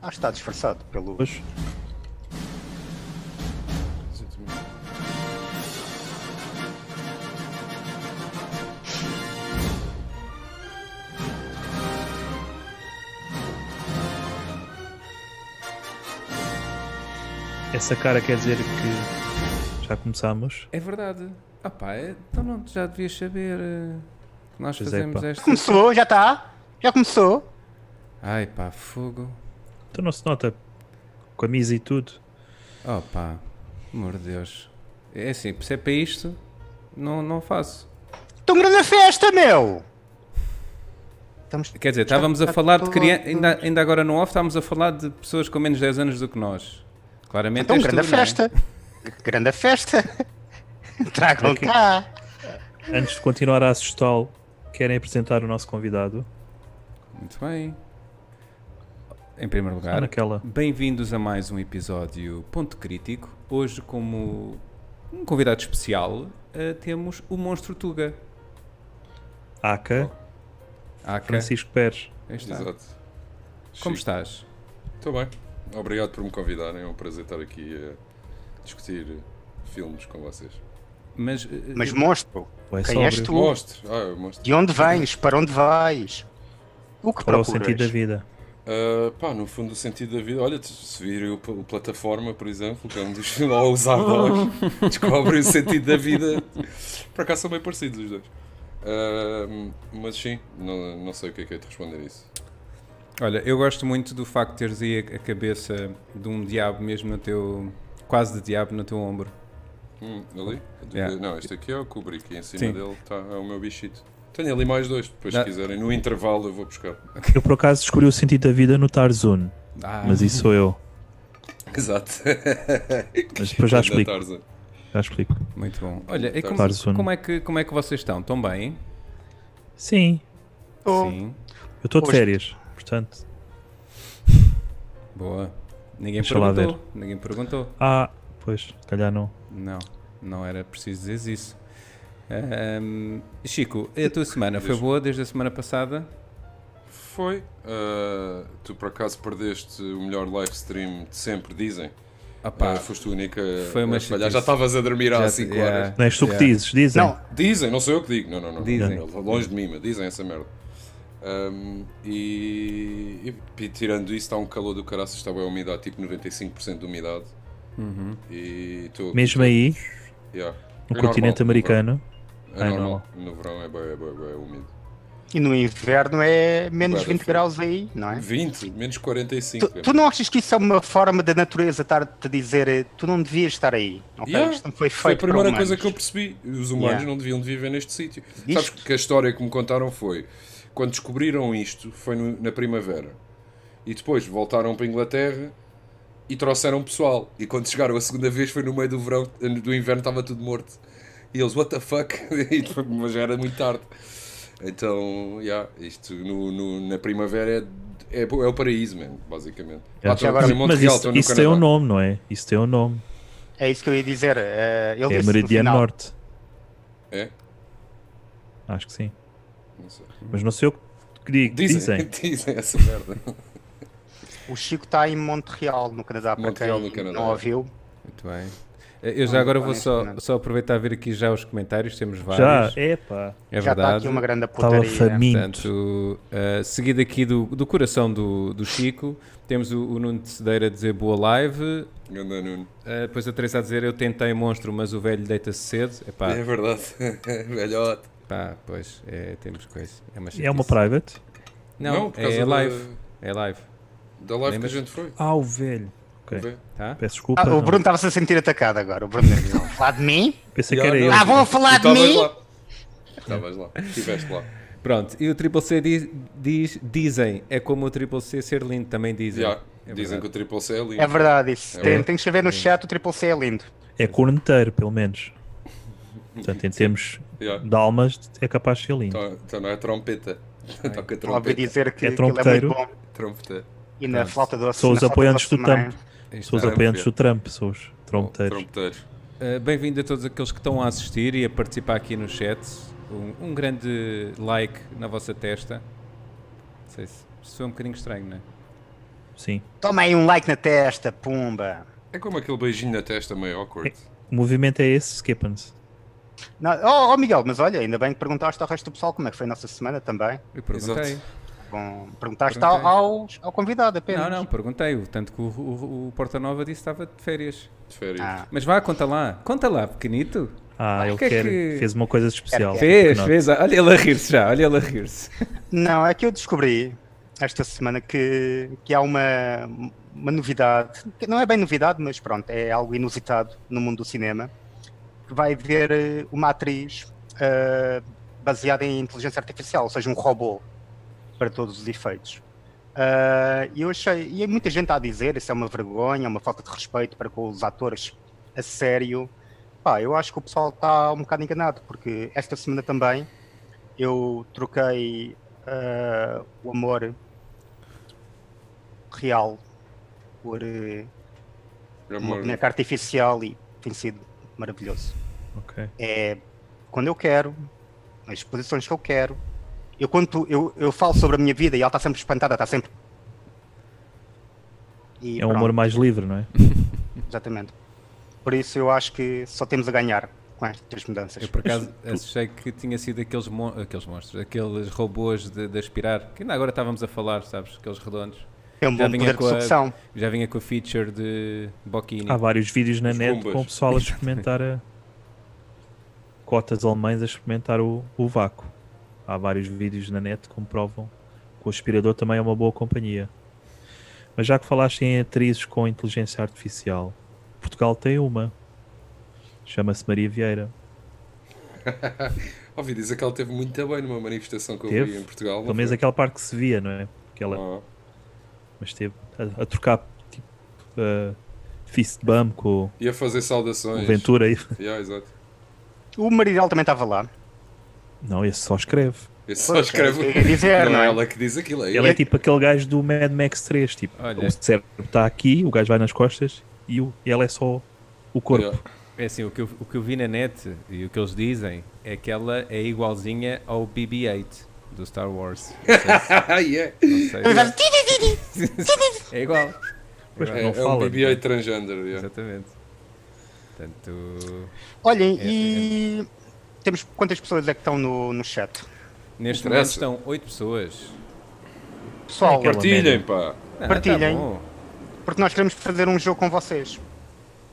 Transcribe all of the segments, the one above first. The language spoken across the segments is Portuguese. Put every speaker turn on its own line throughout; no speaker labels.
Ah, está disfarçado pelo.
Pois. Essa cara quer dizer que já começámos.
É verdade. Ah pá, é- então não, tu já devias saber eh, que nós
Pois é,
fazemos
pá.
esta...
Começou, já está? Já começou?
Ai pá, fogo.
Então não se nota. Camisa e tudo.
Oh pá, amor de Deus. É assim, se é para isto, não, não faço.
Estão grande festa, meu! Estamos.
Quer dizer, estávamos a falar de crianças, ainda, ainda agora no off, estávamos a falar de pessoas com menos 10 anos do que nós. Claramente
Então,
és tu,
grande
não é?
festa! Grande festa! Tragam cá!
Antes de continuar a assustá-lo, querem apresentar o nosso convidado.
Muito bem. Em primeiro
Está
lugar,
naquela.
Bem-vindos a mais um episódio Ponto Crítico. Hoje, como um convidado especial, eh, temos o Monstro Tuga.
Aca,
Aka.
Francisco Pérez.
Aí está.
Exato.
Como
Chique.
estás?
Estou bem. Obrigado por me convidarem. É um prazer estar aqui a discutir filmes com vocês.
Mas, eh,
Mas monstro,
Ou é
Quem
sóbrio?
és tu?
Mostre. Ah, eu mostro.
de onde vens? Para onde vais? O que
Qual é o
procuras?
sentido da vida?
Ah, pá, no fundo, o sentido da vida. Olha, se virem o, o Plataforma, por exemplo, que é um dos filmes ao usar voz, descobrem o sentido da vida. Por acaso são bem parecidos os dois. Ah, mas sim, não, não sei o que é que é de responder a isso.
olha, eu gosto muito do facto de teres aí a a cabeça de um diabo mesmo no teu. quase de diabo no teu ombro.
Hum, ali?
Yeah.
Não, este aqui é o Kubrick e em cima
Sim.
dele está é o meu bichito. Tenho ali mais dois, depois
Dá-
se quiserem. No intervalo eu vou buscar.
Eu por acaso descobri o sentido da vida no Tarzun,
Ah,
mas isso sou eu.
Exato.
Mas depois já
Da
explico.
Tarzan.
Já explico.
muito bom. Olha, é como,
Tarzan.
como é que, como é que vocês estão? Estão bem?
Sim,
Oh,
Sim.
eu estou de
Hoje-
férias. Portanto,
Boa. Ninguém
Deixa lá
perguntou. Ninguém perguntou.
ah, pois, se calhar não.
Não, não era preciso dizer isso. Ahm, Chico, a tua semana foi boa desde a semana passada?
Foi. Ah, tu por acaso perdeste o melhor live stream de sempre, dizem.
Ah pá,
Ah, foste a única.
foi uma
a falhar.
chatice.
Já estavas a dormir há
Já-
5
yeah.
horas.
Não és tu que
Yeah.
dizes, dizem.
Não,
Dizem, não sou eu que digo. Não, não, não.
Dizem.
Não, longe de mim, mas dizem essa merda. Ahm, e, e- e tirando isso, está um calor do caraças, está bem a umidade, tipo 95% de umidade. E estou.
Mesmo aí,
Yeah.
no
É
continente
normal,
americano,
no
Ah,
verão. É normal. No verão é bem, é bem, bem úmido.
e no inverno é menos
Agora
20
foi.
graus aí, não é?
20, menos 45.
Tu,
é
tu não achas que isso é uma forma da natureza estar-te a dizer eh, tu não devias estar aí? ok?
Yeah.
Isto não foi feito
Foi a
para
primeira
humanos.
coisa que eu percebi. Os humanos
Yeah.
não deviam de viver neste sítio.
Isto-
Sabes que a história que me contaram foi quando descobriram isto foi no- na primavera. E depois voltaram para a Inglaterra e trouxeram pessoal. E quando chegaram a segunda vez foi no meio do verão, do inverno estava tudo morto. E eles, what the fuck? E foi- Mas já era muito tarde. Então, yeah, isto no- no- na primavera é, é, bo- é o paraíso, mesmo, basicamente.
É.
estou-
Agora-
estou em
mas
Montreal,
isso,
estou no
isso tem um
Canadá.
nome, não é? Isso tem um nome.
É isso que eu ia dizer. eh, ele
é
disse no
Meridiano
final.
Norte.
É?
Acho que sim.
Não sei.
Mas não sei o que digo. Dizem.
Dizem, dizem essa merda.
O Chico está em Montreal, no Canadá, para
Montreal,
quem
no Canadá.
não ouviu.
Muito bem. Eh, Eu já agora vou só,
honestamente.
só aproveitar a ver aqui já os comentários, temos
Já,
vários.
epá.
é
já está
verdade.
aqui uma grande
Estava
putaria.
faminto.
Portanto, eh, seguido aqui do, do coração do, do Chico, temos o, o Nuno de Cedeira a dizer boa live,
Ganda Nuno.
eh, depois a Teresa a dizer eu tentei monstro, mas o velho deita-se cedo. Epá,
É verdade. Velhote.
pá, pois, é, temos coisa. É uma,
É uma
chatice.
private?
Não,
Não, por
é
causa da-
live. É live,
Da live que a
Lembras?
gente foi.
Ah, o velho. Ok.
Vê?
tá?
Peço desculpa.
Ah, o
não.
Bruno estava-se a sentir atacado agora. O Bruno disse, "Vão falar de mim?
Pensei que
Yeah,
era
não.
ele.
Ah, vão
Tu
falar de
estavas
mim?
lá. Estavas lá. Estiveste lá.
Pronto, e o Triple C diz, diz- dizem, é como o Triple C ser lindo, também dizem.
Já.
É
Dizem que o Triple C é lindo.
É verdade isso.
É
tem,
verdade.
tem que escrever no chat, o Triple C é lindo.
É corneteiro, pelo menos. Portanto, em termos
Yeah.
de almas, é capaz de ser lindo.
Então, então não é trompeta. Toca
Ouvi
trompeta.
dizer que
É
aquilo é muito
trompeteiro.
bom.
Trompeta.
E na flauta doce.
Sou os
na flauta
apoiantes
doce
do
também.
Trump. Sou
Isto-
os
Trump,
apoiantes
é.
do Trump, sou os trompeteiros.
Trompeteiros.
Uh, Bem-vindo a todos aqueles que estão a assistir e a participar aqui no chat. Um, um grande like na vossa testa. Não sei se, isso foi um bocadinho estranho, não é?
Sim.
Toma aí um like na testa, pumba.
É como aquele beijinho na testa meio awkward.
O movimento é esse, Skippens.
Não, oh, oh, Miguel, mas olha, ainda bem que perguntaste ao resto do pessoal como é que foi a nossa semana também.
Eu perguntei.
Exato.
Bom, perguntaste ao,
Perguntei.
aos- ao convidado apenas.
Não, não, perguntei. o Tanto que o, o- o Porta Nova disse que estava de férias.
De férias.
Ah,
Mas vá, conta lá. Conta lá, pequenito.
Ah,
Ah,
ele
que é
quer,
que-
fez uma coisa de especial.
Fez,
Não.
fez. Olha ele a rir-se já. Olha ele a rir-se.
não, é que eu descobri esta semana que, que há uma, uma novidade, que não é bem novidade, mas pronto, é algo inusitado no mundo do cinema, que vai haver eh, uma atriz eh, baseada em inteligência artificial, ou seja, um robô para todos os efeitos. Ah, E eu achei, e muita gente há a dizer, isso é uma vergonha, uma falta de respeito para com os atores a sério. Pá, eu acho que o pessoal está um bocado enganado, porque esta semana também eu troquei ah, o amor real por eh, uma
Amor,
boneca artificial e tem sido maravilhoso
Ok.
é quando eu quero, nas posições que eu quero. Eu, quando eu, eu falo sobre a minha vida e ela está sempre espantada, está sempre. E
É um humor
pronto,
mais livre, não é?
Exatamente. Por isso eu acho que só temos a ganhar com estas mudanças.
Eu por acaso achei que tinha sido aqueles, mon- aqueles monstros, aqueles robôs de, de aspirar, que ainda agora estávamos a falar, sabes? Aqueles redondos.
é um
já
bom
vinha
poder de
com a-
sucção.
Já vinha com a feature de Bocchini.
Há vários vídeos na
Uhum. Os
net
Goombas.
com o pessoal a experimentar a... cotas alemães a experimentar o, o vácuo. Há vários vídeos na net que comprovam que o aspirador também é uma boa companhia. Mas já que falaste em atrizes com inteligência artificial, Portugal tem uma. Chama-se Maria Vieira.
Ouvi dizer que ela teve muito bem numa manifestação que eu
Teve.
vi em Portugal. Ah.
Pelo menos aquela parte que se via, não é? Porque ela
aquela.
mas teve a, a trocar tipo, eh, fist bump com
Ia fazer
o
saudações.
Ventura. e-
Yeah, exato.
O marido dela também estava lá.
Não, esse só escreve.
Esse só
Pois,
escreve.
é o que eu ia dizer,
não
não
é
é?
ela que diz aquilo. É
Ele
ele.
é tipo aquele gajo do Mad Max 3. Tipo,
Olha.
o cérebro está aqui, o gajo vai nas costas e, o, e ela é só o corpo.
Yeah.
É assim, o que, eu, o que eu vi na net e o que eles dizem é que ela é igualzinha ao BB-8 do Star Wars. Não sei se-
Ah, yeah.
não sei. é igual.
Pois,
É,
não
é um
fala.
BB-8 transgender. yeah.
Exatamente. Portanto,
Olhem,
É,
e temos quantas pessoas é que estão no, no chat?
neste
Não
momento
interessa.
estão 8 pessoas.
Pessoal,
Aquela
Partilhem, pá.
Ah,
Partilhem.
Tá bom.
porque nós queremos fazer um jogo com vocês.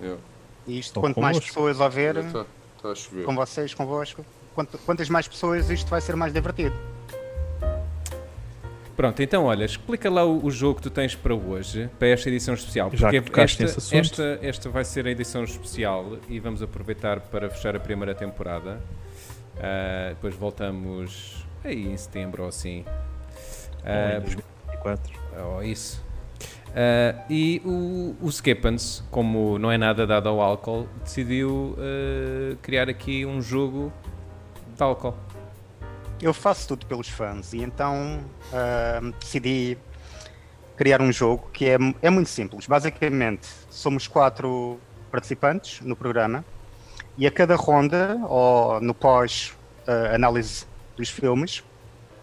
Yeah.
E isto,
Ou
quanto mais
convosco.
pessoas houver,
Está tá a chover.
com vocês, convosco, quanto, quantas mais pessoas isto vai ser mais divertido.
Pronto, então olha, explica lá o, o jogo que tu tens para hoje, para esta edição especial.
Já que tocaste
esta,
nesse assunto.
Esta, esta vai ser a edição especial e vamos aproveitar para fechar a primeira temporada. Ah, depois voltamos aí em setembro ou assim. Ah,
Em 2024.
Oh, isso. Ah, e o, o Skippens, como não é nada dado ao álcool, decidiu ah, criar aqui um jogo de álcool.
Eu faço tudo pelos fãs e então ah, decidi criar um jogo que é, é muito simples. Basicamente, somos quatro participantes no programa e a cada ronda, ou no pós-análise dos filmes,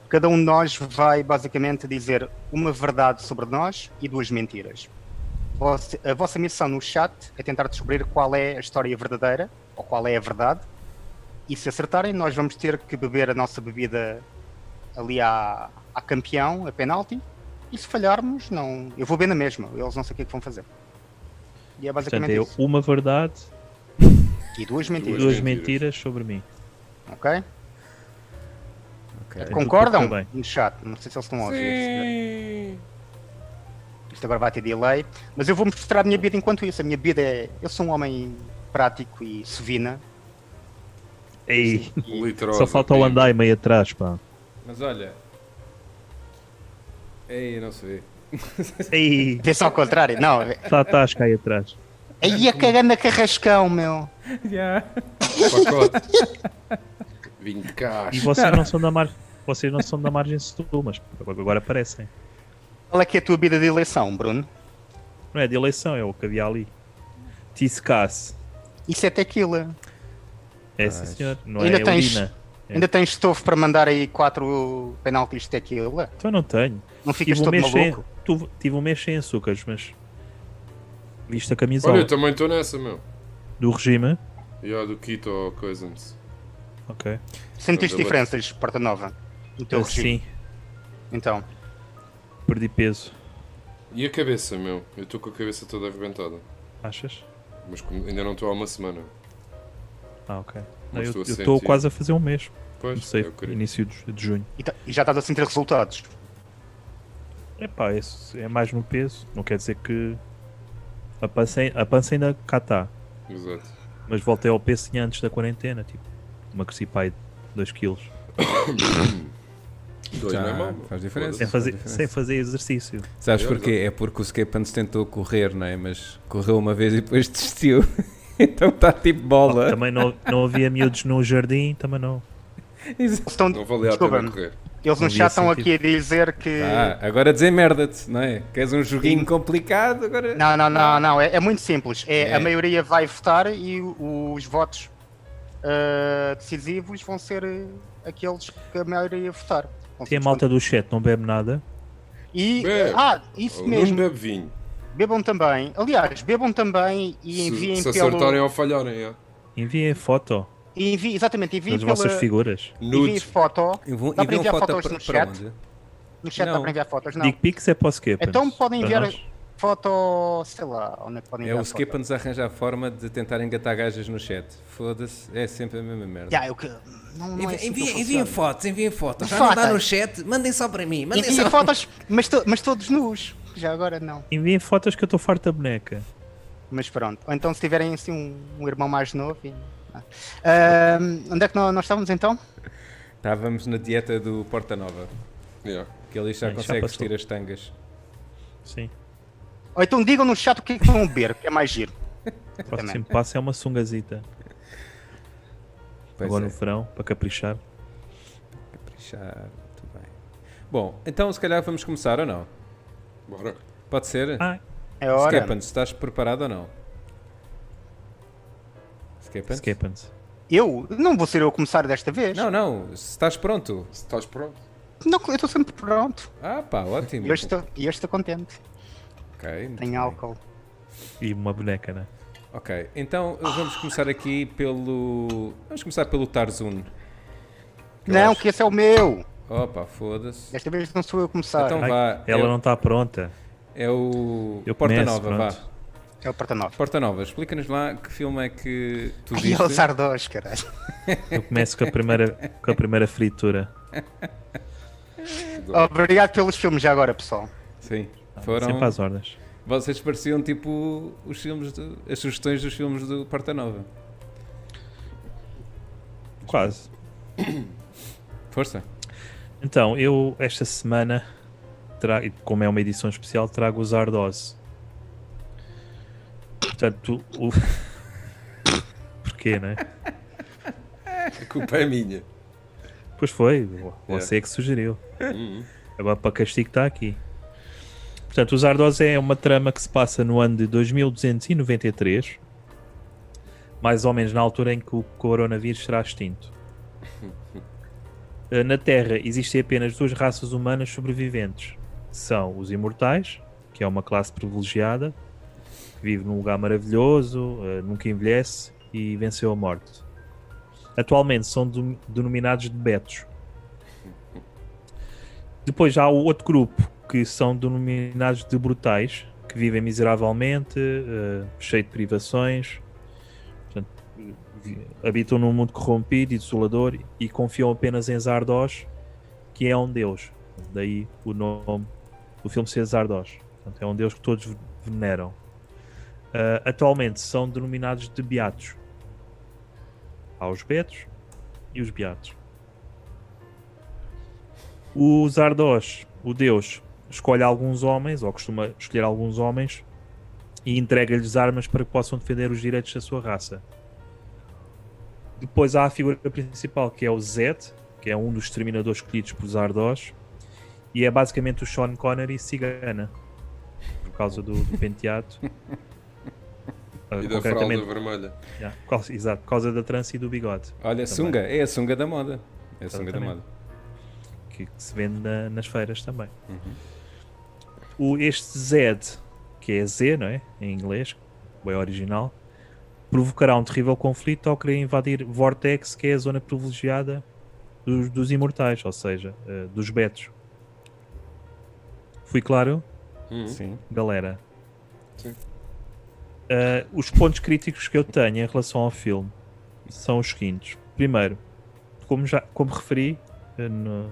cada um de nós vai basicamente dizer uma verdade sobre nós e duas mentiras. Vossa- a vossa missão no chat é tentar descobrir qual é a história verdadeira ou qual é a verdade. E se acertarem, nós vamos ter que beber a nossa bebida ali à, à campeão, a penalti. E se falharmos, não, eu vou bem na mesma. Eles não sei o que é que vão fazer. E é
Portanto,
basicamente
é
isso.
uma verdade
E duas
e
mentiras,
duas
mentiras.
mentiras sobre mim.
ok?
Ok.
É.
Concordam?
Tudo bem.
No chat, não sei se eles estão a ouvir.
Sim.
Isto agora vai ter delay. Mas eu vou mostrar a minha vida enquanto isso. A minha vida é. Eu sou um homem prático e sovina.
Ei,
E-
Literosa,
só falta o
pimba.
andai meio atrás, pá.
Mas olha. Ei, não se vê.
Ei, tá,
Vê só ao contrário. Não,
está a tasca aí atrás.
aí a cagando a carrascão, meu.
Pacote. Vinho de
E
caixa.
vocês não são da margem. Vocês não são da margem sul, mas agora aparecem.
Qual é que é a tua vida de eleição, Bruno?
Não é de eleição, é o que havia ali. Tiscasse.
Isso é tequila.
É sim, senhor. Não
Ainda
é
tens-
urina. É.
Ainda tens estofo para mandar aí quatro penaltis de tequila?
Então eu não tenho.
Não ficas
Tive um
todo
mês sem-
maluco?
tu tive um mês sem açúcares, mas viste a camisola
Olha, eu também estou nessa, meu.
do regime.
Yeah, do Quito ou Cousins.
Ok.
Sentiste
Olha,
diferenças, Porta Nova? No teu
Eu,
regime?
Ah, sim,
Então,
perdi peso.
E a cabeça, meu? Eu estou com a cabeça toda arrebentada.
Achas?
Mas como- ainda não estou há uma semana.
Ah, ok. Não,
Mas
eu
estou a
estou
sentir.
quase a fazer um mês.
Pois, é
Comecei
eu queria.
início de, de junho.
e, ta- e já estás a sentir resultados.
Epá, isso é mais no peso. Não quer dizer que a pança, ai- a pança ainda cá está.
Exato.
Mas voltei ao peso que tinha antes da quarentena. Tipo, emagreci pai 2 quilos.
Dois
Já
não é mau, meu.
faz diferença.
Sem
Foda-se.
faz
fazer,
diferença.
sem fazer exercício.
Sabes
Eu
porquê? É porque o Skepans tentou correr, não é? Mas correu uma vez e depois desistiu. então está tipo bola.
Também não, não havia miúdos no jardim, também não.
Exato.
Eles estão-
Não vale a
desculpa,
pena correr.
eles
Não
no chat
havia
estão aqui a dizer que.
Ah, agora desemmerda-te, não é? Queres um joguinho
Sim.
complicado? Agora.
Não, não, não, não. É, é muito simples. É,
É.
A maioria vai votar e o- os votos ah, decisivos vão ser ah, aqueles que a maioria votar. Vão ser
Tem a malta do chat, não bebe nada.
E,
Bebe.
ah, isso
Ou
mesmo.
Não bebe vinho.
Bebam também. Aliás, bebam também e
Se,
enviem
se acertarem
pelo.
ou falharem, é.
Enviem foto
e Enviem, exatamente, enviem
das
pela.
vossas figuras.
Enviem
Nudes.
foto.
E vão,
Dá
e
para
vão
enviar
foto
fotos
para,
no
para
chat?
onde?
No chat
Não.
dá para enviar fotos, não.
Dick Pics é para o Skepans.
Então podem
Para
enviar
nós.
foto, sei lá, onde é que podem
É
enviar
o
foto.
Skepans arranja a forma de tentar engatar gajas no chat. Foda-se, é sempre a mesma merda.
Já, eu que... Não, não é assim que eu funciono.
fotos, enviem fotos.
Já não dá Fotos. no
chat, mandem só para mim.
Enviem fotos, mas, to- mas todos nus. Já agora não.
Enviem fotos que eu estou farto da boneca.
Mas pronto. Ou então se tiverem assim um, um irmão mais novo. e- Ah. Ahm, onde é que nó- nós, estávamos então?
Estávamos na dieta do Porta Nova,
Yeah.
que ele já
Bem, já
consegue
passou.
vestir as tangas.
Sim.
Ou então digam no chat o que é que vão beber, que é mais giro.
O próximo passo é uma sungazita.
Pois
Agora
é,
no verão, para caprichar.
caprichar, muito bem. Bom, então se calhar vamos começar ou não?
Bora.
Pode ser?
Ah,
É hora.
Skepans, estás preparado ou não? Skepans?
Skepans.
Eu? Não vou ser eu a começar desta vez. Não,
Não, não, se estás pronto.
Se estás pronto.
eu estou sempre pronto.
Ah pá, ótimo.
E eu estou, e eu estou contente.
Ok, muito bem.
Tenho álcool.
E uma boneca, né?
Ok, então vamos começar aqui pelo... Vamos começar pelo Tarzun. Eu
não,
acho.
que esse é o meu.
Opa, foda-se.
Desta vez não sou eu a começar.
Então-
Ai,
vá,
ela
eu-
não está pronta.
É o
Eu
Porta
começo,
Nova,
pronto.
vá.
É o Porta Nova.
Porta Nova, explica-nos lá que filme é que tu
E é o
viste.
Sardos, caralho.
Eu começo com a primeira, com a primeira fritura.
Obrigado pelos filmes já agora, pessoal.
Sim, foram...
Sempre às ordens.
Vocês pareciam tipo os filmes do- as sugestões dos filmes do Porta Nova.
Quase.
Força.
Então, eu esta semana, tra- e como é uma edição especial, trago os Ardós. Portanto, o. Porquê, né?
A culpa é minha.
Pois foi, vo- você é que sugeriu. Agora para castigo está aqui. Portanto, os Ardós é uma trama que se passa no ano de 2293, mais ou menos na altura em que o coronavírus será extinto. Eh, Na Terra existem apenas duas raças humanas sobreviventes. São os imortais, que é uma classe privilegiada, que vive num lugar maravilhoso, eh, nunca envelhece e venceu a morte. Atualmente são dom- denominados de Betos. Depois há o outro grupo que são denominados de brutais, que vivem miseravelmente, eh, cheio de privações, portanto, vi- habitam num mundo corrompido e desolador e confiam apenas em Zardoz, que é um deus. Daí o nome do filme ser Zardoz. Portanto, é um deus que todos veneram. Eh, atualmente são denominados de beatos. Há os betos e os beatos. O Zardoz, o deus, escolhe alguns homens, ou costuma escolher alguns homens, e entrega-lhes armas para que possam defender os direitos da sua raça. Depois há a figura principal, que é o Zed, que é um dos exterminadores escolhidos por Zardoz, e é basicamente o Sean Connery cigana, por causa do, do penteado. Ah,
E da fralda
concretamente,
vermelha.
yeah, por causa- exato, por causa da trança e do bigode.
Olha, sunga, é a sunga da moda. É a sunga da
Exatamente.
moda.
que, que se vende na- nas feiras também. o, este Zed, que é Z, não é? Em inglês, bem original, provocará um terrível conflito ao querer invadir Vortex, que é a zona privilegiada dos, dos imortais, ou seja, eh, dos Betos. Fui claro?
Uhum.
Sim.
galera.
Sim.
Ah, os pontos críticos que eu tenho em relação ao filme são os seguintes. Primeiro, como, já, como referi eh, no-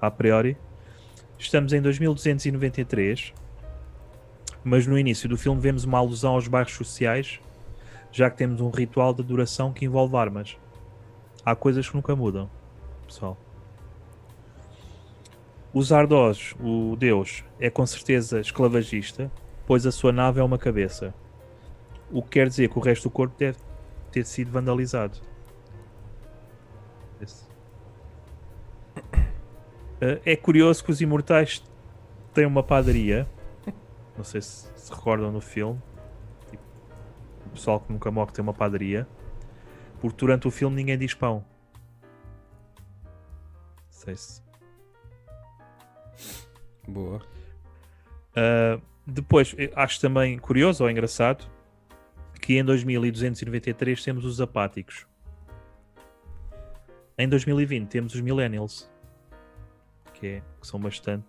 a priori, estamos em 2293, mas no início do filme vemos uma alusão aos bairros sociais, já que temos um ritual de duração que envolve armas. Há coisas que nunca mudam, pessoal. Os Ardós, o deus, é com certeza esclavagista, pois a sua nave é uma cabeça. O que quer dizer que o resto do corpo deve ter sido vandalizado. Esse. Ah, É curioso que os imortais têm uma padaria. Não sei se se recordam no filme. Tipo, O pessoal que nunca morre tem uma padaria. Porque durante o filme ninguém diz pão. Não sei se
Boa.
Uh, depois, eh, acho também curioso ou engraçado que em 2293 temos os apáticos. Em 2020 temos os millennials, que, é- que são bastante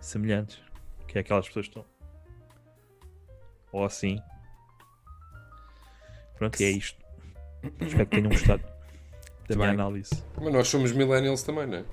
semelhantes, que é aquelas pessoas que estão ou assim. Pronto, e é isto. Espero que tenham gostado da
Muito
minha
bem.
análise.
Mas nós somos millennials também, não é?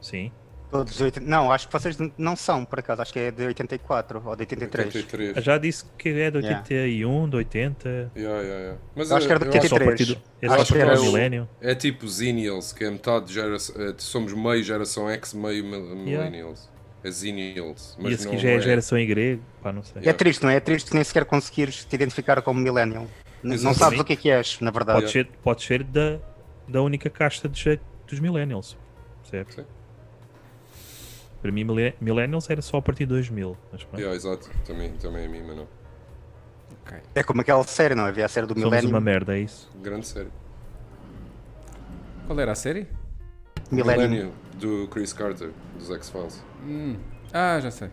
Sim.
Todos 80... Não, acho que vocês n- não são, por acaso. Acho que é de 84 ou de 83.
83.
Já disse que é de 81, de 80.
Yeah, yeah, yeah. Mas eh,
Eu acho que era de
eu
83.
Só a partir do, é só a
Acho que
partir
era
do
o-
milénio.
É tipo Zinnials, que é metade de geração. eh, Somos meio geração X, meio mil- Millennials. É Zinnials.
e a
Mas não
seguir já é
é.
a geração em grego, pá, não sei.
É triste, não é? É triste nem sequer conseguires te identificar como millennial. N- Não
Exatamente.
sabes o que é que és, na verdade.
Pode ser, pode ser da, da única casta de jeito dos millennials, certo?
Sim.
Para mim, mille- millennials era só a partir de 2000, mas pronto.
Yeah, exato. Também, também é a mim, mas não.
É como aquela série, não? Havia a série do
Somos uma
millennial.
merda, é isso?
Grande série.
Qual era a série?
Millennium.
Millennium, do Chris Carter, dos X-Files.
Ah, já sei.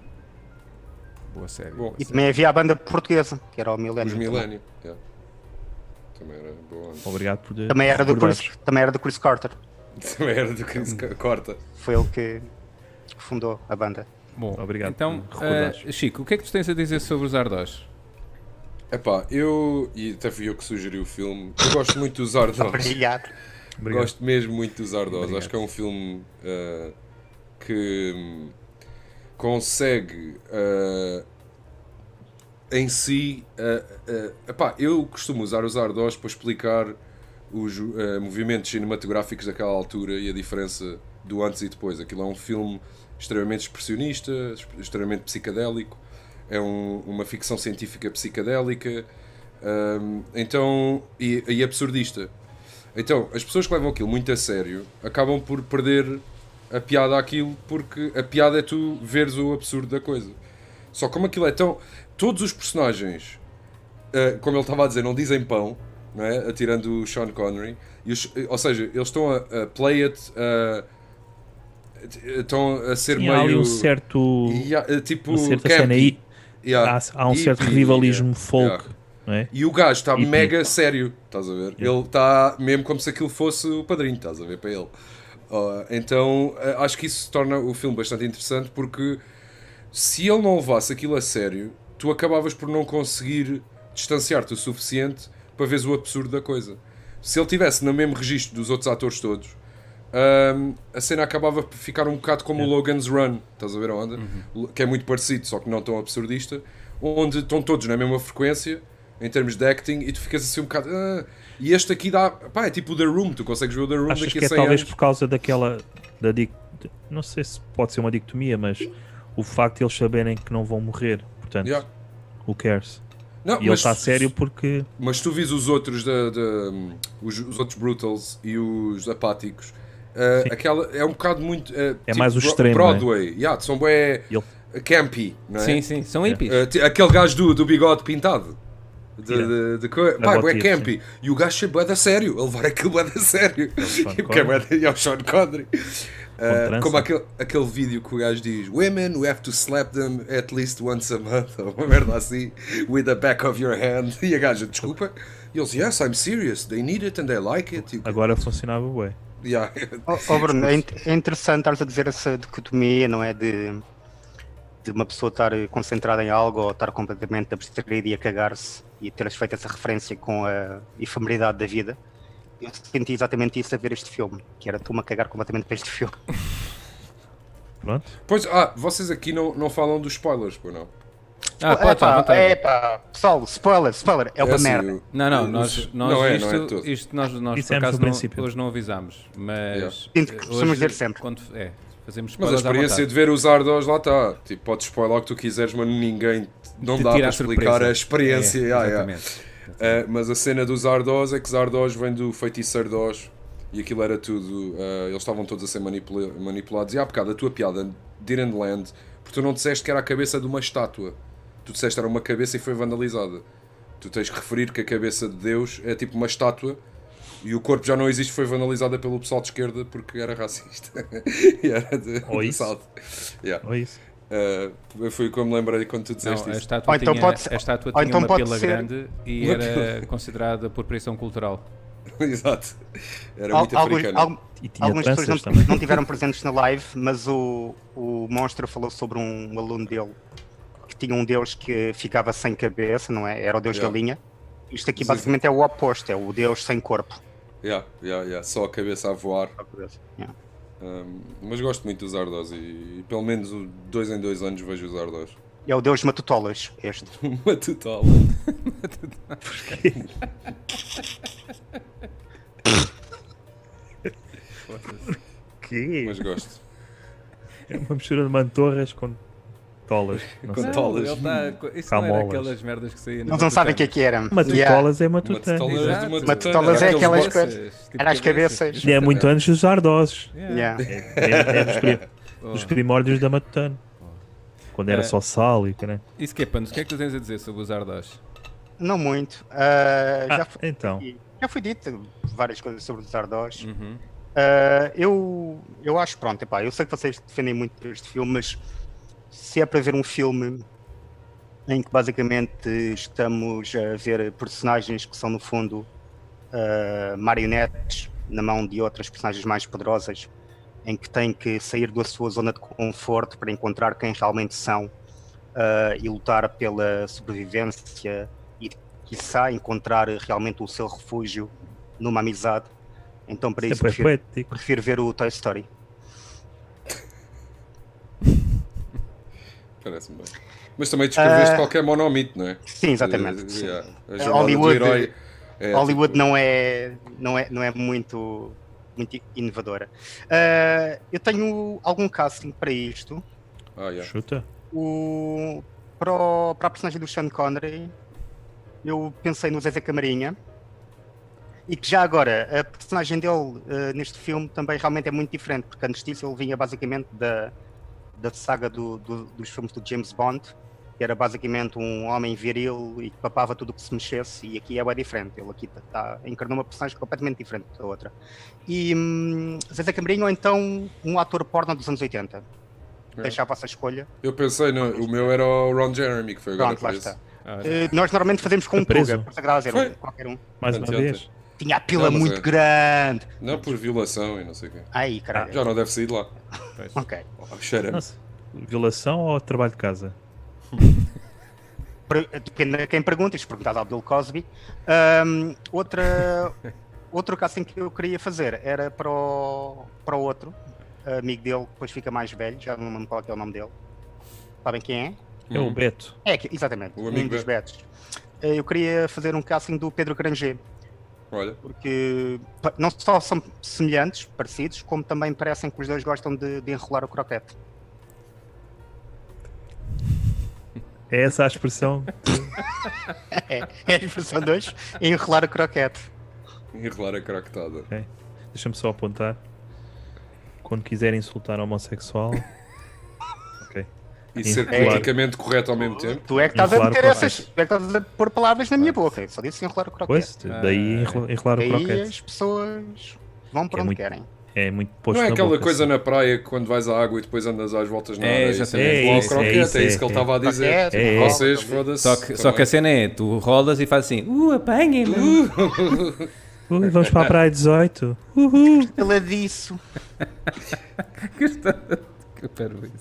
Boa série.
Bom,
E também havia a banda portuguesa, que era o
Os
millennium. também.
Millennium. Yeah. Também era boa.
Obrigado por
Também era, do
recordares.
Chris, também era do Chris Carter.
Também era do Chris Carter. Corta.
Foi ele que que fundou a banda.
Bom,
Obrigado
Então,
por recordares.
eh, Chico, o que é que tu tens a dizer sobre os Ardós?
Epá, eu. E até fui eu que sugeri o filme. Eu gosto muito dos
Tá
Ardós.
Obrigado.
Obrigado.
Gosto mesmo muito dos Ardós.
Obrigado.
Acho que é um filme ah, que hum, consegue ah, em si. ah, ah, epá, eu costumo usar os Ardós para explicar os ah, movimentos cinematográficos daquela altura e a diferença do antes e depois. Aquilo é um filme extremamente expressionista, ex- extremamente psicadélico. É um- uma ficção científica psicadélica. hum, então, e- e absurdista. Então, as pessoas que levam aquilo muito a sério acabam por perder a piada àquilo porque a piada é tu veres o absurdo da coisa. Só como aquilo é tão. Todos os personagens, ah, como ele estava a dizer, não dizem pão, não é? Atirando o Sean Connery. E os- ou seja, eles estão a, a play it. ah, estão a ser
Sim, há ali
meio.
um certo.
e há, ah, tipo,
uma certa
campy.
cena aí.
Yeah.
Há, há um certo
Hippie,
rivalismo
yeah.
folk,
Yeah.
não é?
E o gajo está
Hippie.
mega sério, estás a ver? Ele está mesmo como se aquilo fosse o padrinho, estás a ver, para ele. Ah, então ah, acho que isso torna o filme bastante interessante porque se ele não levasse aquilo a sério, tu acabavas por não conseguir distanciar-te o suficiente para veres o absurdo da coisa. Se ele tivesse no mesmo registro dos outros atores todos, ahm, a cena acabava por ficar um bocado
É.
como o Logan's Run, estás a ver a onda?
Uhum.
Que é muito parecido, só que não tão absurdista, onde estão todos na mesma frequência, em termos de acting, e tu ficas assim um bocado. "Ah", e este aqui dá. Pá, é tipo o The Room, tu consegues ver o The Room
Achas
daqui
que
a
é
100
talvez
anos.
por causa daquela. Da dic... Não sei se pode ser uma dicotomia, mas o facto de eles saberem que não vão morrer, portanto,
Yeah.
who cares?
Não,
E ele
mas
está a
se-
sério porque.
Mas tu vis os outros da, da- os, os outros Brutals e os apáticos. ah, aquela é um bocado muito. ah, tipo
mais o
Bro-
extremo, não é?
Broadway. Yeah, são bem
Ele...
campy, não é?
Sim, sim, são hippies.
Ah, ti- aquele gajo do, do bigode pintado. De,
Yeah.
de, de co- pá,
boa
bué
tia,
campy. E o gajo é bué da sério. A levar aquilo bué da sério.
Sean
Porque é bué da- e é o Sean Connery. Ah,
trança?
como aquele, aquele vídeo que o gajo diz: Women, we have to slap them at least once a month, ou uma merda assim, with the back of your hand. E a gaja, desculpa. E eles, yes, I'm serious, they need it and they like it. You-
Agora funcionava bué.
Yeah.
Ó ó, Bruno, é, int- é interessante estares a dizer essa dicotomia, não é? De, de uma pessoa estar concentrada em algo ou estar completamente abstraída e a cagar-se e teres feito essa referência com a efemeridade da vida. Eu senti exatamente isso a ver este filme, que era tu-me a cagar completamente para este filme.
Pronto.
Pois, ah, vocês aqui não, não falam dos spoilers, pois não?
Ah, pode, à
Epá,
vontade.
é.
epá, pessoal, spoiler, spoiler, é uma
assim,
merda.
eu-
Não, não,
eu-
nós, nós
não é,
isto,
não é de todo.
isto nós, nós por
Dissemos
acaso
no
não-
princípio.
hoje não avisamos,
Yeah.
mas eh,
Sinto que costumamos
hoje,
dizer sempre.
Quando, é, fazemos
Mas
spoilers
a
à
experiência de
vontade.
ver os Ardos lá está. Tipo, podes spoiler o que tu quiseres, mas ninguém não
Te tira
dá para
a
explicar
surpresa.
a experiência.
É,
ah, yeah.
exatamente.
Ah, mas a cena dos Ardós é que os Ardós vêm do feiticeiro Dós e aquilo era tudo. ah, eles estavam todos a ser manipula- manipulados. E há bocado a tua piada didn't land porque tu não disseste que era a cabeça de uma estátua. Tu disseste que era uma cabeça e foi vandalizada. Tu tens que referir que a cabeça de Deus é tipo uma estátua e o corpo já não existe, foi vandalizada pelo pessoal de esquerda porque era racista. e era de,
Ou
de
isso.
salto. Yeah.
Ou é isso.
Uh, foi como lembrei quando tu
Não,
disseste
a
isso.
estátua
Ou então
tinha,
pode ser-
a estátua
ou
tinha
então
uma
pode
pila
ser-
grande e era considerada apropriação cultural.
Exato. Era
Al-
é muito
alguns-
africano.
algum-
E tinha
algumas pessoas
tranças
não,
também.
não tiveram presentes na live, mas o, o Monstro falou sobre um aluno dele que tinha um deus que ficava sem cabeça, não é? Era o deus
Yeah.
da linha. Isto aqui
Sim.
basicamente é o oposto, é o deus sem corpo.
Yeah, yeah, yeah. Só a cabeça a voar.
Yeah.
Um, mas gosto muito dos Ardós e, e pelo menos o- dois em dois anos vejo os Ardós.
É o deus matutolas, este.
Uma total.
Que?
Mas gosto.
É uma mistura de mantorras com tolas. Não
Com
sei.
tolas. Tolas.
ele tá- isso não
Camolas.
era aquelas merdas que saíam.
Eles não sabem o que é que era.
Mas
Yeah.
tolas é uma
Uma total
tutana.
é de uma
Exato.
tutana.
Matutolas é
Aqueles
aquelas
boxers.
coisas.
Tipo
Era as cabeças.
E é muito antes dos ardoses.
Yeah.
É, é- é dos, pri-
Oh.
dos primórdios da matutana. Quando era
É.
só sal e caralho.
E Skepanos, o que é que tu tens a dizer sobre os Ardós?
Não muito. Ah, já,
Ah,
foi,
então.
já foi dito várias coisas sobre os Ardós.
Uhum.
Uh, eu, eu acho, pronto, epá, eu sei que vocês defendem muito este filme, mas se é para ver um filme em que basicamente estamos a ver personagens que são, no fundo, uh, marionetes na mão de outras personagens mais poderosas, em que têm que sair da sua zona de conforto para encontrar quem realmente são uh, e lutar pela sobrevivência e, quiçá, encontrar realmente o seu refúgio numa amizade. Então, para isso,
Sempre é
prefiro,
poético.
prefiro ver o Toy Story.
Parece-me bem. Mas também descreveste
Ah.
qualquer monomito, não é?
Sim, exatamente.
Eh,
sim.
yeah. A
Eh,
jornada do
Hollywood-
herói é,
Hollywood
tipo,
não é, não é, não é muito, muito inovadora. Ah, eu tenho algum casting para isto.
Ah, yeah.
Chuta.
O, para, o- para a personagem do Sean Connery, eu pensei no Zezé Camarinha. E que já agora, a personagem dele ah, neste filme também realmente é muito diferente, porque antes disso ele vinha basicamente da, da saga do- do- dos filmes do James Bond, que era basicamente um homem viril e que papava tudo o que se mexesse, e aqui é bem diferente. Ele aqui tá, tá- encarnou uma personagem completamente diferente da outra. E hum, Zezé Camarinho, ou então um ator porno dos anos 80.
É.
Deixa a vossa escolha.
Eu pensei, no, o meu era o Ron Jeremy, que foi agora
Pronto, lá
por
está.
isso.
Ah,
Eh, nós normalmente fazemos com um
Foi preso?
Tuga, por sagrado a dizer,
Foi.
qualquer um.
Mais uma
Anteontem.
vez.
Tinha a pila
Não, mas
muito
é.
grande.
Não, por violação e não sei o quê.
Ai, caralho.
Já não deve sair de lá.
pois.
Ok.
Oh, cheira-me.
Nossa. Ah, Violação ou trabalho de casa?
Pre- Depende de quem perguntas, perguntado ao Bill Cosby. Ahm, outra, outro casting que eu queria fazer era para o, para o outro amigo dele, que depois fica mais velho, já não me lembro qual é que é o nome dele. Sabem quem
É o
Hum.
Uhum.
Beto.
é? É, que- exatamente,
O
um
amigo
dos
dele.
Betos. Eh, Eu queria fazer um casting do Pedro Granger,
Olha,
porque pa- não só são semelhantes, parecidos, como também parecem que os dois gostam de, de enrolar o croquete.
É essa a expressão?
É, é a expressão 2, enrolar o croquete.
enrolar a cractada.
Deixa-me só apontar. Quando quiser insultar um homossexual. ok.
E ser
É.
politicamente correto ao mesmo tempo.
Tu é que estás a
Enrolar o
meter
croquete.
essas, tu é que estás a pôr palavras na minha boca. Eu só disse enrolar o croquete.
Ah, é.
Pois, daí enro- enrolar o
Daí as
croquete.
pessoas vão para
Que é
onde
muito-
querem.
É muito posto
não é
na
aquela
boca,
coisa
assim.
na praia que quando vais à água e depois andas às voltas na
É,
areia.
exatamente.
É,
É
é,
isso, é Tá
croquete, é isso,
isso,
que
é.
ele estava a dizer.
Croquete,
É, é.
bola,
Vocês,
também.
foda-se.
Só que, só que a cena é, tu rolas e faz assim, uh, apanhem-me.
Ui, vamos para a praia 18. Uhul.
Ela disse.
Que parvoíce.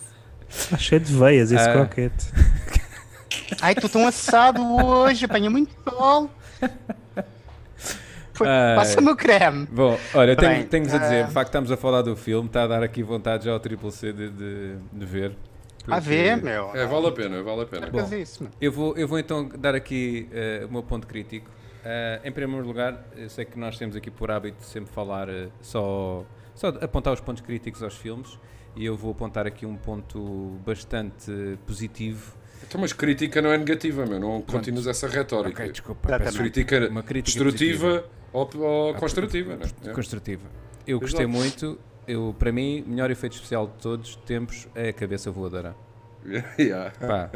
Está Tá cheio de veias esse
Ah.
croquete.
Ai, estou tão assado hoje, apanha muito sol. Foi-
Ai.
Passa-me o creme.
Bom, olha,
Bem,
tenho- tenho-vos a dizer,
ah.
de facto estamos a falar do filme, está a dar aqui vontade já ao Triple C de, de- de ver.
A ver, meu.
É, vale a pena, vale a pena.
Faz isso, meu.
Eu vou, eu vou então dar aqui eh, o meu ponto crítico. Eh, em primeiro lugar, eu sei que nós temos aqui por hábito sempre falar eh, só, só de apontar os pontos críticos aos filmes e eu vou apontar aqui um ponto bastante positivo.
Então, mas crítica não é negativa, meu. Não continuas essa retórica.
Ok, desculpa,
Exatamente.
peço-
Crítica,
Uma crítica
destrutiva ou, ou
Ah,
construtiva, né?
cons-
É.
Construtiva. Eu gostei
Exato.
muito. Eu, para mim, melhor efeito especial de todos os tempos é a cabeça voadora.
Yeah.
Pá.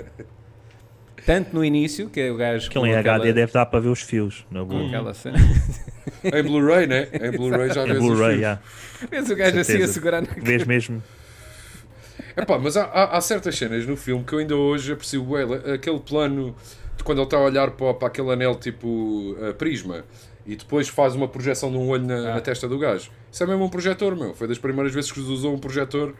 Tanto no início, que é o gajo
Aquilo em
com aquela-
HD deve dar para ver os fios. Na boa.
com aquela cena.
Em Blu-ray, né? Em Bluray já
É
vês os
Blu-ray,
filmes.
já.
Vês o gajo assim a
Certeza.
segurar na
Vês mesmo.
Epá, mas há, há- há certas cenas no filme que eu ainda hoje aprecio bué. Aquele plano de quando ele está a olhar para, para aquele anel tipo eh, prisma e depois faz uma projeção de um olho na,
Ah.
na testa do gajo. Isso é mesmo um projetor, meu. Foi das primeiras vezes que se usou um projetor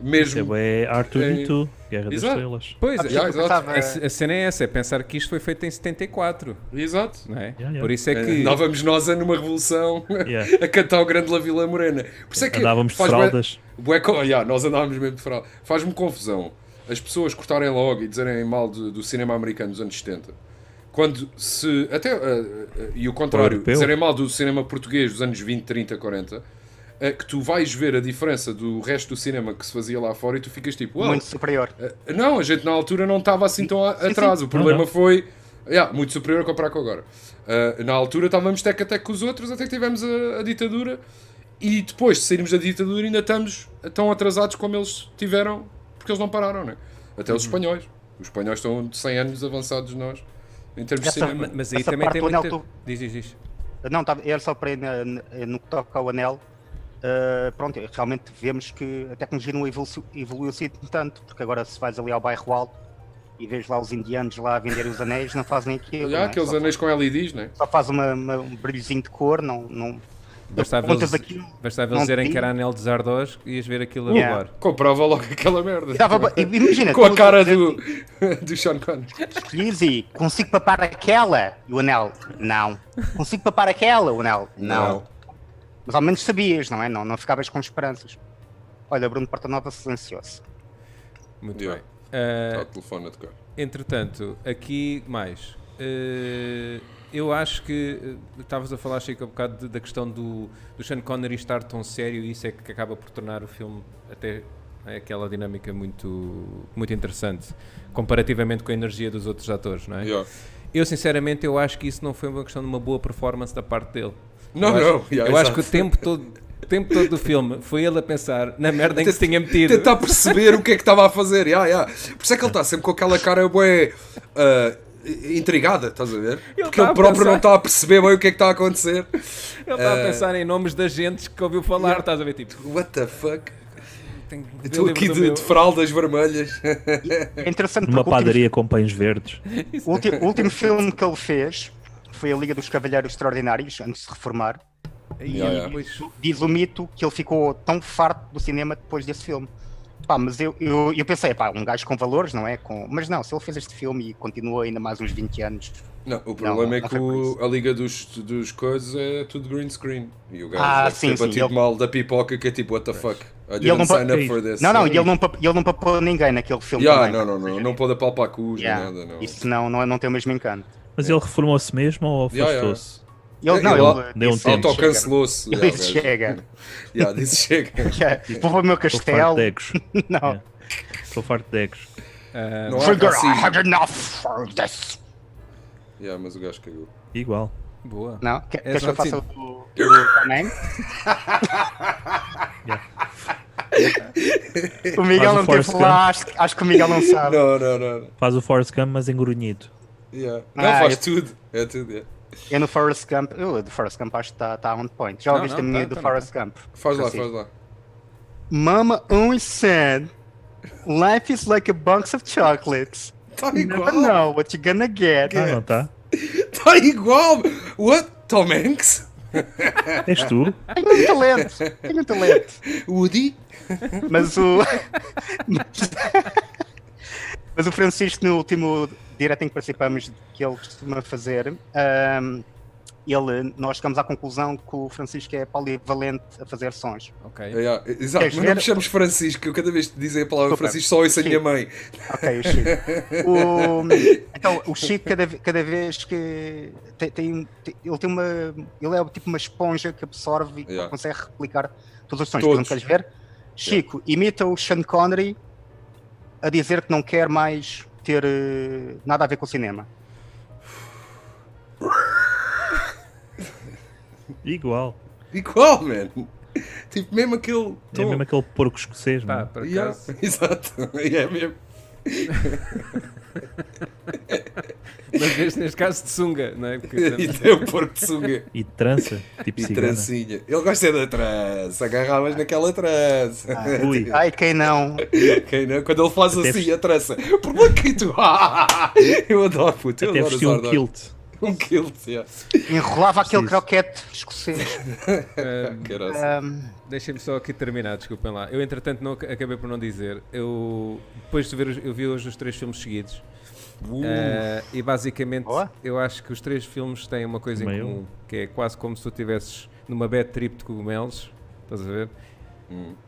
mesmo.
É Arthur
É.
e tu. Guerra das
Exac-
Estrelas.
Pois,
Sabe,
é,
yeah,
eu
exato.
pensava-
a, c- a cena é essa, é pensar que isto foi feito em 74,
Exato.
não é?
yeah.
Por isso é
Eh,
que...
Andávamos nós a numa revolução
Yeah.
a cantar o grande La Vila Morena. Por isso é que
Andávamos de
faz bué-
fraldas.
Bué co- Ya, nós andávamos mesmo de fralda. Faz-me confusão as pessoas cortarem logo e dizerem mal do, do cinema americano dos anos 70. Quando se. Até, ah, ah, e o contrário,
europeu.
dizerem mal do cinema português dos anos 20, 30, 40. ah, que tu vais ver a diferença do resto do cinema que se fazia lá fora e tu ficas tipo, "Uau,
Muito superior.
ah, não, a gente na altura não estava assim tão a- atrás.
Uhum.
O problema
Não, não.
foi yeah, muito superior a comparar com agora. Ah, na altura estávamos teca a teco com os outros, até que tivemos a, a ditadura. E depois de sairmos da ditadura, ainda estamos tão atrasados como eles tiveram, porque eles não pararam, né? Até
Uhum.
os espanhóis. Os espanhóis estão de 100 anos avançados de nós em termos de
Essa-
cinema.
Mas aí
Essa
também
parte
tem
do anel
muita... Diz, diz, diz.
Não, tá, era só para ir na- na- no que toca ao anel. Ah, pronto, realmente vemos que a tecnologia não evoluiu, evoluiu assim tanto, porque agora se vais ali ao bairro alto e vês lá os indianos lá a vender os anéis, não fazem aquilo.
Olha,
não é?
aqueles
só,
anéis com LEDs, né?
só faz uma- uma- um brilhozinho de cor, não. não...
Bastava
Contas
eles,
aquilo,
bastava
não
eles dizerem
tinha.
que era anel de Zardoz e ias ver aquilo a
Yeah.
voar.
Comprava logo aquela merda.
Dava ba- imagina,
com a
tu-
cara do, do Sean Connery.
Escolhias e consigo papar aquela e o anel? Não. Consigo papar aquela, o anel? Não. Mas ao menos sabias, não é? Não, não ficavas com esperanças. Olha, Bruno Portanova silencioso.
Muito
Yeah.
bem. Ah,
Está Tá o telefone a tocar.
Entretanto, aqui mais. Eh, eu acho que eh, estavas a falar, Chico, um bocado de- da questão do, do Sean Connery estar tão sério e isso é que acaba por tornar o filme até eh, aquela dinâmica muito, muito interessante, comparativamente com a energia dos outros atores, não é?
Yeah.
Eu, sinceramente, eu acho que isso não foi uma questão de uma boa performance da parte dele.
Não,
eu
não,
Acho,
yeah,
eu acho
exato.
que o tempo todo... O tempo todo do filme foi ele a pensar na merda em que se tinha metido.
tentar perceber o que é que estava a fazer. Ya, ya. Por isso é que ele está sempre com aquela cara bué ah, intrigada, estás a ver? Porque
tá
ele
a
próprio
pensar.
não está a perceber bem o que é que está a acontecer.
Ele estava
eh,
a pensar em nomes de agentes que ouviu falar, estás a ver? Tipo,
What the fuck?
tenho que ver
Estou
livros
aqui
do
de,
meu.
de fraldas vermelhas.
É interessante
Numa
porque o último-
padaria com pães verdes.
o último, o último filme que ele fez foi A Liga dos Cavalheiros Extraordinários, antes de se reformar.
E
Yeah, yeah.
depois-
Diz o mito que ele ficou tão farto do cinema depois desse filme. Pá, mas eu, eu, eu pensei, pá, um gajo com valores, não é? Com... Mas não, se ele fez este filme e continuou ainda mais uns 20 anos.
Não, o problema
não
é que
foi por
o-
isso.
a liga dos, dos coisas é tudo green screen. E o gajo
Ah,
deve
sim,
ter
sim,
batido
ele-
mal da pipoca que é tipo, what the fuck? I
E ele
didn't
não
sign
pode-
up for this.
Não, não, e ele não, pap- ele não papou ninguém naquele filme.
Ya,
também,
não, não, não, não pode apalpar cus nem
Yeah.
nada, não.
Isso não, não, não tem o mesmo encanto.
Mas ele reformou-se mesmo ou
Yeah, yeah.
afastou-se?
Ele, não,
É, Ele
ele
deu um
disse,
tempo.
Autocancelou-se.
Ele
Ya,
disse,
gajo.
chega.
Ya, disse chega.
Yeah, é, Vou para o meu
Estou farto
castelo.
de egos.
Não.
É. Estou farto de egos.
Ah,
Não há
Trigger, I
racismo.
had enough for this.
Ya, mas o gajo cagou.
Igual.
boa.
Não? Que- Queres que eu faça o do Flamengo? O Miguel
Faz o
não
Forrest
teve lá, acho, acho que o Miguel não sabe.
Não, não, não.
Faz o Forrest Gump, mas engrunhido.
Yeah.
Ah,
Não, faz
é-
tudo. É tudo, yeah.
Eu no Forrest Gump, eu do Forrest Gump acho que está tá on point. Já
Não,
ouviste a
não,
minha
tá,
do
tá, não,
Forrest Gump?
Faz lá,
Francisco?
faz lá.
Mama always said, life is like a box of chocolates.
Está
You
Tá igual.
never know what you're gonna get.
Ah, não tá?
Está igual. What? Tom Hanks?
És tu?
Tenho um talento, tenho um talento.
Woody?
Mas o. mas, mas o Francisco, no último direto em que participamos, que ele costuma fazer, ahm, ele, nós chegamos à conclusão que o Francisco é polivalente a fazer sons.
Ok.
Yeah, exato,
Queres
mas não
ver?
me chames Francisco. Eu cada vez que dizem a palavra
Desculpa.
Francisco só ouço a
Sim.
minha mãe.
Ok, o Chico. O- então, o Chico, cada, ve- cada vez que. Tem, tem- tem- ele tem uma. Ele é tipo uma esponja que absorve e
Yeah.
consegue replicar todos os sons. Por exemplo,
Todos.
queres ver? Chico, imita o Sean Connery a dizer que não quer mais ter eh, nada a ver com o cinema.
Igual.
Igual, man. Tipo, mesmo aquele tom.
É mesmo aquele porco escocês,
Tá,
mano.
por
Yeah,
acaso.
Exato. É mesmo.
Mas neste, neste caso de sunga, não é? Porque
E tem o porco de sunga.
E de trança, tipo
E
cigana.
trancinha. Ele gosta é da trança. Agarravas naquela trança.
Ah,
Ui,
Ai, quem não?
Quem não? Quando ele faz
Até
assim
vesti-
a trança. Por lá que tu. eu adoro, puto. Eu
até
adoro
vestiu
usar
um
da-
kilt.
Um kilt, yeah.
Enrolava aquele
Preciso.
croquete escocês. um,
Caralho.
É.
Ahm,
Deixem-me só aqui terminar, desculpem lá. Eu, entretanto, não, ac- acabei por não dizer. Eu, depois de ver, os- eu vi hoje os três filmes seguidos.
Uh,
Eh, e basicamente,
Boa.
eu acho que os três filmes têm uma coisa
Também
em
eu.
comum, que é quase como se tu estivesses numa bad trip de cogumelos, estás a ver?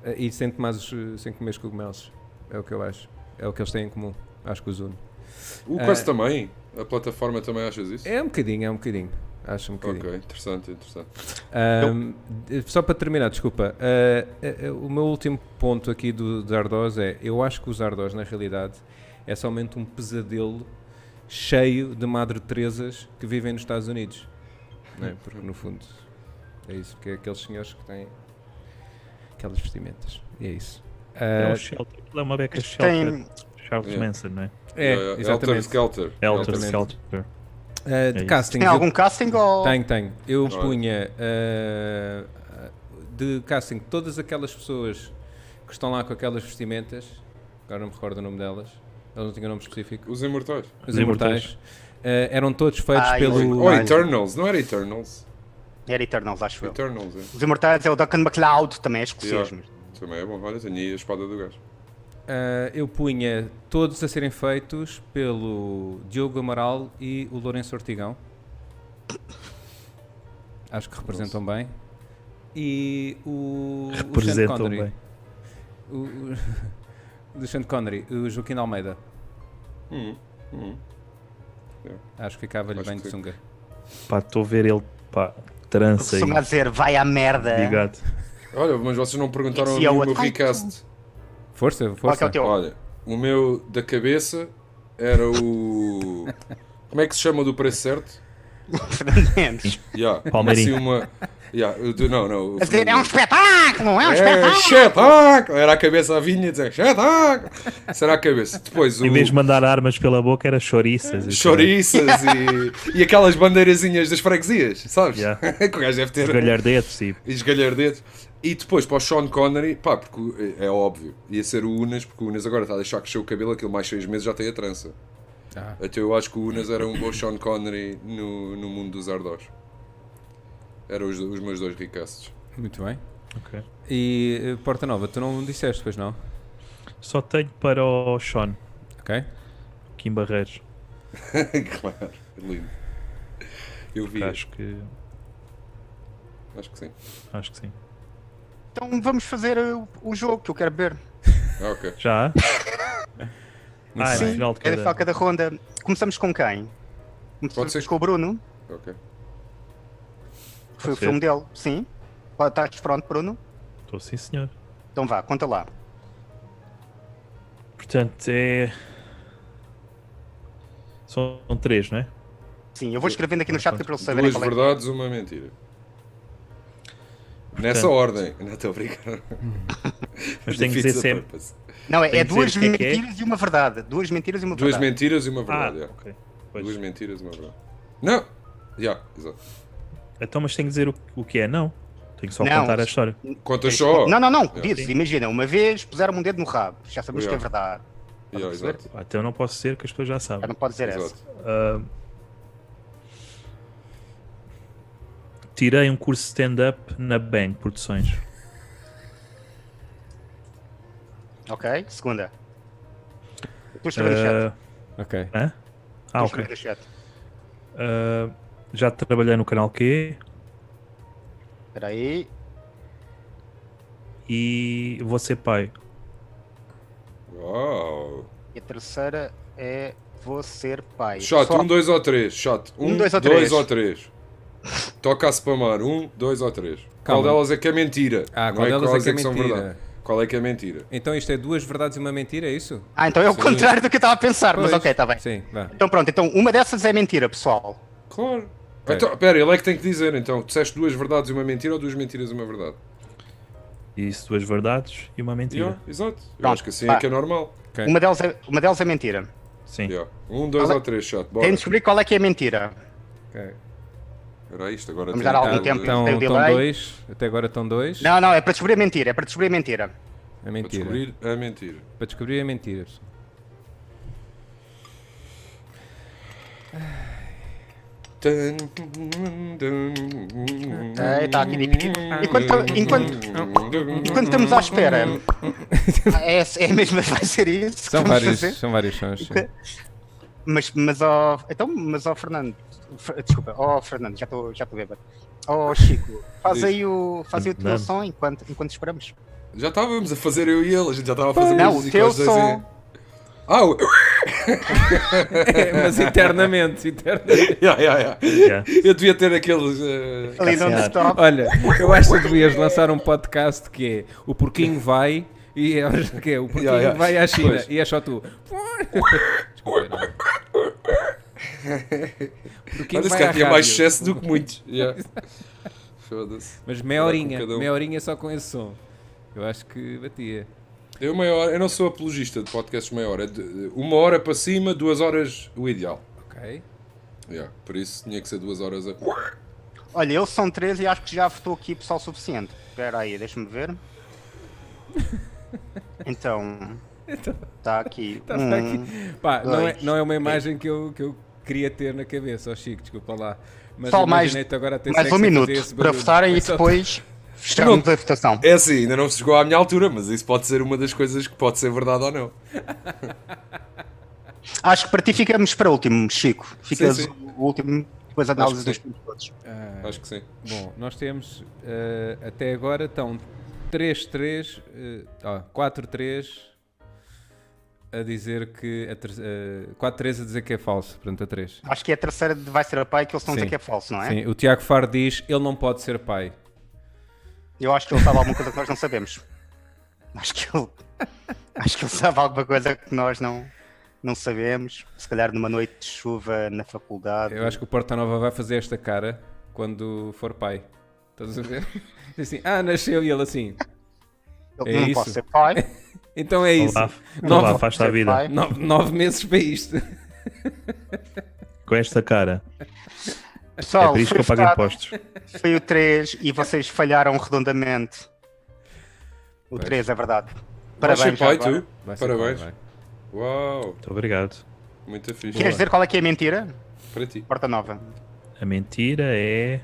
Eh, E sem, tomares, eh, sem comeres cogumelos. É o que eu acho. É o que eles têm em comum. Acho que os une.
O Quest também? A plataforma também achas isso?
É um bocadinho, é um bocadinho. Acho um bocadinho.
Ok, interessante, interessante.
Ahm, eh, só para terminar, desculpa, ah, ah, ah, o meu último ponto aqui do Zardoz é: eu acho que o Zardoz, na realidade, é somente um pesadelo cheio de Madre Teresas que vivem nos Estados Unidos. Não é? Porque, no fundo, é isso, porque é aqueles senhores que têm aquelas vestimentas. E é isso. Ah,
É um shelter. Aquilo é uma beca shelter.
tem,
Charles
Yeah.
Manson, não é?
é,
Yeah, yeah. Helter
exatamente.
Skelter.
Helter
Exatamente.
Skelter.
Ah, de
É isso.
casting,
tem
eu-
algum casting ou.
Tenho, tenho. Eu
Olha.
punha ah, de casting todas aquelas pessoas que estão lá com aquelas vestimentas, agora não me recordo o nome delas, elas não tinham nome específico,
Os Imortais.
os
Os Imortais.
Imortais, ah, eram todos feitos
Ah,
pelo.
eles-
Ou
Imortais.
oh, Eternals, não era Eternals?
Era É Eternals, acho eu.
Eternals, é.
Os Imortais é o Duncan MacLeod, também é escocês.
Yeah.
mas-
Também é bom, olha, tenho aí a espada do gajo.
Ah, eu punha todos a serem feitos pelo Diogo Amaral e o Lourenço Ortigão. Acho que representam bem. E o. o Sean
Representam
Connery.
bem.
O, o, do Sean Connery, o Joaquim de Almeida.
Hum, hum.
Acho que ficava-lhe
Acho
bem
que
de
sim.
sunga.
Pá, estou a ver ele, pá, trança e
Costuma dizer, vai à merda.
ligado.
Olha, mas vocês não perguntaram a
It's
é
mim
your
o meu
time.
recast.
Força,
Qual
força.
que é o teu?
Olha, o meu da cabeça era o. Como é que se chama do preço certo?
Fernandes.
Yeah.
Palmeirinho.
Assim uma. Yeah, o do- não, não. o
Quer dizer, é um
Fernando-
espetáculo, é um
É,
espetáculo.
espetáculo! Era a cabeça a vinha dizer espetáculo! Será a cabeça? Depois o.
Em vez de mandar armas pela boca, era chouriças. e
Chouriças e, e aquelas bandeirazinhas das freguesias, sabes?
Yeah.
que o gajo deve ter.
caralho. Galhardetes e
E esgalhar dedos. E depois para o Sean Connery, pá, porque é é óbvio, ia ser o Unas, porque o Unas agora está a deixar crescer o cabelo, aquilo mais seis meses já tem a trança.
Ah.
Até eu acho que o Unas era um bom Sean Connery no, no mundo dos Ardós. Eram os, os meus dois ricaços.
Muito bem.
Ok.
E eh, Porta Nova, tu não disseste, pois não?
Só tenho para o Sean,
Ok?
Kim Barreiros.
claro, lindo. Eu vi,
que Acho que,
acho que sim.
acho que sim.
Então vamos fazer uh, o jogo que eu quero ver.
Ah, ok.
Já? ah, era
Sim,
no final de
é
cada...
da cada ronda. Começamos com quem? Começamos
ser.
com o Bruno,
ok.
que foi o
ser.
filme dele. Sim. Pá, Estás pronto, Bruno?
Estou sim, senhor.
Então vá, conta lá.
Portanto, é... São três, não é?
Sim, eu vou escrevendo aqui no chat que é para eles saberem
Duas
qual é.
verdades, uma mentira. Nessa ordem. Não estou a brincar.
Mas tenho que dizer
Defeats the
sempre.
purpose.
Não, é,
Tem
é
que dizer
duas
o que é que é?
mentiras e uma verdade. Duas mentiras e uma
Duas
verdade.
mentiras e uma
Ah,
verdade. é.
ok. Pois.
Duas mentiras, uma verdade. Não! Yeah, exato.
Então, mas tenho que dizer o, o que é, não. Tenho só que
Não,
contar a
isso-
história.
Conta só.
Não, não, não.
Yeah.
Dizes, imagina, uma vez puseram um dedo no rabo. Já sabemos
Yeah.
que é verdade.
Yeah,
Estás a
exato.
Ah, Então não posso dizer que as pessoas já
Já
sabem.
não pode dizer
exato.
essa.
Tirei um curso de stand-up na Bang Produções.
Ok? Segunda. Tu escrevi no chat.
Ah,
Ok.
hã?
Tu
Ah, ok.
escrevi no chat.
Ah, já trabalhei no canal Q
Espera aí.
e vou ser pai.
Uau.
E a terceira é vou ser pai.
Shot,
Só-
um, dois ou três. Shot, um, dois ou três. Toca a spamar. Um, dois ou três.
Calma.
Qual delas é que é mentira?
Ah,
Não
qual delas
quais
é que é
são
mentira?
verdade. Qual é que é mentira?
Então isto é duas verdades e uma mentira, é isso?
Ah, então é o
Sim.
contrário do que eu estava a pensar,
Pois.
mas ok, está bem.
Sim, vá.
Então pronto, então uma dessas é mentira, pessoal.
Claro. Então, pera, ele é que tem que dizer então. Tu disseste duas verdades e uma mentira ou duas mentiras e uma verdade?
Isso, duas verdades e uma mentira.
Yeah, exato. Eu
Pronto,
acho que assim é
vá.
que é normal.
Ok.
Uma, delas é, uma delas é mentira.
Sim.
Yeah. Um, dois
Fala-
ou três, shot. Bora.
Tem de descobrir qual é que é mentira.
Ok.
Era isto, agora
Vamos
tem
dar
que-
algum tempo.
Então,
tem o
estão
delay.
dois, até agora estão dois.
Não, não, é para descobrir a mentira, é para descobrir a mentira.
É
Para
mentira.
descobrir a mentira.
Para descobrir é mentira. pessoal.
Ok, tá aqui dividido. Enquanto, enquanto, enquanto estamos à espera, é, é mesmo vai ser isso? que
São
vamos
vários,
fazer?
são vários sons. sim.
Mas, mas ó, então, mas ó Fernando, Fer- desculpa, ó Fernando, já estou já estou bêbado. Ó Chico, faz aí o, faz aí o teu
Fernando.
som enquanto, enquanto esperamos.
Já estávamos a fazer eu e ele, a gente já estava a fazer
Não,
música,
o teu
os dois em-
som.
Ah, o...
É, mas internamente, internamente.
yeah, yeah, yeah.
Yeah.
Eu devia ter aqueles. eh,
Ali
Cassiano.
não stop.
Olha, eu acho que devias lançar um podcast que é O Porquinho Vai e é, o que é, O Porquinho
Yeah, yeah.
Vai à China
Pois.
e é só tu. Desculpa, não. Porquinho
Olha, se
vai à
calhar tinha mais
rádio.
excesso do que muitos. Yeah. Foda-se.
Mas meia
com
horinha,
cada um.
meia horinha só com esse som. Eu acho que batia.
Eu, meia hora- eu não sou apologista de podcasts meia hora. É de- Uma hora para cima, duas horas o ideal.
Ok.
Yeah. Por isso tinha que ser duas horas a.
Olha, eles são três e acho que já votou aqui pessoal suficiente. Espera aí, deixa-me ver. Então, está aqui.
Tá
um,
aqui. Pá, não é,
dois,
não é uma imagem que eu, que eu queria ter na cabeça, ó Chico, desculpa lá. Mas
Só mais-
imaginei-te agora a ter
Mais
sexo
um
a fazer
minuto
esse
para
barulho.
votarem
Foi
e
só-
depois fechamos a votação.
É assim, ainda não se chegou à minha altura, mas isso pode ser uma das coisas que pode ser verdade ou não.
Acho que para ti ficamos para último, Chico. Ficas
Sim, sim.
o último, depois a análise
que
dos
sim.
pontos todos.
Ah,
Acho que sim.
Bom, nós temos eh, até agora estão 3-3, eh, ó, 4-3 a dizer que. A ter, eh, 4-3 a dizer que é falso, portanto a 3.
Ah,
Acho que é a terceira de vai ser a pai que eles estão a
Sim.
dizer que é falso, não é?
Sim, o Tiago Faro diz ele não pode ser pai.
Eu acho que ele sabe alguma coisa que nós não sabemos. Acho que ele, acho que ele sabe alguma coisa que nós não, não sabemos. Se calhar numa noite de chuva na faculdade.
Eu acho que o Porta Nova vai fazer esta cara quando for pai. Estás a ver? Diz assim, ah, nasceu e ele assim.
Eu
é
não
isso.
posso ser pai.
Então é isso.
Olá,
Não
olá
vou
faz-te a
ser
vida.
pai.
Nove, nove meses para isto.
Com esta cara. é
Pessoal,
por isso que
foi,
eu pago
votado,
impostos.
foi o 3 e vocês falharam redondamente. O
Pois.
3, é verdade.
Vais ser
Parabéns. já
pai,
agora.
tu?
Vai ser
Parabéns.
pai, vai.
Uau,
Muito obrigado.
muito fixe.
Queres dizer qual é que é a mentira?
Para ti.
Porta Nova.
A mentira é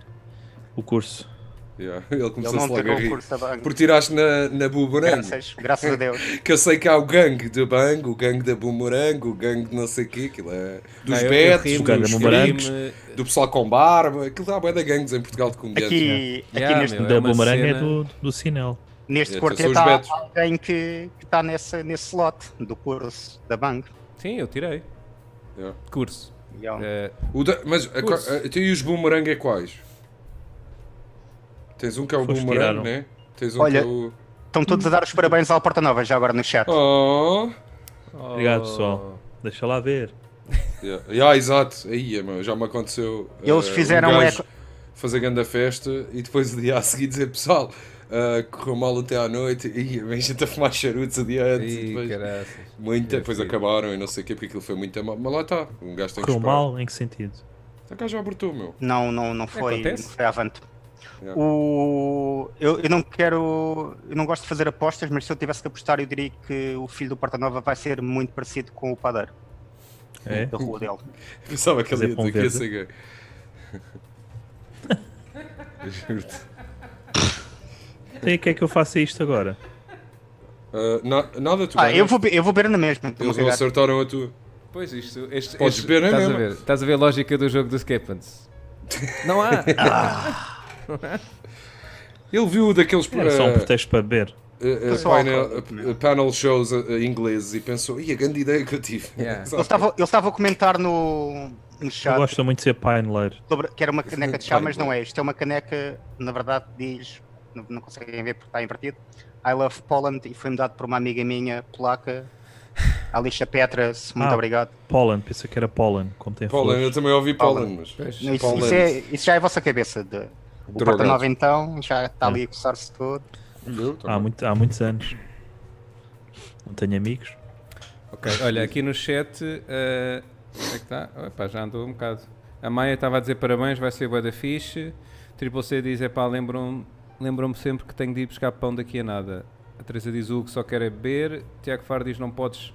o curso.
Yeah. Ele
Ele
começou
não
logo a
pagou o
rir.
curso da banca.
Por tiraste na, na bumerangue.
Graças, graças a Deus.
Que eu sei que há o gangue de bango, o gangue da bumerangue, o gangue de não sei o quê, aquilo é. Dos
Não, Ah, eu- eu
betos,
ri-me,
o gangue
dos
da
ri-me,
bumerangues.
free, do pessoal com barba, aquilo há bué da gangues em Portugal de comediantes.
Aqui, aqui
Yeah,
neste,
meu, é
da
uma
bumerangue é
cena-
do, do sinal.
neste
É,
quarteto
são os
há
Betos.
alguém que está nesse, nesse lote do curso da banca.
Sim, eu tirei.
Yeah.
Curso.
E é um-
Eh,
É. O da- mas a,
Curso.
a, então e os bumerangue é quais? Tens um que é o
Foste
bumerangue,
tiraram.
né? Tens um
Olha-
que é o.
Estão todos a dar os parabéns ao Porta Nova já agora no chat.
Oh!
Obrigado, pessoal.
Oh.
Deixa lá ver.
Yeah, yeah, exato. Aí, é, meu, já me aconteceu.
Eles
eh,
fizeram
um
um
gajo
eco-
fazer grande a festa e depois o dia a seguir dizer pessoal, eh, correu mal até à noite e a gente a fumar charutos o dia antes. e
Ih,
depois,
caraças.
muita,
Eu
depois
fui.
acabaram e não sei o que, porque aquilo foi muito mal. Mas lá está, um gajo tem que
Correu
esperar.
mal? Em que sentido?
Está cá já abortou, meu.
Não, não, não foi, não
acontece.
foi avante.
Yeah.
O... Eu, eu não quero. Eu não gosto de fazer apostas, mas se eu tivesse que apostar, eu diria que o filho do Porta Nova vai ser muito parecido com o padeiro
É?
Então.
da rua dele.
Pensava que ele
Fazer
ia
pão
dizer que ia
verde.
ser gay. Eu Juro-te.
Então, e o que é que eu faço a isto agora?
Ah, na- nada tu
Ah, eu
ganhas.
vou, be- eu vou beber na mesma. então, estou-me a
Eles não
cagar.
acertaram a tua.
Pois isto, este,
Podes
este-
beber, é
estás a
mesmo?
ver, estás a ver a lógica do jogo do Skepans. Não há.
Ah. Ele viu daqueles
É só um
ah,
pretexto para beber.
ah, ah,
Pessoal,
panel,
claro.
ah, panel shows ah, ah, ingleses e pensou, e a grande ideia que eu tive.
Yeah.
Ele estava, ele estava a comentar no, no
Eu
chat
gosto muito de ser paineleiro.
sobre que era uma caneca de chá,
Olha,
mas não é. Isto é uma caneca, na verdade, diz. Não, não conseguem ver porque está invertido. I love Poland e foi-me dado por uma amiga minha polaca, Alicia Petras. Muito
Ah.
obrigado.
Pollen, pensei que era pollen, como tem
Pollen,
flores.
eu também ouvi Pollen, mas.
Pois.
Não, isso,
Poland.
isso é, isso já é a vossa cabeça. De, o
Drogado.
Porta Nova, então, já está ali a coçar-se todo.
Eu também.
Há, Ah, muito- há muitos anos. Não tenho amigos.
Ok, olha, aqui no chat. eh, onde é que está? Epá, já andou um bocado. A Maia estava a dizer parabéns, vai ser boa da fixe. Triple C diz: epá, lembram-me lembram sempre que tenho de ir buscar pão daqui a nada. A Teresa diz: o que só quer é beber. Tiago Faro diz: não podes,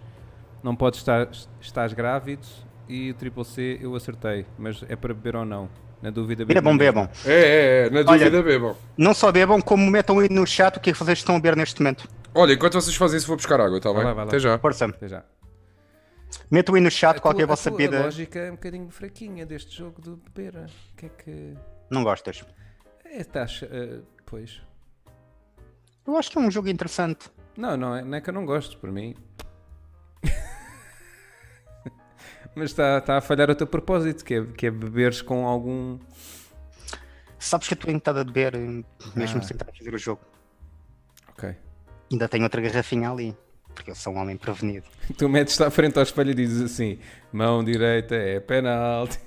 não podes estar, estás grávido. E o Triple C, eu acertei, mas é para beber ou não. Na dúvida,
Bebam,
na mesma.
bebam.
É, é, é, na
Olha-
dúvida bebam.
Não só bebam, como metam aí no chat o que é que vocês estão a beber neste momento.
Olha, enquanto vocês fazem isso, vou buscar água, tá bem?
lá, vai lá.
Até já.
Força.
Até já.
Metam aí no chat
A
qualquer
tua- a
é vossa
tua
bebida.
lógica é um bocadinho fraquinha deste jogo de beber. O que é que.
Não gostas.
É, estás. eh, pois.
Eu acho que é um jogo interessante.
Não, não é, não é que eu não gosto, por mim. Mas está tá a falhar o teu propósito, que é, que é beberes com algum.
Sabes que eu estou tentado a beber, eh, mesmo
Ah.
sem estar a fazer o jogo.
Ok.
Ainda tenho outra garrafinha ali. Porque eu sou um homem prevenido.
Tu metes-te à frente ao espelho e dizes assim: mão direita é penalti.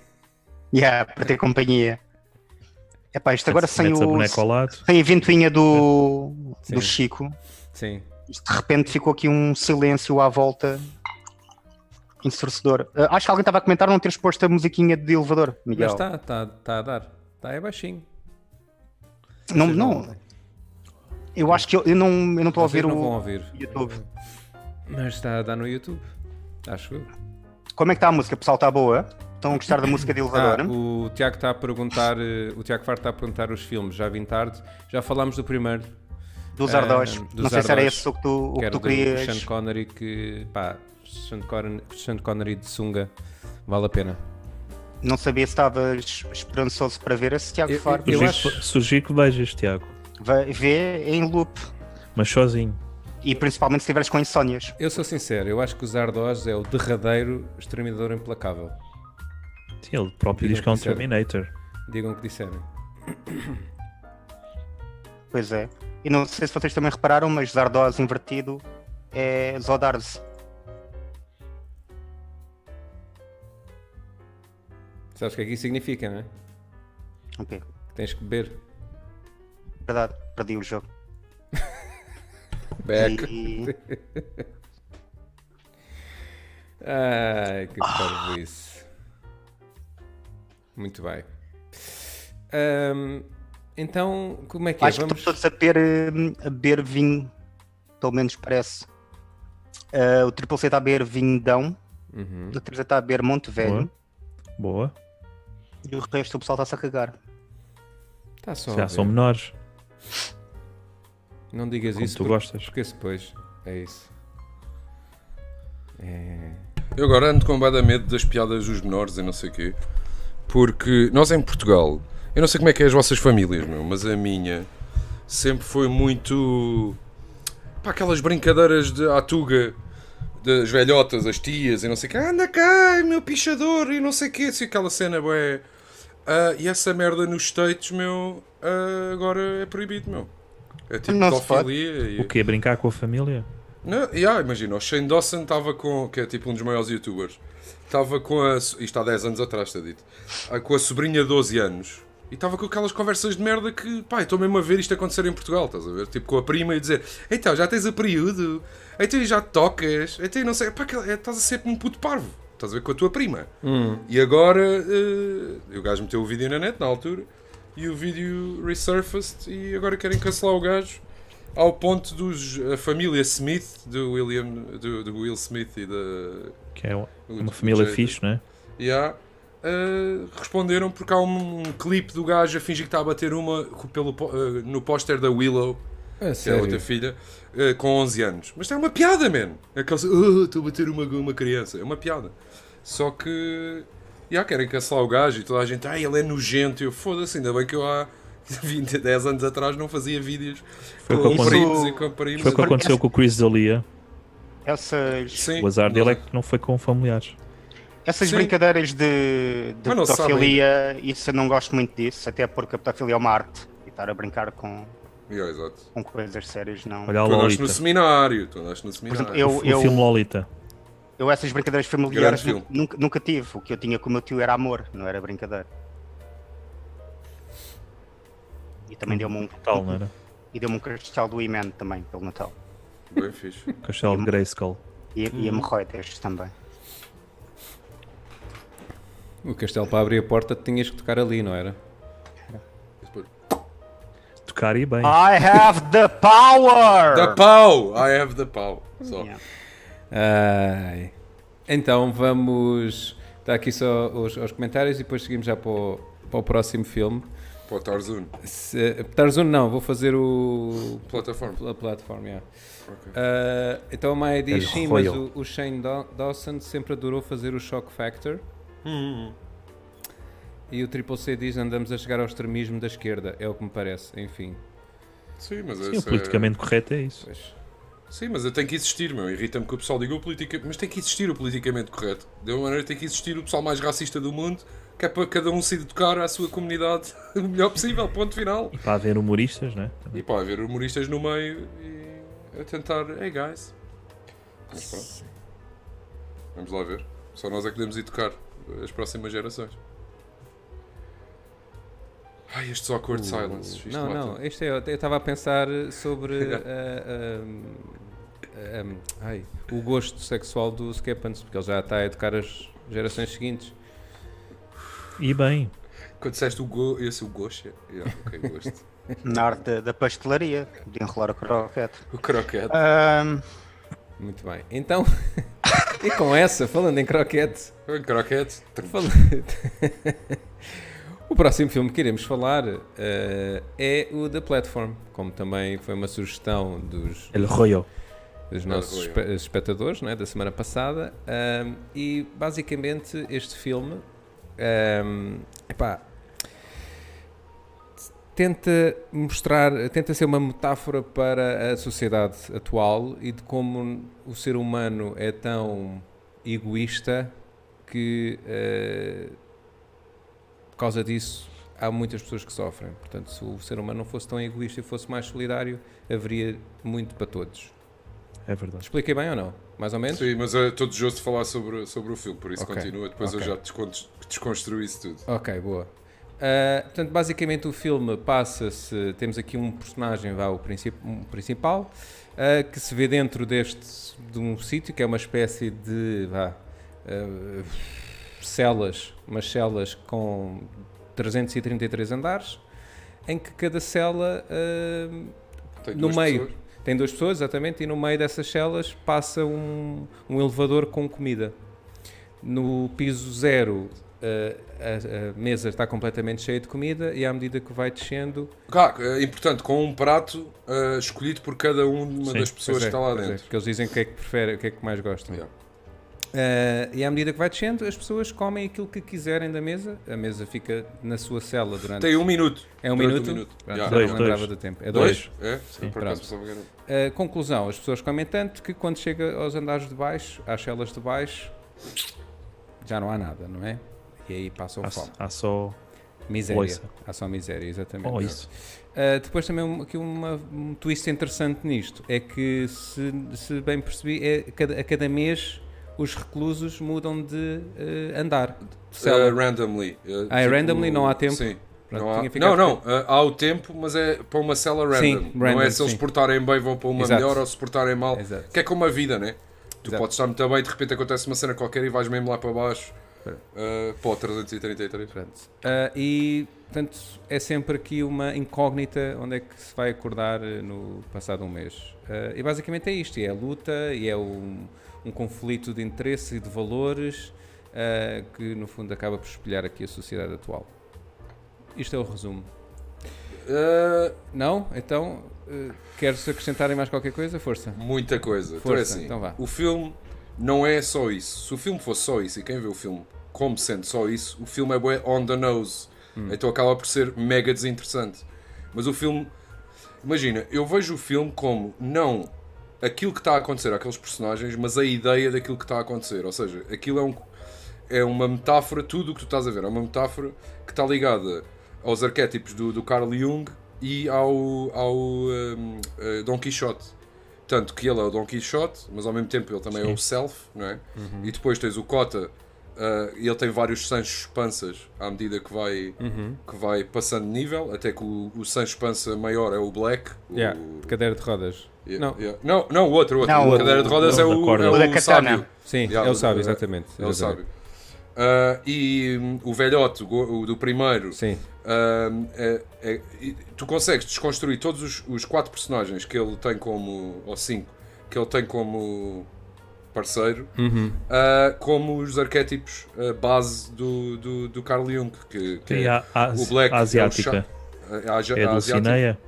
Yeah, para ter companhia. Epá, isto agora sem
Metes a
o.
boneca ao lado.
Sem a ventoinha do,
Sim.
do Chico.
Sim.
Isto de repente ficou aqui um silêncio à volta ensurdecedor. Ah, acho que alguém estava a comentar não teres posto a musiquinha de elevador,
Mas
Miguel.
está tá, tá a dar. Está é baixinho.
não,
Vocês
não,
ouvem.
eu acho que eu, eu não eu não estou a
Vocês
ouvir
não vão
o
ouvir.
YouTube.
Mas está a dar no YouTube. Acho eu.
Como é que está a música, pessoal? Está boa? Estão a gostar da música de elevador?
Ah, o Tiago está a perguntar, eh, o Tiago Faro está a perguntar os filmes, já vim tarde, já falámos do primeiro,
Dos Ardós.
ah, dos
não sei se era
Ardós,
esse o que tu, o
que
que
era
tu
do Sean
querias.
Connery, que pá, Sean Connery, Sean Connery de sunga, vale a pena.
Não sabia se estavas esperançoso para ver esse Tiago
Eu-
Faro.
eu-
Sugiro,
acho-
que, sugiro que vejas, Tiago.
Vai- Vê em loop.
Mas sozinho.
E principalmente se estiveres com insónias.
Eu sou sincero, eu acho que os Ardós é o derradeiro exterminador implacável,
Sim, ele próprio
Diga
diz que é um
que serve.
Terminator.
digam o que disserem.
Pois é. E não sei se vocês também repararam, mas Zardoz invertido é Zodarz.
Sabes o que é que isso significa, não é?
Ok.
Que tens que beber.
Verdade, perdi o jogo.
Back.
E- e-
Ai, que
Ah.
parvoíce. Muito bem. Ahm, então, como é que
acho
é?
que
Vamos...
estamos todos a beber, hum, a beber vinho, pelo menos parece. Ah, o Triple C está a beber vinhedão,
Uhum.
o Triple C está a beber Monte Velho
Boa.
e o resto do pessoal está-se a cagar.
Tá
Se
só a
Já
ver.
são menores.
Não digas
Como
isso
tu
porque,
gostas.
porque se depois é isso. É...
Eu agora ando com bué da medo das piadas dos menores e não sei o quê. Porque nós em Portugal, eu não sei como é que é as vossas famílias, meu, mas a minha sempre foi muito. Pá, aquelas brincadeiras de atuga das velhotas, as tias e não sei o quê. Anda cá, é meu pichador e não sei o quê. Assim, aquela cena, bué. Ah, e essa merda nos States, meu, ah, agora é proibido, meu. É tipo
Não se pode.
pedofilia e...
O quê? Brincar com a família?
Não, yeah, imagina, o Shane Dawson estava com, que é tipo um dos maiores youtubers, estava com a. so- Isto há 10 anos atrás, está dito. ah, Com a sobrinha de 12 anos. E estava com aquelas conversas de merda que, pá, eu estou mesmo a ver isto acontecer em Portugal, estás a ver? Tipo com a prima e dizer: Então, já tens a período, então já tocas, então não sei. Pá, aquela- é, estás a ser um puto parvo. estás a ver, com a tua prima. E agora eh, o gajo meteu o vídeo na net na altura e o vídeo resurfaced e agora querem cancelar o gajo ao ponto dos a família Smith do William do, do Will Smith e da
Que é uma família
Jada.
fixe, né?
e há, eh, responderam porque há um, um clipe do gajo a fingir que está a bater uma co- pelo, po- eh, no póster da Willow
É
que é a
sério.
outra filha, eh, com 11 anos. Mas é uma piada, man. Aqueles, "Ah, estou a bater uma, uma criança. É uma piada. Só que, já querem cancelar o gajo e toda a gente, ah, ele é nojento. Eu, foda-se, ainda bem que eu há 20, 10 anos atrás não fazia vídeos
Foi o que
com
aconteceu-
primos e com primos.
Foi o que aconteceu com o Chris D'Elia.
Essas,
Sim,
O azar dele é
não-
que não foi com familiares.
essas
Sim.
brincadeiras de, de
Mas não se sabe
pedofilia, isso eu não gosto muito disso, até porque a pedofilia é uma arte e estar a brincar com,
Yeah, exato.
com coisas sérias não.
Olha a
Tu andaste
Lolita.
no seminário, tu andaste no
Por
seminário.
exemplo, eu,
O
eu,
filme Lolita.
eu essas brincadeiras familiares
Grande
nu- nunca, nunca tive. O que eu tinha com o meu tio era amor, não era brincadeira. E também deu-me um,
Tal, não era?
e deu-me um cristal do Iman também, pelo Natal.
Bem fixe.
Castelo de Grayskull.
E, e hemorroidas também.
O castelo para abrir a porta tinhas que tocar ali, não era?
Tocar e bem.
I have the power!
Da pau! I have the pau. Só.
Yeah.
Ai. Então vamos. Está aqui só os, aos comentários e depois seguimos já para o, para o próximo filme.
Para o Tarzun.
Se, Tarzun não, vou fazer o.
Plataforma.
pela plataforma. yeah.
Ok.
Ah, então a Maia
Ele
diz sim, mas
roeu.
o, o Shane Daw- Dawson sempre adorou fazer o Shock Factor. E o Triple C diz andamos a chegar ao extremismo da esquerda, é o que me parece, enfim.
Sim, mas
Sim, o
essa é-
politicamente correto é isso.
Pois.
Sim, mas eu tenho que existir, meu. Irrita-me que o pessoal diga o politicamente. Mas tem que existir o politicamente correto. De uma maneira tem que existir o pessoal mais racista do mundo, que é para cada um se educar à sua comunidade o melhor possível, ponto final.
E para haver humoristas, né?
E pá, haver humoristas no meio e a tentar. Hey guys. Mas pronto. Vamos lá ver. Só nós é que podemos educar as próximas gerações. Ai, estes awkward silences. Isto
Uh, não,
mata.
não, isto é, eu estava a pensar sobre ah, ah, um, ah, ai, o gosto sexual do Skeppans, porque ele já está a educar as gerações seguintes.
E bem.
Quando disseste o go, esse o gosto. Yeah, ok, gosto.
Na arte da, da pastelaria, de enrolar a croquete.
o croquete.
Ahm,
Muito bem, então, e com essa, falando em croquete.
O croquete.
Fala- o próximo filme que iremos falar eh, é o The Platform, como também foi uma sugestão dos,
Ele roeu.
dos nossos
Ah,
espe- espectadores não é, da semana passada. ahm, e basicamente este filme ahm, epá, tenta mostrar, tenta ser uma metáfora para a sociedade atual e de como o ser humano é tão egoísta que eh, por causa disso há muitas pessoas que sofrem. Portanto, se o ser humano não fosse tão egoísta e fosse mais solidário, haveria muito para todos.
É verdade.
Expliquei bem ou não? Mais ou menos?
Sim, mas é todo justo de falar sobre, sobre o filme, por isso
Ok,
continua. Depois
ok.
eu já descon- desconstruí isso tudo.
Ok, boa. Ah, portanto, basicamente o filme passa-se. Temos aqui um personagem, vá, o princip- um principal, ah, que se vê dentro deste de um sítio que é uma espécie de vá, ah, celas, umas celas com 333 andares, em que cada cela ah,
Tem
no
duas
meio.
pessoas.
Tem duas pessoas, exatamente, e no meio dessas celas passa um, um elevador com comida. No piso zero, eh, a, a mesa está completamente cheia de comida e à medida que vai descendo.
Cá, é importante, com um prato ah, escolhido por cada um de uma
Sim,
das
Pois
pessoas
é,
que está lá
pois é,
dentro.
porque eles dizem o que é que preferem, o que é que mais gostam.
Yeah.
Eh, e à medida que vai descendo, as pessoas comem aquilo que quiserem da mesa. A mesa fica na sua cela durante.
Tem um minuto.
É um
Durante
minuto?
Um minuto.
Pronto,
Yeah.
já
Dois,
não
dois.
lembrava do tempo. É dois.
Dois? É? Eu por acaso pensava que era um.
Uh, conclusão, as pessoas comem tanto que quando chega aos andares de baixo, às celas de baixo, já não há nada, não é? E aí passam
Há,
fome.
há só.
Miséria.
loiça.
Há só miséria, exatamente.
Oh, isso.
Uh, depois também um- aqui uma, um twist interessante nisto, é que se, se bem percebi, é, cada- a cada mês os reclusos mudam de uh, andar. de cela.
Ah, randomly. Ah,
Ah, é randomly, não há tempo?
Sim.
Pronto,
não, há...
tinha
não,
ficado-
não, ah, há o tempo, mas é para uma cela random.
Sim,
não
random,
é se eles
sim.
portarem bem vão para uma
Exato.
melhor ou se portarem mal.
Exato.
Que é como a vida, né? Tu
Exato.
podes estar muito bem e de repente acontece uma cena qualquer e vais mesmo lá para baixo.
Espera.
Uh, para o 333.
Pronto. Ah, e, portanto, é sempre aqui uma incógnita onde é que se vai acordar eh, no passado um mês. Ah, e basicamente é isto: e é a luta, e é um, um conflito de interesse e de valores ah, que, no fundo, acaba por espelhar aqui a sociedade atual. Isto é o resumo.
Uh,
Não? Então, eh, queres acrescentarem mais qualquer coisa? Força.
Muita coisa. então é
Força,
assim,
então vá.
o filme não é só isso. Se o filme fosse só isso, e quem vê o filme como sendo só isso, o filme é bué on the nose.
Hum.
Então acaba por ser mega desinteressante. Mas o filme... Imagina, eu vejo o filme como não aquilo que está a acontecer àqueles personagens, mas a ideia daquilo que está a acontecer. Ou seja, aquilo é, um, é uma metáfora, tudo o que tu estás a ver é uma metáfora que está ligada aos arquétipos do, do Carl Jung e ao, ao hum, eh, Don Quixote. Tanto que ele é o Don Quixote, mas ao mesmo tempo ele também é o Self, não é?
Uhum.
E depois tens o Cota, ah, e ele tem vários Sanchos Panças à medida que vai,
Uhum.
que vai passando de nível, até que o, o Sancho Pança maior é o Black. o-
Yeah, de cadeira de rodas.
Yeah,
Não.
yeah. não, não, o outro, o outro.
Não,
o
o-
cadeira de rodas
o
é
da
o,
corda.
é
O da
o
katana.
sábio.
Sim,
Yeah,
é o sábio,
é-
exatamente.
É o
Exatamente.
sábio. Ah, e hum, o velhote, o, go- o do primeiro,
Sim.
Ahm, é- é- e tu consegues desconstruir todos os, os quatro personagens que ele tem como. ou cinco, que ele tem como parceiro,
Uhum.
ah, como os arquétipos ah, base do, do, do Carl Jung, que, que
Tem
é
a, a-
o Black,
asiática.
é o cha- a, a-
É
a
do
asiática.
Cineia?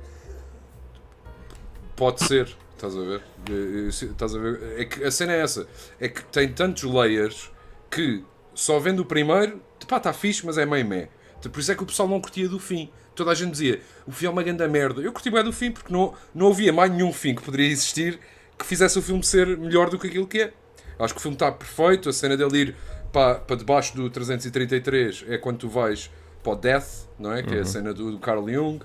Pode ser, estás a ver? Eh, eh, se- Estás a ver? É que a cena é essa. É que tem tantos layers que só vendo o primeiro, pá, está fixe, mas é meio meh. Então, Por isso é que o pessoal não curtia do fim. Toda a gente dizia, o fim é uma grande merda. Eu curti bem do fim porque não, não havia mais nenhum fim que poderia existir que fizesse o filme ser melhor do que aquilo que é. Acho que o filme está perfeito. A cena dele ir para, para debaixo do 333 é quando tu vais para o Death, não é? Que é a cena do, do Carl Jung.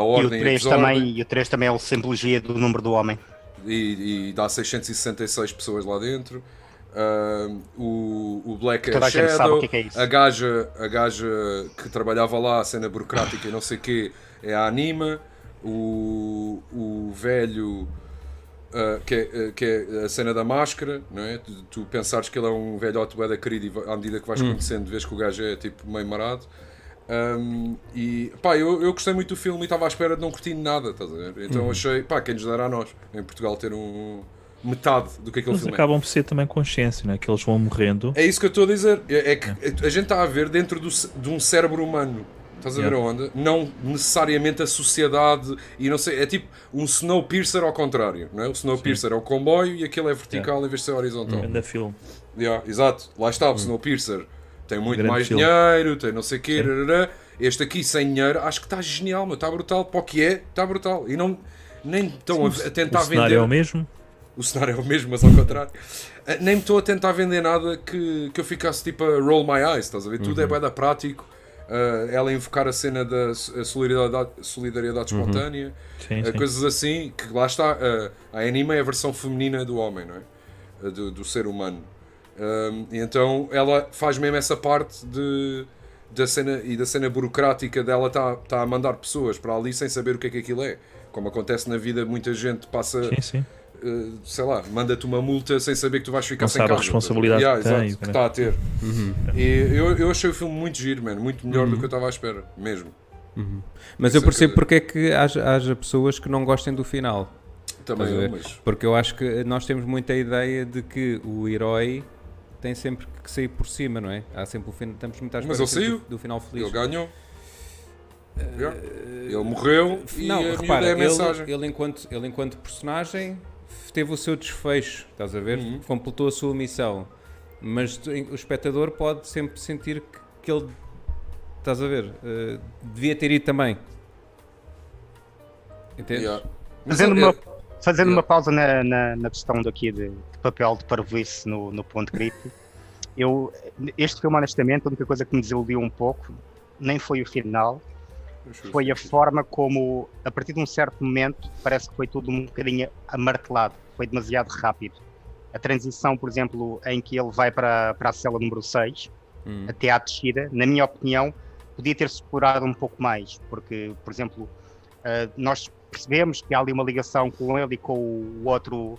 Uhum. E o,
ordem a
3
desordem.
também, e o 3 também é a simbologia do número do homem.
e, e dá 666 pessoas lá dentro. Ahm, o, o Black é
Toda a gente
Shadow,
sabe o que é que é isso.
a gaja, a gaja que trabalhava lá, a cena burocrática e não sei o quê, é a Anima, o, o velho, ah, que, é, ah, que é a cena da máscara, não é? Tu, tu pensares que ele é um velhote bué da querido e va- à medida que vais conhecendo, vês que o gajo é tipo meio marado. Ahm, e pá, eu, eu gostei muito do filme e estava à espera de não curtir nada, estás a ver? Então achei, pá, quem nos dará a nós, em Portugal, ter um metade do que aquele
Eles
filme é.
acabam por ser também consciência, né? Que eles vão morrendo.
É isso que eu estou a dizer. É, é que a gente está a ver dentro do ce- de um cérebro humano. Estás a ver
Yeah.
a onda? Não necessariamente a sociedade e não sei. É tipo um Snowpiercer ao contrário. Não é? O Snowpiercer é o comboio e aquele é vertical em vez de ser horizontal.
Ainda filme.
Yeah, exato. Lá está o Snowpiercer. Tem muito
Uhum. Grande
mais
filme.
dinheiro, tem não sei o quê. rarará. Este aqui sem dinheiro, acho que está genial, meu. Está brutal. Para o que é, está brutal. E não, nem estão a, Tá a
O
tentar
cenário
vender.
é o mesmo.
O cenário é o mesmo, mas ao contrário. Ah, Nem me estou a tentar vender nada que, que eu ficasse tipo a roll my eyes, estás a ver?
Uhum.
Tudo é bem da prático. Ah, ela invocar a cena da s- a solidariedade, solidariedade espontânea,
Uhum. Sim, sim.
ah, coisas assim, que lá está. ah, a anima é a versão feminina do homem, não é? Ah, do, do ser humano. Ahm, e então ela faz mesmo essa parte de, da cena e da cena burocrática dela está tá a mandar pessoas para ali sem saber o que é que aquilo é. Como acontece na vida, muita gente passa
Sim, sim.
eh, sei lá, manda-te uma multa sem saber que tu vais ficar
Não
sem
sabe a
carro.
responsabilidade
Yeah,
que tem,
exato, que
né? Uhum.
está a ter. E eu, eu achei o filme muito giro, mano. Muito melhor do que eu estava à espera, mesmo.
Mas
Isso
eu
é
percebo
que-
porque é que haja, haja pessoas que não gostem do final.
Também,
é.
Estás a ver?
mas.
Porque eu acho que nós temos muita ideia de que o herói tem sempre que sair por cima, não é? Há sempre o final. Estamos muito à
Mas
espera
ele
sempre
saiu.
do, do final
Ele
feliz.
ganhou.
Eh,
Yeah. Ele morreu e a
não,
miúda
repara,
é a
ele,
mensagem.
ele enquanto, ele enquanto personagem f- teve o seu desfecho, estás a ver?
Uhum.
Completou a sua missão. Mas tu- o espectador pode sempre sentir que, que ele, estás a ver, eh, devia ter ido também. Entendes?
Yeah. Mas
Fazendo
ele- é-
uma, fazendo
eu-
uma pausa na, na, na questão daqui de, de papel de parvoíce no, no ponto crítico, eu, este filme, honestamente, a única coisa que me desiludiu um pouco, nem foi o final, foi a forma como, a partir de um certo momento, parece que foi tudo um bocadinho amartelado, foi demasiado rápido. A transição, por exemplo, em que ele vai para, para a cela número 6,
Hum.
Uhum. até à descida, na minha opinião, podia ter-se explorado um pouco mais, porque, por eh, exemplo, ah, nós percebemos que há ali uma ligação com ele e com o outro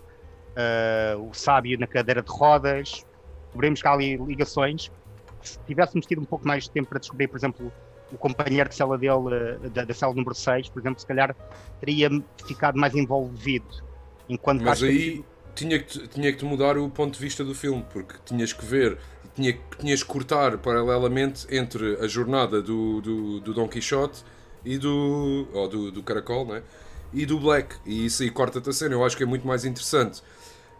eh, o sábio na cadeira de rodas. Descobrimos que há ali ligações. Se tivéssemos tido um pouco mais de tempo para descobrir, por exemplo, o companheiro de cela dele, eh, da, da cela número 6, por exemplo, se calhar teria ficado mais envolvido. Enquanto
Mas
acho que-
aí tinha que, te- tinha que te mudar o ponto de vista do filme, porque tinhas que ver, tinha, que- tinhas que cortar paralelamente entre a jornada do, do, do Don Quixote e do. ou do, do Caracol, né? E do Black. E isso aí corta-te a cena, eu acho que é muito mais interessante.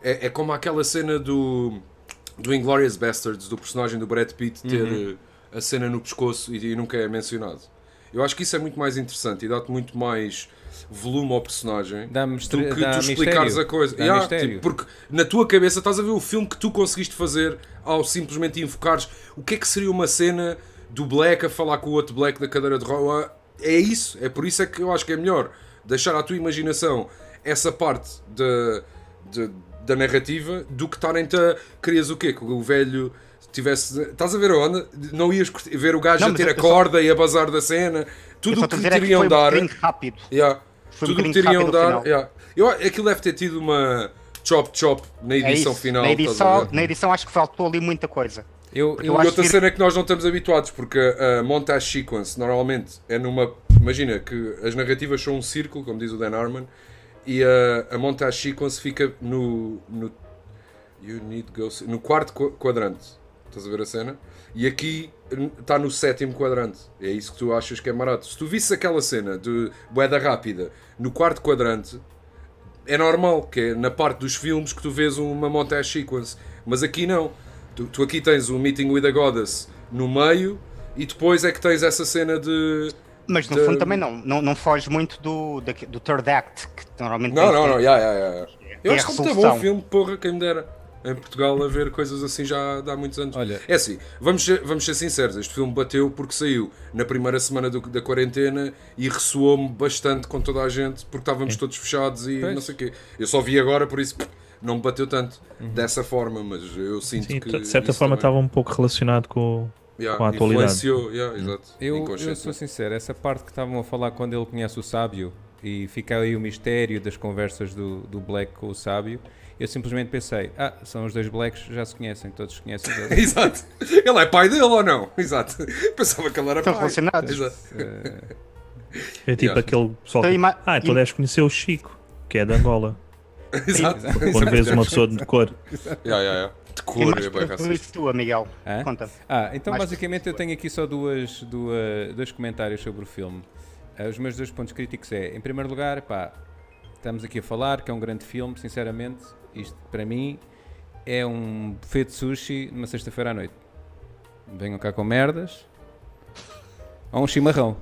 É, é como aquela cena do. do Inglourious Bastards, do personagem do Brad Pitt ter eh, a cena no pescoço e, e nunca é mencionado. Eu acho que isso é muito mais interessante e dá-te muito mais volume ao personagem
Dá
do
mistério,
que
dá
tu explicares
mistério,
a coisa.
Dá
Yeah,
mistério.
tipo, porque na tua cabeça estás a ver o filme que tu conseguiste fazer ao simplesmente invocares o que é que seria uma cena do Black a falar com o outro Black da cadeira de roda. É isso, é por isso é que eu acho que é melhor deixar à tua imaginação essa parte da, da- da narrativa do que estarem-te a. Querias o quê? Que o velho tivesse. Estás a ver a onda? Não ias curtir- ver o gajo
Não,
a
mas
ter
eu-
a
eu só-
corda e a bazar da cena.
Eu
Tudo
só
o
estou a
que lhe
dizer é que
teriam
foi um
dar.
bocadinho rápido. Foi
Yeah.
um
Tudo o que
bocadinho
teriam
rápido no
dar.
final.
yeah. Eu, aquilo deve ter tido uma chop chop na
É
edição
isso.
final.
na,
estás a
edição,
ver?
na edição acho que faltou ali muita coisa.
Eu,
Porque
eu
eu
E
acho
outra
que-
cena que nós não estamos habituados, porque a montage sequence normalmente é numa. Imagina que as narrativas são um círculo, como diz o Dan Harmon, e a, a montage sequence fica no. no you need go, no quarto qua- quadrante. Estás a ver a cena? E aqui está no sétimo quadrante. É isso que tu achas que é barato. Se tu visses aquela cena de boeda rápida no quarto quadrante, é normal, que é na parte dos filmes que tu vês uma montage sequence, mas aqui não. Tu, tu aqui tens o Meeting with a Goddess no meio e depois é que tens essa cena de.
Mas no
De-
fundo também não, não, não foge muito do, da- do third act, que normalmente
Não,
tem
não,
que-
não, yeah, yeah, yeah. Eu
É a
acho que está
resolução.
bom o filme, porra, quem me dera. Em Portugal a ver coisas assim já dá há muitos anos.
Olha-
É assim, vamos ser, vamos ser sinceros, este filme bateu porque saiu na primeira semana do- da quarentena e ressoou-me bastante com toda a gente porque estávamos todos fechados e
Pois.
não sei o quê. Eu só vi agora, por isso pff, não me bateu tanto dessa forma, mas eu sinto
Uhum. Sim,
que.
de certa
isso
forma
também,
estava um pouco relacionado com.
yeah,
com a atualidade. Uhum.
Influenciou, yeah, exato.
Eu, eu
inconscientemente.
sou sincero, essa parte que estavam a falar quando ele conhece o sábio e fica aí o mistério das conversas do, do Black com o sábio, eu simplesmente pensei, ah, são os dois Blacks, já se conhecem, todos se conhecem. todos-
Exato. Ele é pai dele ou não? Exato. Pensava que ele era
Estão
pai.
relacionados.
Exato.
eh,
É tipo
Yeah.
aquele
Então,
pessoal. que-
ima-
Ah, então
im-
deves conhecer o Chico, que é de Angola.
Exato.
Quando vês uma pessoa de cor.
Ya, ya, ya. De
Tem
cor,
mais
é bem
para
racista.
isso tua, Miguel.
Hã?
Conta.
Ah, então
Mais
basicamente eu tenho aqui só duas, duas, dois comentários sobre o filme. Ah, os meus dois pontos críticos é, em primeiro lugar, pá, estamos aqui a falar que é um grande filme, sinceramente, isto para mim é um buffet de sushi numa sexta-feira à noite. Venham cá com merdas. Ou um chimarrão.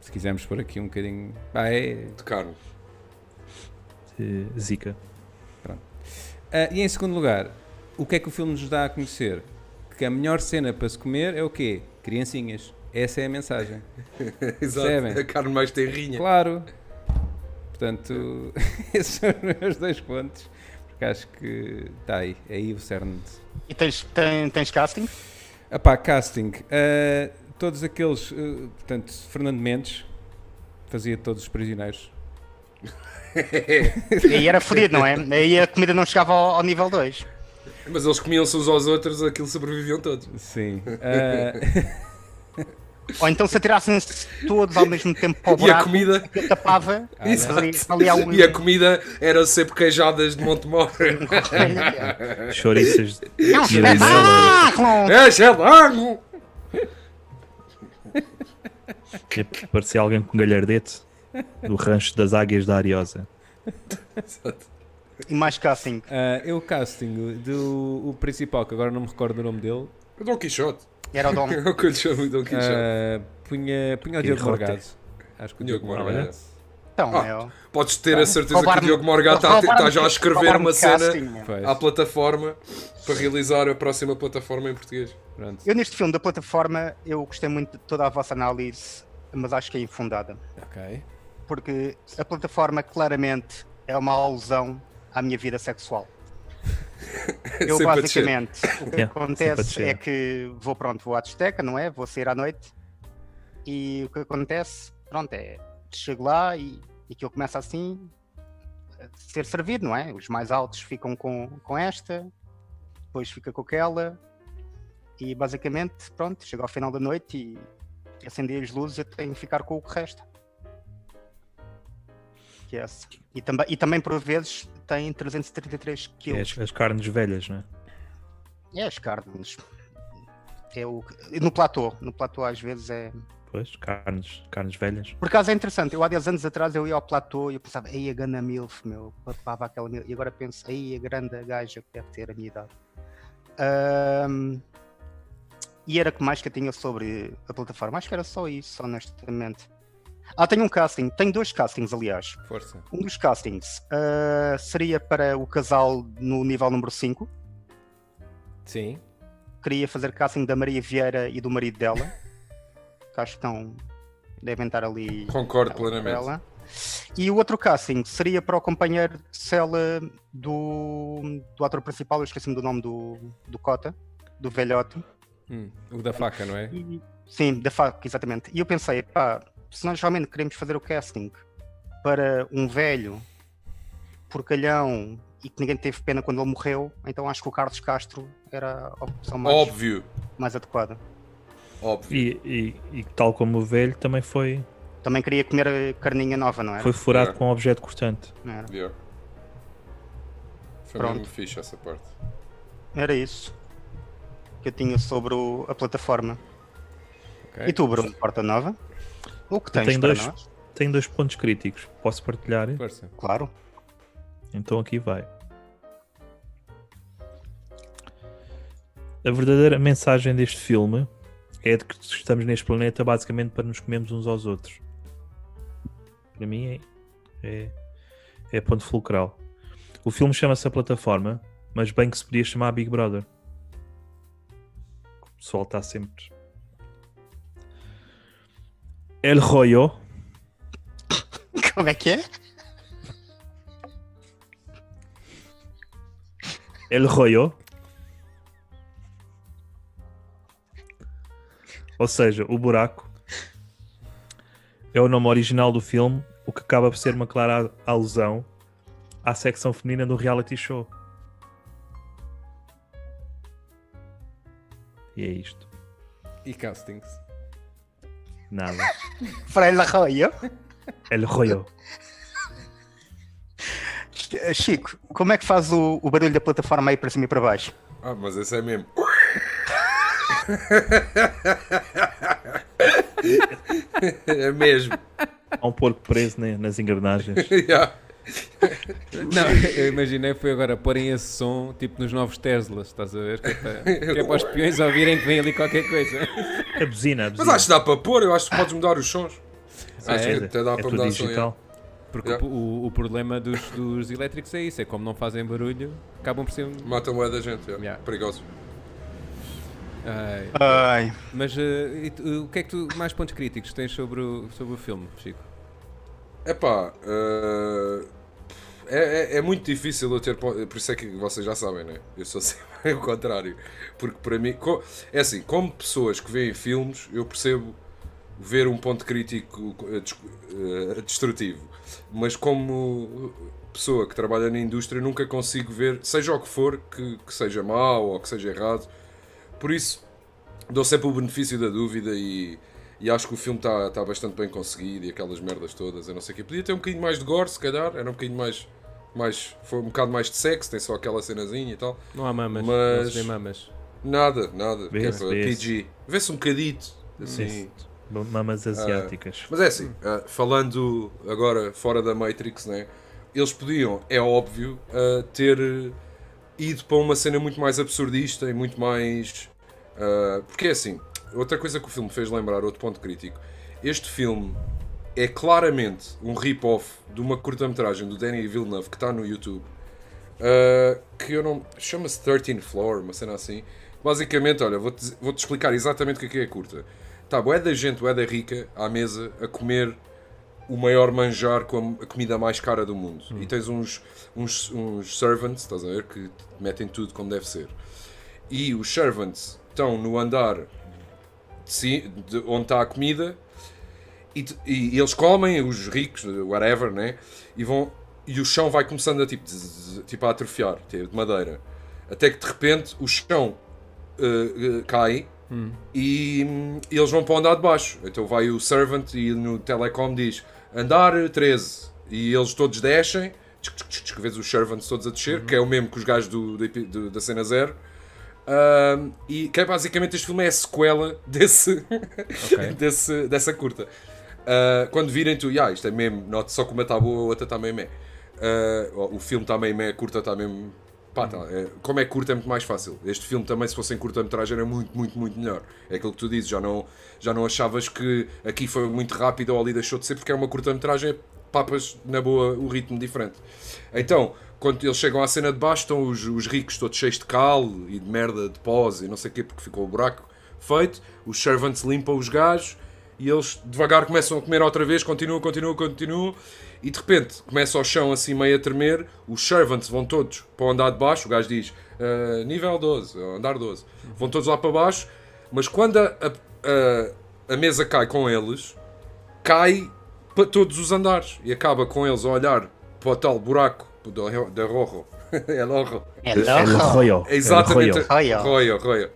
Se quisermos pôr aqui um bocadinho. Pá, é,
De carne.
eh, Zica.
Ah, e em segundo lugar, o que é que o filme nos dá a conhecer? Que a melhor cena para se comer é o quê? Criancinhas. Essa é a mensagem.
Exato.
é,
Percebem?
A carne mais terrinha.
Claro. Portanto, esses são os meus dois pontos. Porque acho que está aí. É aí o cerne. de-
E tens, tem- tens casting?
Ah pá, casting. Ah, todos aqueles. ah, portanto, Fernando Mendes fazia todos os prisioneiros.
Aí era fodido, não é? Aí a comida não chegava ao, ao nível 2.
Mas eles comiam-se uns aos outros, aquilo sobreviviam todos.
Sim. Ah,
Ou então se atirassem-se todos ao mesmo tempo para o
E a
buraco,
comida.
que tapava.
Exato.
Ah, ali- ali há um-
E a comida era sempre queijadas de Montemor.
Chouriças de
É um
Mirandela.
É espetáculo!
é gelado!
Tipo, Parecia alguém com galhardete do rancho das águias da Ariosa.
E mais casting.
ah, eu casting do o principal, que agora não me recordo o nome dele.
O Dom Quixote.
Era o Dom.
É o que eu lhe chamo de Dom Quixote.
Ah, punha, punha o
Quem
Diogo
rota?
Morgado. Acho que o Diogo
Diogo Morgado.
Morgado.
Então,
Ah,
é o-
Podes ter a certeza que o
roubar-me-
Diogo Morgado está a te- está já a escrever
roubar-me
uma
um casting,
cena
meu.
Pois,
à plataforma para realizar a próxima plataforma em português.
pronto.
Eu neste filme da plataforma, eu gostei muito de toda a vossa análise, mas acho que é infundada.
Ok.
Porque a plataforma claramente é uma alusão à minha vida sexual. Eu
Sempre a descer.
basicamente, o que
Yeah, sempre a
acontece
descer.
é que vou pronto, vou à discoteca, não é? Vou sair à noite. E o que acontece, pronto, é chego lá e, e que eu começo assim, a ser servido, não é? Os mais altos ficam com, com esta, depois fica com aquela, e basicamente, pronto, chega ao final da noite e acender as luzes eu tenho que ficar com o que resta. Que é essa. E, também, e também por vezes tem 333
É
quilos.
as, as carnes velhas, né?
É as carnes. É o que- No platô. No platô às vezes é.
Pois, carnes, carnes velhas.
Por acaso é interessante, eu há 10 anos atrás eu ia ao platô e eu pensava, ei, a gana milf, meu, papava aquela milf. E agora penso, ei, a grande gaja que deve ter a minha idade. Ahm, e era o que mais que eu tinha sobre a plataforma. Acho que era só isso, honestamente. Ah, tenho um casting, tenho dois castings, aliás.
Força.
Um dos castings ah, seria para o casal no nível número 5.
Sim.
Queria fazer casting da Maria Vieira e do marido dela. que acho que estão. devem estar ali.
Concordo
Ela-
plenamente.
Tá ela. E o outro casting seria para o companheiro de cela do, do ator principal, eu esqueci-me do nome do, do Cota, do velhote.
Hum, o da faca, não é?
E- sim, da faca, exatamente. E eu pensei, pá, se nós realmente queremos fazer o casting para um velho porcalhão e que ninguém teve pena quando ele morreu, então acho que o Carlos Castro era a opção mais,
Óbvio,
mais adequada.
óbvio.
E, e- e tal como o velho, também foi,
Também queria comer eh, carninha nova, não era?
foi furado
É.
com um objeto cortante.
Não era.
Yeah. Foi
Pronto.
mesmo fixe essa parte.
Era isso que eu tinha sobre o- a plataforma.
Ok.
E tu, Bruno, Porta Nova? O que
Eu
tens
tenho
para
dois.
nós?
Tem dois pontos críticos. Posso partilhar?
Força.
Claro.
Então aqui vai. A verdadeira mensagem deste filme é de que estamos neste planeta basicamente para nos comermos uns aos outros. Para mim é, é, é ponto fulcral. O filme chama-se A Plataforma, mas bem que se podia chamar Big Brother. O pessoal está sempre. El Royo.
Como é que é?
El Royo. Ou seja, o buraco é o nome original do filme, o que acaba por ser uma clara a- alusão à secção feminina do reality show. E é isto.
E castings.
Nada.
Freire Arroio?
El Royo.
Chico, como é que faz o, o barulho da plataforma aí para cima e para baixo?
Ah, mas esse é mesmo. é mesmo.
Há um porco preso né, nas engrenagens.
Yeah.
Não, eu imaginei foi agora porem esse som tipo nos novos Teslas, estás a ver? Que é para, que é para os peões ouvirem que vem ali qualquer coisa.
A buzina, a
Mas
buzina.
acho que dá para pôr, eu acho que podes mudar os sons. acho que até dá
é
para
tudo
mudar o som. yeah.
digital.
Porque
Yeah.
o, o problema dos, dos elétricos é isso, é como não fazem barulho, acabam por ser. um-
Mata a moeda da gente, yeah.
Yeah.
perigoso.
Ai.
Ai,
Mas eh, e tu- o que é que tu mais pontos críticos tens sobre o, sobre o filme, Chico?
Epá, eh, é, é, é muito difícil eu ter. po- Por isso é que vocês já sabem, né? Eu sou sempre o contrário. Porque para mim. co- É assim, como pessoas que veem filmes, eu percebo ver um ponto crítico eh, dis- eh, destrutivo. Mas como pessoa que trabalha na indústria, nunca consigo ver, seja o que for, que, que seja mau ou que seja errado. Por isso, dou sempre o benefício da dúvida e, e acho que o filme está tá bastante bem conseguido e aquelas merdas todas, eu não sei o quê. Podia ter um bocadinho mais de gore, se calhar, era um bocadinho mais. mais foi um bocado mais de sexo, tem só aquela cenazinha e tal.
Não há mamas,
Mas-
não se vê mamas.
Nada, nada. que é
Vê-se,
para
vê-se.
PG. Vê-se um bocadito. Assim.
Mamas asiáticas.
Mas é assim, ah, falando agora fora da Matrix, né? Eles podiam, é óbvio, ah, ter eh, ido para uma cena muito mais absurdista e muito mais. ah, porque é assim, outra coisa que o filme fez lembrar, outro ponto crítico. Este filme é claramente um rip-off de uma curta-metragem do Danny Villeneuve que está no YouTube. Uh, que eu não. chama-se 13 Floor, uma cena assim. Basicamente, olha, vou-te dizer- vou-te explicar exatamente o que é que é a curta. Tá, é da gente, é da rica, à mesa, a comer o maior manjar com a a comida mais cara do mundo. E tens uns, uns, uns servants, estás a ver, que te metem tudo como deve ser. E os servants estão no andar de ci- de onde está a comida e, t- e eles comem, os ricos, whatever, né? E vão e o chão vai começando a tipo, zzz, tipo a atrofiar, tipo, de madeira. Até que de repente o chão eh, eh, cai e, hum, e eles vão para o andar de baixo. Então vai o servant e no telecom diz andar 13. E eles todos descem, tchic, tchic, tchic, tchic, vês os servants todos a descer, que é o mesmo que os gajos do, do epi- do- da cena zero. Ahm, e que é basicamente este filme é a sequela desse, desse- dessa curta. Ah, quando virem tu, "Ya, isto é mesmo, note só que uma está boa, a outra está meio meh. Ah, o filme está meio meh, a curta está mesmo. Pá, tá, é- como é curta é muito mais fácil. Este filme também, se fosse em curta-metragem, era muito, muito, muito melhor. É aquilo que tu dizes, já não, já não achavas que aqui foi muito rápido ou ali deixou de ser, porque é uma curta-metragem, é papas na boa o ritmo diferente. Então, quando eles chegam à cena de baixo, estão os, os ricos todos cheios de cal e de merda de pós e não sei o quê, porque ficou o buraco feito. Os servants limpam os gajos e eles devagar começam a comer outra vez, continuam, continuam, continuam. E de repente começa o chão assim meio a tremer. Os servants vão todos para o andar de baixo. O gajo diz "Ah, nível 12, ou andar 12. Vão todos lá para baixo. Mas quando a- a- a- a mesa cai com eles, cai para todos os andares e acaba com eles a olhar para o tal buraco do, do Rojo. El Rojo.
El Royo.
É exatamente,
El Royo.
Royo.
Royo, Royo.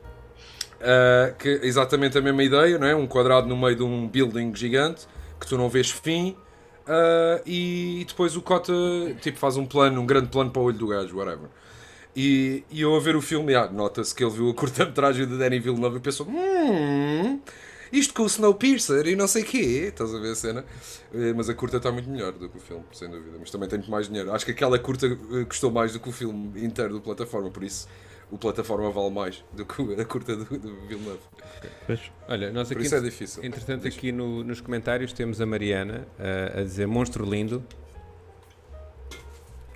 Ah, que é exatamente a mesma ideia, não é? Um quadrado no meio de um building gigante que tu não vês fim. ah, e, depois o Cota tipo, faz um plano, um grande plano para o olho do gajo, whatever. E, e eu a ver o filme, ah, nota-se que ele viu a curta-metragem de Danny Villeneuve e pensou: hum, isto com o Snowpiercer e não sei quê, estás a ver a cena? Eh, Mas a curta está muito melhor do que o filme, sem dúvida. Mas também tem muito mais dinheiro. Acho que aquela curta eh, custou mais do que o filme inteiro do plataforma, por isso o plataforma vale mais do que a curta do, do Villeneuve.
Pois.
Olha, nós
Por
aqui,
isso é difícil.
entretanto, aqui no- nos comentários temos a Mariana ah, a dizer monstro lindo.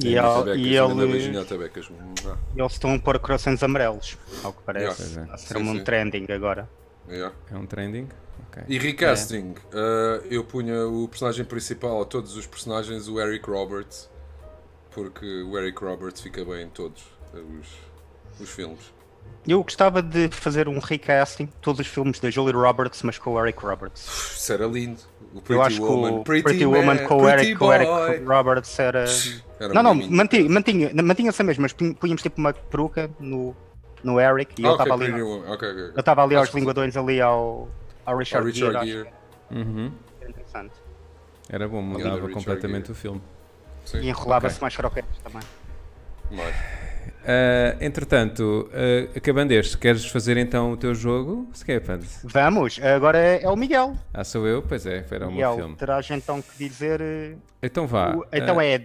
E,
Ana
ele-
Tabecas,
e
grande
eles,
beijinho à Tabecas. Mua.
eles estão a pôr croissants amarelos, ao que parece.
Yeah.
Está a ser
Sim,
um
sim.
trending agora.
Yeah.
É um trending. Ok.
E
É.
recasting, eh, eu punha o personagem principal, ou todos os personagens, o Eric Roberts, porque o Eric Roberts fica bem em todos os, os filmes.
Eu gostava de fazer um recasting de todos os filmes da Julie Roberts, mas com o Eric Roberts.
Isso era lindo. O Pretty
Eu acho que
Woman.
o Pretty, Woman
Man,
com o
Pretty
Eric, com o Eric
Boy.
Roberts era.
Era
Não, não,
muito lindo.
manti- mantinha- mantinha-se a mesma, mas pun- punhamos tipo uma peruca no, no Eric e
Ah,
eu
ok,
estava
Pretty
ali,
Woman. Ok, ok,
eu
ok.
estava ali aos
Acho que-
linguadões ali ao, ao Richard,
Ao Richard
Gere,
Gere.
Uhum.
acho que era interessante.
Era bom,
Olha,
mudava
Richard
completamente
Gere.
o filme.
E
Sim,
enrolava-se
Ok.
mais croquetes também.
mais.
Ah, entretanto, ah, acabando este, queres fazer então o teu jogo, Skepand?
Vamos, agora é, é o Miguel.
Ah, sou eu? Pois é, era o
Miguel,
meu filme.
terás então que dizer. eh,
Então vá.
o- então
ah,
é,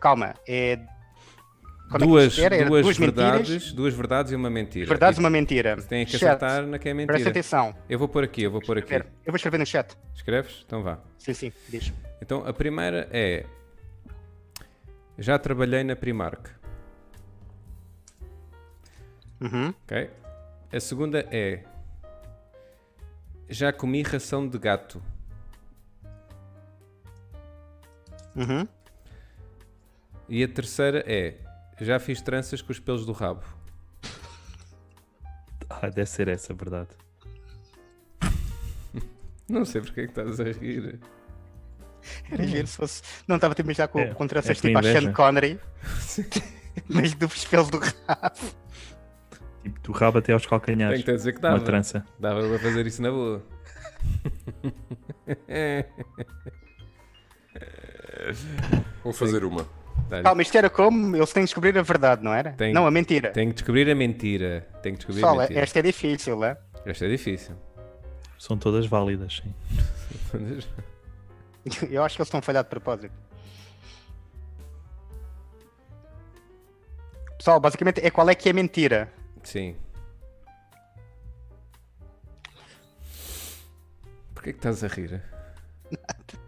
Calma, é. como é que
duas,
isto era? Era
duas,
mentiras,
verdades, duas verdades e uma mentira.
verdades,
E
uma mentira.
Tem que
Chat,
acertar na que é
Presta
mentira.
atenção.
Eu vou pôr aqui, eu vou pôr aqui.
Espera, Eu vou escrever no chat.
Escreves? Então vá.
Sim, sim, diz.
Então a primeira é. Já trabalhei na Primark.
Uhum.
Ok? A segunda é. Já comi ração de gato.
Uhum.
E a terceira é. Já fiz tranças com os pelos do rabo.
Ah, deve ser essa a verdade.
Não sei porque é que estás a rir.
Era giro se fosse. Não estava tipo a te imaginar com,
É,
com tranças
é por
tipo a
inveja.
Sean Connery. Mas do espelho do rabo.
Tipo, do rabo até aos calcanhares.
Tenho que dizer que
Uma
dava.
é?
trança.
Dava para fazer isso na boa.
Vou fazer uma.
Calma, isto era como? Eles têm de descobrir a verdade, não era?
Tem-
Não, a mentira.
Tenho que descobrir a mentira. Tenho que descobrir
Pessoal,
a mentira.
esta é difícil, é?
Esta é difícil.
São todas válidas, sim.
Eu acho que eles estão a falhar de propósito. Pessoal, basicamente é qual é que é mentira.
Sim. Porquê que estás a rir?
Estou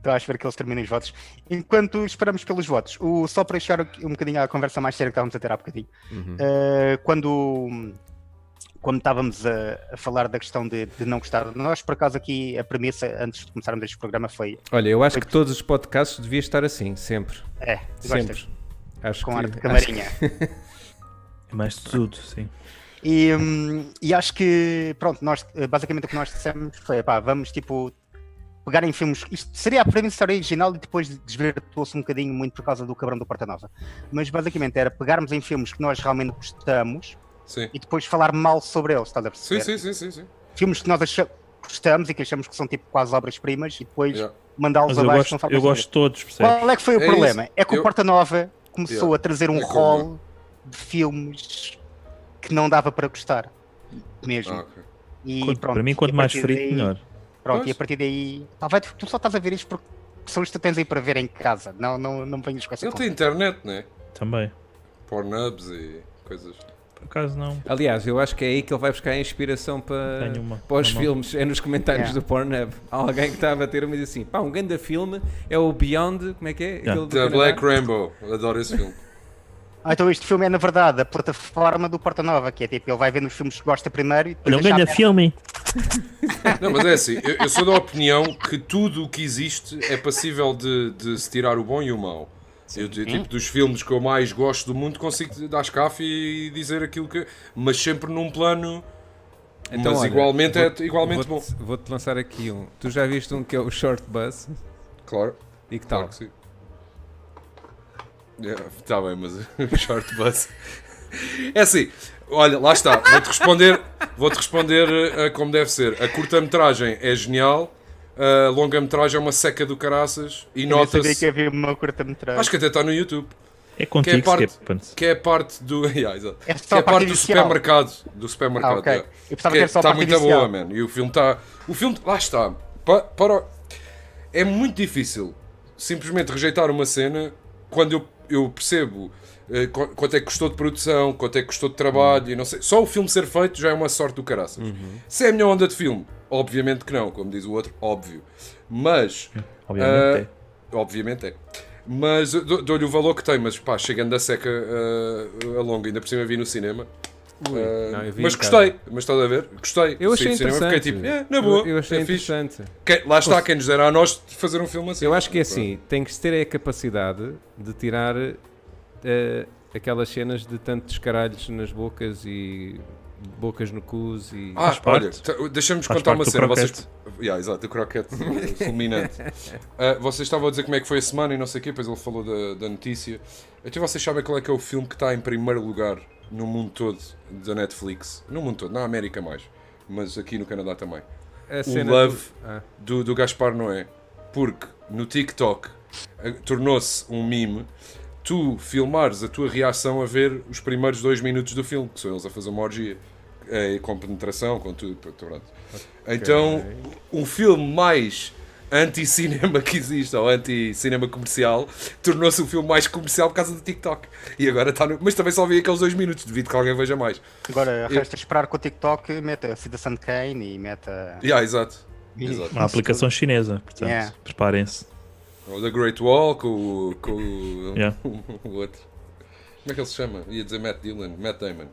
Então, à espera que eles terminem os votos. Enquanto esperamos pelos votos, o- só para chegar aqui um bocadinho à conversa mais séria que estávamos a ter há bocadinho,
Uhum.
eh, quando, quando estávamos a, a falar da questão de, de não gostar de nós, por acaso aqui a premissa antes de começarmos este programa foi
Olha, eu acho que todos os podcasts deviam estar assim, sempre.
é,
Sempre.
gostas,
Acho
com
que,
arte de
acho que-
camarinha.
É mais de tudo, sim.
E, hum, e acho que, pronto, nós, eh, basicamente o que nós dissemos foi, pá, vamos tipo pegarem filmes. Isto seria a premissa original e depois desvirtuou-se um bocadinho muito por causa do Cabrão do Porta Nova. Mas basicamente era pegarmos em filmes que nós realmente gostamos
Sim.
e é. depois falar mal sobre eles, estás a
Sim,
perceber?
sim, sim, sim, sim.
Filmes que nós acha- gostamos e que achamos que são tipo quase obras-primas e depois
Yeah.
mandá-los
Mas eu
abaixo
gosto,
conforme
eu
as
gosto de todos, percebes?
Qual é que foi o
É
problema?
isso.
É que
Eu-
o Porta Nova começou
Yeah.
a trazer um
É como-
rol de filmes que não dava para gostar mesmo.
Ah, ok.
E
Quanto-
pronto, é
para mim,
e
quanto
a
mais
partir
frito,
daí-
melhor.
Pronto, e a
Pois.
partir daí. Pá, vai, tu só estás a ver isto porque são os que tens aí para ver em casa. Não, não, não venhas com essa
Ele
conversa.
tem internet, né?
Também.
Pornhubs e coisas.
Por acaso não.
Aliás, eu acho que é aí que ele vai buscar a inspiração para,
Tenho uma
para os
na mão.
filmes, é nos comentários
Yeah.
do Pornhub. Há alguém que está a bater uma e diz assim, pá, um grande filme é o Beyond, como é que é?
Yeah.
Aquele do
The
Canadá.
Black Rainbow. Adoro esse filme.
Ah, então este filme é, na verdade, a plataforma do Porta Nova, que é tipo, ele vai vendo os filmes que gosta primeiro e depois
Olha, um
deixa a
grande
merda.
filme.
Não, mas é assim, eu, eu sou da opinião que tudo o que existe é passível de, de se tirar o bom e o mau. Eu, eu, tipo, dos filmes que eu mais gosto do mundo, consigo dar escafe e dizer aquilo que. Mas sempre num plano.
Então,
mas
olha,
igualmente
vou-te-
é igualmente bom.
vou-te- Vou-te lançar aqui um. Tu já viste um que é o Short Bus?
Claro,
E que tal?
claro que sim. Está bem, mas o short bus. É assim, olha, lá está. Vou-te responder, vou -te responder eh, como deve ser. A curta-metragem é genial, a longa-metragem é uma seca do caraças e
Eu nem sabia
nota-se.
que é havia uma curta-metragem.
Acho que até está no YouTube.
É contigo,
parte-
Skippens.
Que é a parte do. Yeah, exato.
É
que
só
é
a
a
parte
parte do
inicial.
supermercado. Do supermercado.
Ah, ok.
yeah.
Eu pensava
Que
que
é-
era só a
tá
parte
muito
inicial.
boa, mano. E o filme está. O filme. Lá está. Pa- para... É muito difícil simplesmente rejeitar uma cena quando eu, eu percebo eh, qu- quanto é que custou de produção, quanto é que custou de trabalho e não sei. Só o filme ser feito já é uma sorte do caraças. Se é a minha onda de filme, obviamente que não, como diz o outro, óbvio. Mas.
Obviamente
Ah, Obviamente é. Mas eu dou- dou-lhe o valor que tem, mas pá, chegando da seca ah, a longa, ainda por cima vi no cinema.
Ui,
Ah,
não, eu vi
mas
em casa.
gostei, mas estás a ver? Gostei.
Eu
Saí
achei
do cinema,
interessante.
Fiquei tipo, é, na boa.
Eu, eu achei
é fixe.
interessante.
Quem- lá está, quem nos dera a nós de fazer um filme assim.
Eu acho que é assim, tem que se ter a capacidade de tirar eh, aquelas cenas de tantos caralhos nas bocas e bocas no cus e...
Ah,
parte.
olha, t- deixa-me
Faz
contar
parte
uma
do
cena.
croquete.
Vocês... Yeah, exato, do croquete eh, fulminante. Ah, vocês estavam a dizer como é que foi a semana e não sei o quê, depois ele falou da, da notícia. Então vocês sabem qual é que é o filme que está em primeiro lugar no mundo todo da Netflix? No mundo todo, na América mais, mas aqui no Canadá também.
a
Love.
Do... Ah,
do, do Gaspar Noé. Porque no TikTok eh, tornou-se um meme tu filmares a tua reação a ver os primeiros dois minutos do filme, que são eles a fazer uma orgia eh, com penetração, com tudo. pronto, pronto. Então, o filme mais anti-cinema que existe, ou anti-cinema comercial, tornou-se o filme mais comercial por causa do TikTok. E agora está no. Mas também só vi aqueles dois minutos, devido que alguém veja mais.
Agora resta esperar que o TikTok meta a Citizen Kane e meta.
Yeah, exato.
e-
Exato.
Uma aplicação chinesa, portanto,
Yeah.
preparem-se.
O The Great Wall com, o- com o-
Yeah.
o outro. Como é que ele se chama? Ia dizer Matt Dillon, Matt Damon.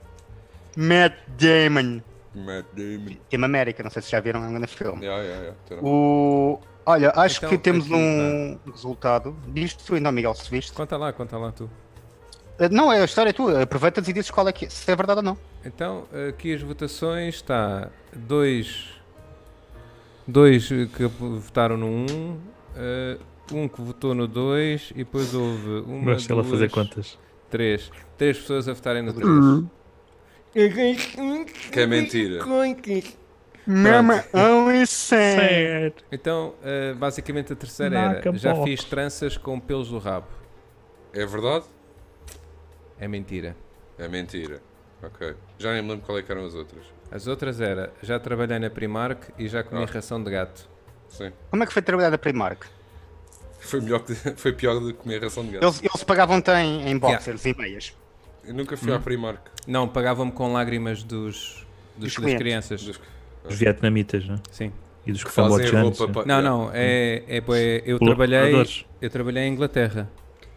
Matt Damon.
Matt Damon.
Team América, não sei se já viram, é um grande filme.
Yeah, yeah, Tá yeah. Terá.
O... Olha, acho
Então,
que temos
é
aqui,
um
né?
resultado. Diz-te tu ainda, Miguel, se viste.
Conta lá, conta lá tu.
Eh, Não, é a história é tua. Aproveitas e dizes qual é que se é verdade ou não.
Então, aqui as votações está dois, dois eh, que votaram no 1, um, eh, um que votou no 2 e depois houve uma,
Gosto dela
duas,
fazer contas.
três. Três pessoas a votarem no
Uhum.
3.
Que é mentira.
Mama only say.
Certo.
Então, eh, basicamente a terceira
Naca
era, já
box.
fiz tranças com pelos do rabo.
É verdade?
É mentira.
É mentira. Ok. Já nem me lembro qual é que eram as outras.
As outras era, já trabalhei na Primark e já
Ah.
comi ração de gato.
Sim.
Como é que foi trabalhar da Primark?
Foi, melhor que- foi pior do que comer ração de gato.
Eles, eles pagavam-te em, em boxers e meias.
Eu nunca fui à Primark.
Não, pagavam-me com lágrimas dos,
Dos
dos, das
clientes.
crianças.
Dos-
Os vietnamitas, né?
Sim.
E dos que
Fazem
cambojanos.
roupa
né?
Não,
para- Yeah.
não, é, é, pô, é- eu trabalhei,
Colaboradores.
eu trabalhei em Inglaterra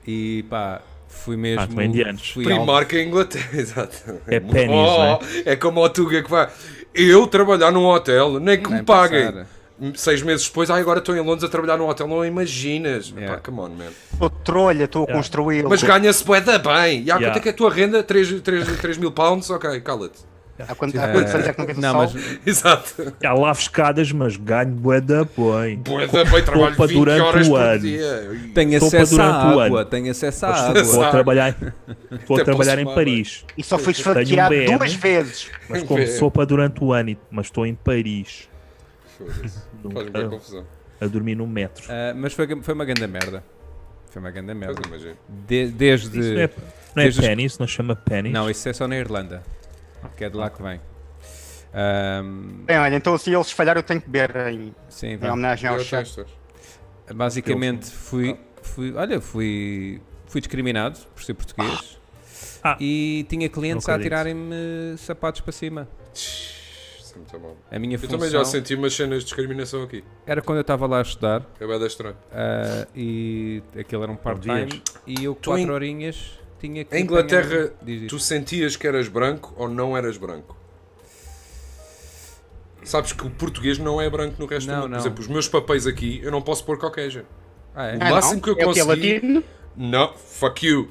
e pá, fui mesmo
Ah, também indianos.
fui alvo-
Primark em Inglaterra, exato.
É pennies,
é como o Tuga que vai. Eu trabalhar num hotel, nem que
Nem
me paguem.
passar.
Seis meses depois, ah, agora estou em Londres a trabalhar num hotel, não imaginas.
Yeah.
Pá, come on, man.
Então,
Estou trolha, estou a construí-lo.
Mas ganha-se bué da bem. E há
Yeah.
quanto é que é a tua renda? 3, mil pounds? Ok, cala-te.
Há quantos, há quantos anos é que não vês o
Não,
sol?
mas
Exato.
Já lavo escadas, mas ganho bué da põe.
Boa, bem, trabalho
Poupa
20
durante
horas
o
por
ano.
dia. Ui.
tem
Sopa
acesso à
durante o
água,
ano.
tem acesso à
Vou
água.
água.
trabalhar, vou
Até
trabalhar
posso
em
tomar
Paris.
E só fui
um
esfaqueado
BM.
duas vezes.
Mas como
É.
sopa durante o ano, e- mas estou em Paris,
Foda-se.
Nunca.
Faz-me bem confusão.
a dormir num metro.
Ah, mas foi, foi uma grande merda. Foi uma grande merda.
Faz imagem.
De- desde.
Isso não é, não é
desde os-
pennies, não se chama pennies.
Não, isso é só na Irlanda. Que é de lá que vem. Ahm,
Bem, olha, então se eles falharem eu tenho que beber em,
sim,
em
vá.
homenagem
Eu
ao
tenho
chat.
histórias.
Basicamente fui, fui. Olha, fui. Fui discriminado por ser português.
Ah.
E tinha clientes
Não
a
acredito.
tirarem-me sapatos para cima.
Isso é muito mal.
A minha
Eu
função
também já senti umas cenas de discriminação aqui.
era quando eu estava lá a estudar
É bem da estranho.
ah, e aquilo era um part-time e eu
em-
quatro horinhas tinha que... um-
Em Inglaterra,
Diz isto.
tu sentias que eras branco ou não eras branco? Sabes que o português não é branco no resto
Não,
do mundo.
não.
Por exemplo, os meus papéis aqui, eu não posso pôr qualquer.
Ah, é?
O máximo que eu
é o que é
consegui-
latino?
Não, fuck you.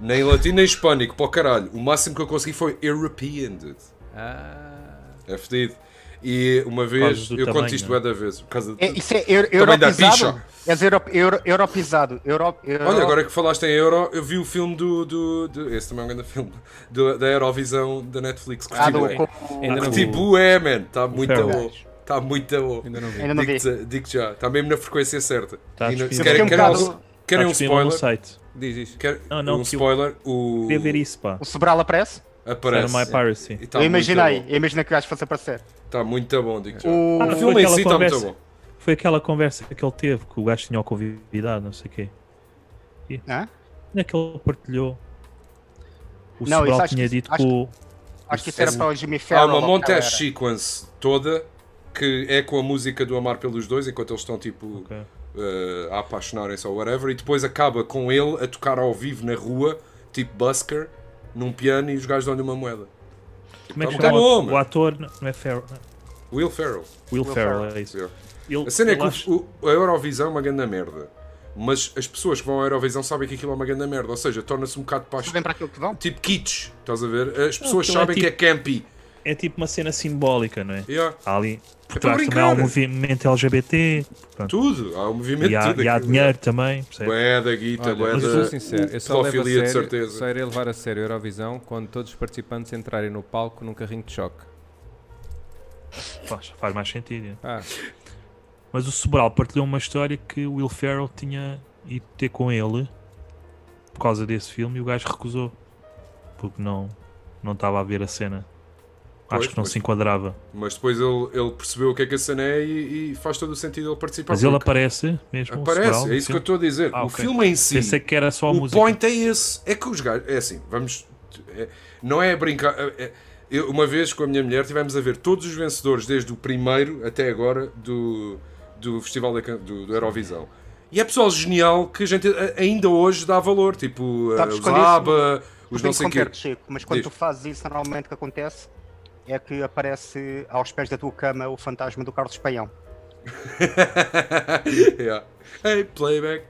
Nem latino nem hispânico, para o caralho. O máximo que eu consegui foi European, dude.
Ah,
É fedido. E uma vez,
do
eu
tamanho,
conto isto
não é?
bué da vez. Por causa de...
É, isso é eu-
Também dá
europizado?
picha.
És euro, euro, europizado. Euro, euro,
Olha, agora é que falaste em Euro, eu vi o filme do. do, do- esse também é um grande filme. do- da Eurovisão da Netflix. Curti
Ah, do-
bué.
com-
ainda não vi.
Curti bué, tipo, é, man. Está muito
Fair.
bom. Está muito bom.
Ainda não vi.
Ainda não vi.
Digo-te- Digo-te já. Está mesmo na frequência certa.
Tá
E não- se
disponível.
querem,
Eu
querem,
fiquei um
um-
bocado-
querem um
Está disponível no
spoiler.
site.
Diz isto.
Quer,
Não, não,
um
que eu-
spoiler, o.
Queria ver isso, pá.
O Sobral aparece?
Aparece.
Era My Piracy.
E tá
eu
muito
imaginei,
bom.
eu imaginei que o gajo fosse aparecer.
Está muito bom, digo já.
O...
Ah,
O filme em
aquela
si está muito
conversa.
bom.
Foi aquela conversa que ele teve, que o gajo tinha o convidado, não sei o quê.
Hã?
Não é que ele partilhou? O
Não, isso
Sobral
acho
tinha
que-
dito
acho
que o...
Acho que isso era
Esse-
para o Jimmy
Há
Fallon.
É, ah, uma
ou o que
montage
era.
sequence toda que é com a música do Amar pelos dois, enquanto eles estão tipo
Ok.
eh, a apaixonarem-se ou whatever, e depois acaba com ele a tocar ao vivo na rua, tipo busker, num piano e os gajos dão-lhe uma moeda.
Como é que
Tá
chama
bom,
o,
mano.
o ator? Não não é Fer... não,
Will Ferrell.
Will Ferrell, é isso.
yeah.
Ele,
A cena é
ele
que o-
acha-
o- a Eurovisão é uma grande merda, mas as pessoas que vão à Eurovisão sabem que aquilo é uma grande merda, ou seja, torna-se um bocado
Tudo
pasto.
Bem para aquilo que vão.
Tipo kitsch, estás a ver? As pessoas
aquilo é
sabem que
tipo-
é campy.
é tipo uma cena simbólica, não é?
Yeah.
Há ali por
É para
trás também há
brincar.
um movimento LGBT pronto,
Tudo, há um movimento
e há,
tudo
e há
aquilo.
dinheiro também. percebe?
Bué da guita,
Olha,
bué
mas
eu
da-
sou sincero, eu só, levo a
pedofilia,
sério,
de certeza.
só irei levar a sério a Eurovisão quando todos os participantes entrarem no palco num carrinho de choque.
Faz, faz mais sentido. é.
Ah,
Mas o Sobral partilhou uma história que o Will Ferrell tinha ido ter com ele por causa desse filme e o gajo recusou porque não não estava a ver a cena.
Pois,
Acho que não
pois.
se enquadrava.
Mas depois ele, ele percebeu o que é que a cena é e, e faz todo o sentido ele participar.
Mas ele
porque
aparece mesmo. o Sobral,
aparece,
no
é isso que eu
filme.
estou a dizer.
Ah,
o
ok.
filme em si,
Pensei que era só a
o
música.
point é esse. É que os gajos, é assim, vamos. é- não é brincar. é- é- eu, uma vez com a minha mulher tivemos a ver todos os vencedores, desde o primeiro até agora, do, do Festival da, Can- do, do Eurovisão. E é pessoal genial que a gente a- ainda hoje dá valor. Tipo,
Sabes
os
quando isso-
ABBA, os
Tem
não
que
sei quê.
conter, Chico, mas quando tu
Diz.
fazes isso, normalmente o que acontece é que aparece aos pés da tua cama o fantasma do Carlos Paião.
Yeah. Hey, playback.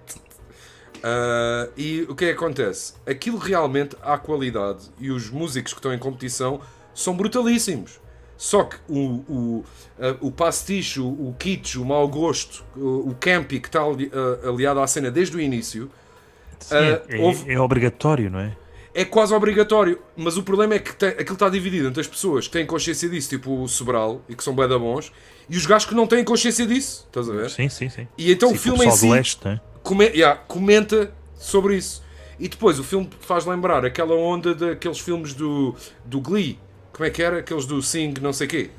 Ah, e o que é que acontece? Aquilo realmente há qualidade e os músicos que estão em competição são brutalíssimos. Só que o, o, ah, o pastiche, o, o kitsch, o mau gosto, o, o campy que está ali- ah, aliado à cena desde o início
Sim,
Ah,
é,
houve-
é obrigatório, não é?
é quase obrigatório. Mas o problema é que tem- aquilo está dividido entre as pessoas que têm consciência disso, tipo o Sobral, e que são bué da bons, e os gajos que não têm consciência disso. Estás a ver?
Sim, sim, sim.
E então
Sim,
o
com
filme em
pessoal do
si
leste, não é?
Come- yeah, comenta sobre isso. E depois o filme faz lembrar aquela onda daqueles filmes do, do Glee. Como é que era? Aqueles do Sing, não sei quê.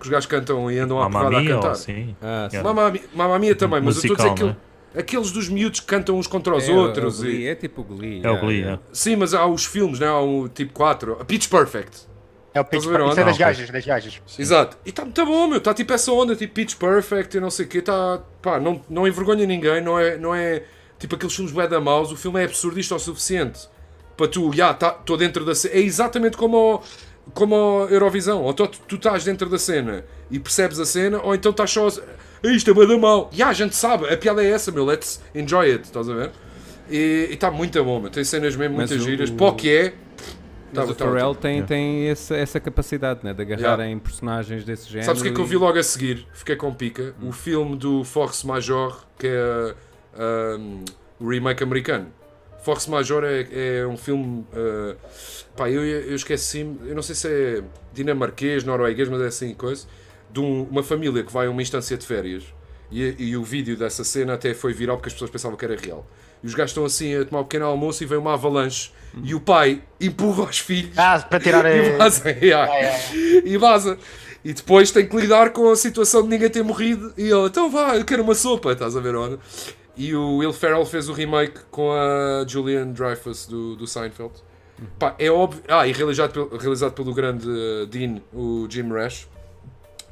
Que os gajos cantam e andam à
Mamma
porrada a
Mia, ou
cantar.
assim.
ah,
Yeah.
Mamma Mi- Mamma Mia também, mas eu estou a dizer
Musical, é?
aquele- aqueles dos miúdos que cantam uns contra os
é,
outros.
é, o
e-
Glee, é tipo o Glee.
É o Glee, é.
Sim, mas há os filmes, não é? Há um tipo 4. A Pitch Perfect.
É o Pitch
Estás
Perfect.
a ver
Isso é
onde?
das
Não,
gajas, das gajas.
Exato. E está muito bom, meu. Está tipo essa onda, tipo Pitch Perfect e não sei o quê. Tá, pá, não, não envergonha ninguém. Não é, não é tipo aqueles filmes bué da maus. O filme é absurdista o suficiente para tu, já, tá, estou dentro da cena. É exatamente como o, como a Eurovisão. Ou tu, tu estás dentro da cena e percebes a cena, ou então estás só a... "Ei, Isto é bué da mau. Já, a gente sabe. A piada é essa, meu. Let's enjoy it. Estás a ver? E está tá muito bom, meu. Tem cenas mesmo
Mas
muitas
o-
giras. Pó que é... Tá,
Mas o
tá,
Pharrell
tá.
tem,
Yeah.
tem essa, essa capacidade, né? De agarrar em personagens desse género.
Sabes o que é que eu vi
e- Hum.
logo a seguir? Fiquei com pica. O filme do Force Major, que é um, o remake americano. Force Major é, é um filme. uh, pá, eu, eu esqueci. Eu não sei se é dinamarquês, norueguês, mas é assim coisa. De um- uma família que vai a uma instância de férias. E, e o vídeo dessa cena até foi viral porque as pessoas pensavam que era real. E os gajos estão assim a tomar um pequeno almoço e vem uma avalanche.
Hum.
E o pai empurra os filhos
Ah, para tirar
e
a.
vaza. yeah. E vaza. E depois tem que lidar com a situação de ninguém ter morrido. E ele, então vá, eu quero uma sopa, estás a ver onde? E o Will Ferrell fez o remake com a Julian Dreyfus do, do Seinfeld. Pá, é óbvio. Ah, e realizado pelo, realizado pelo grande eh, Dean, o Jim Rash.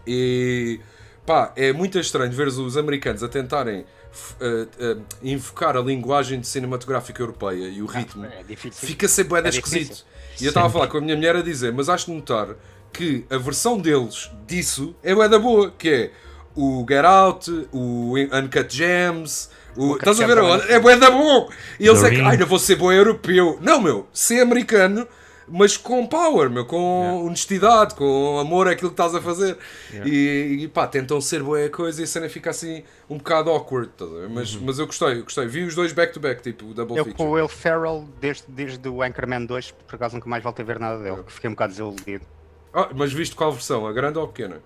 E pá, é muito estranho ver os americanos a tentarem f- eh, eh, invocar a linguagem cinematográfica europeia e o ritmo
É difícil.
fica sempre bué
É
da
difícil.
esquisito. E eu estava a falar com a minha mulher a dizer, mas acho de notar que a versão deles disso é bué da boa, que é o Get Out, o Uncut Gems, o...
Uncut
estás a ver
Gems
agora? É bué da bom! E eles
The
é que,
Ring.
ai, não vou ser bom europeu. Não, meu, ser americano, mas com power, meu, com honestidade, com amor àquilo que estás a fazer. E, e pá, tentam ser boa coisa e a cena fica assim um bocado awkward, estás a ver? Mas,
Uhum.
mas eu gostei, eu gostei. Vi os dois back-to-back, tipo, double
Eu
feature.
com o Will Ferrell, desde, desde o Anchorman 2, por acaso nunca mais voltei a ver nada dele, que fiquei um bocado desiludido.
Ah, mas viste qual versão? A grande ou a pequena?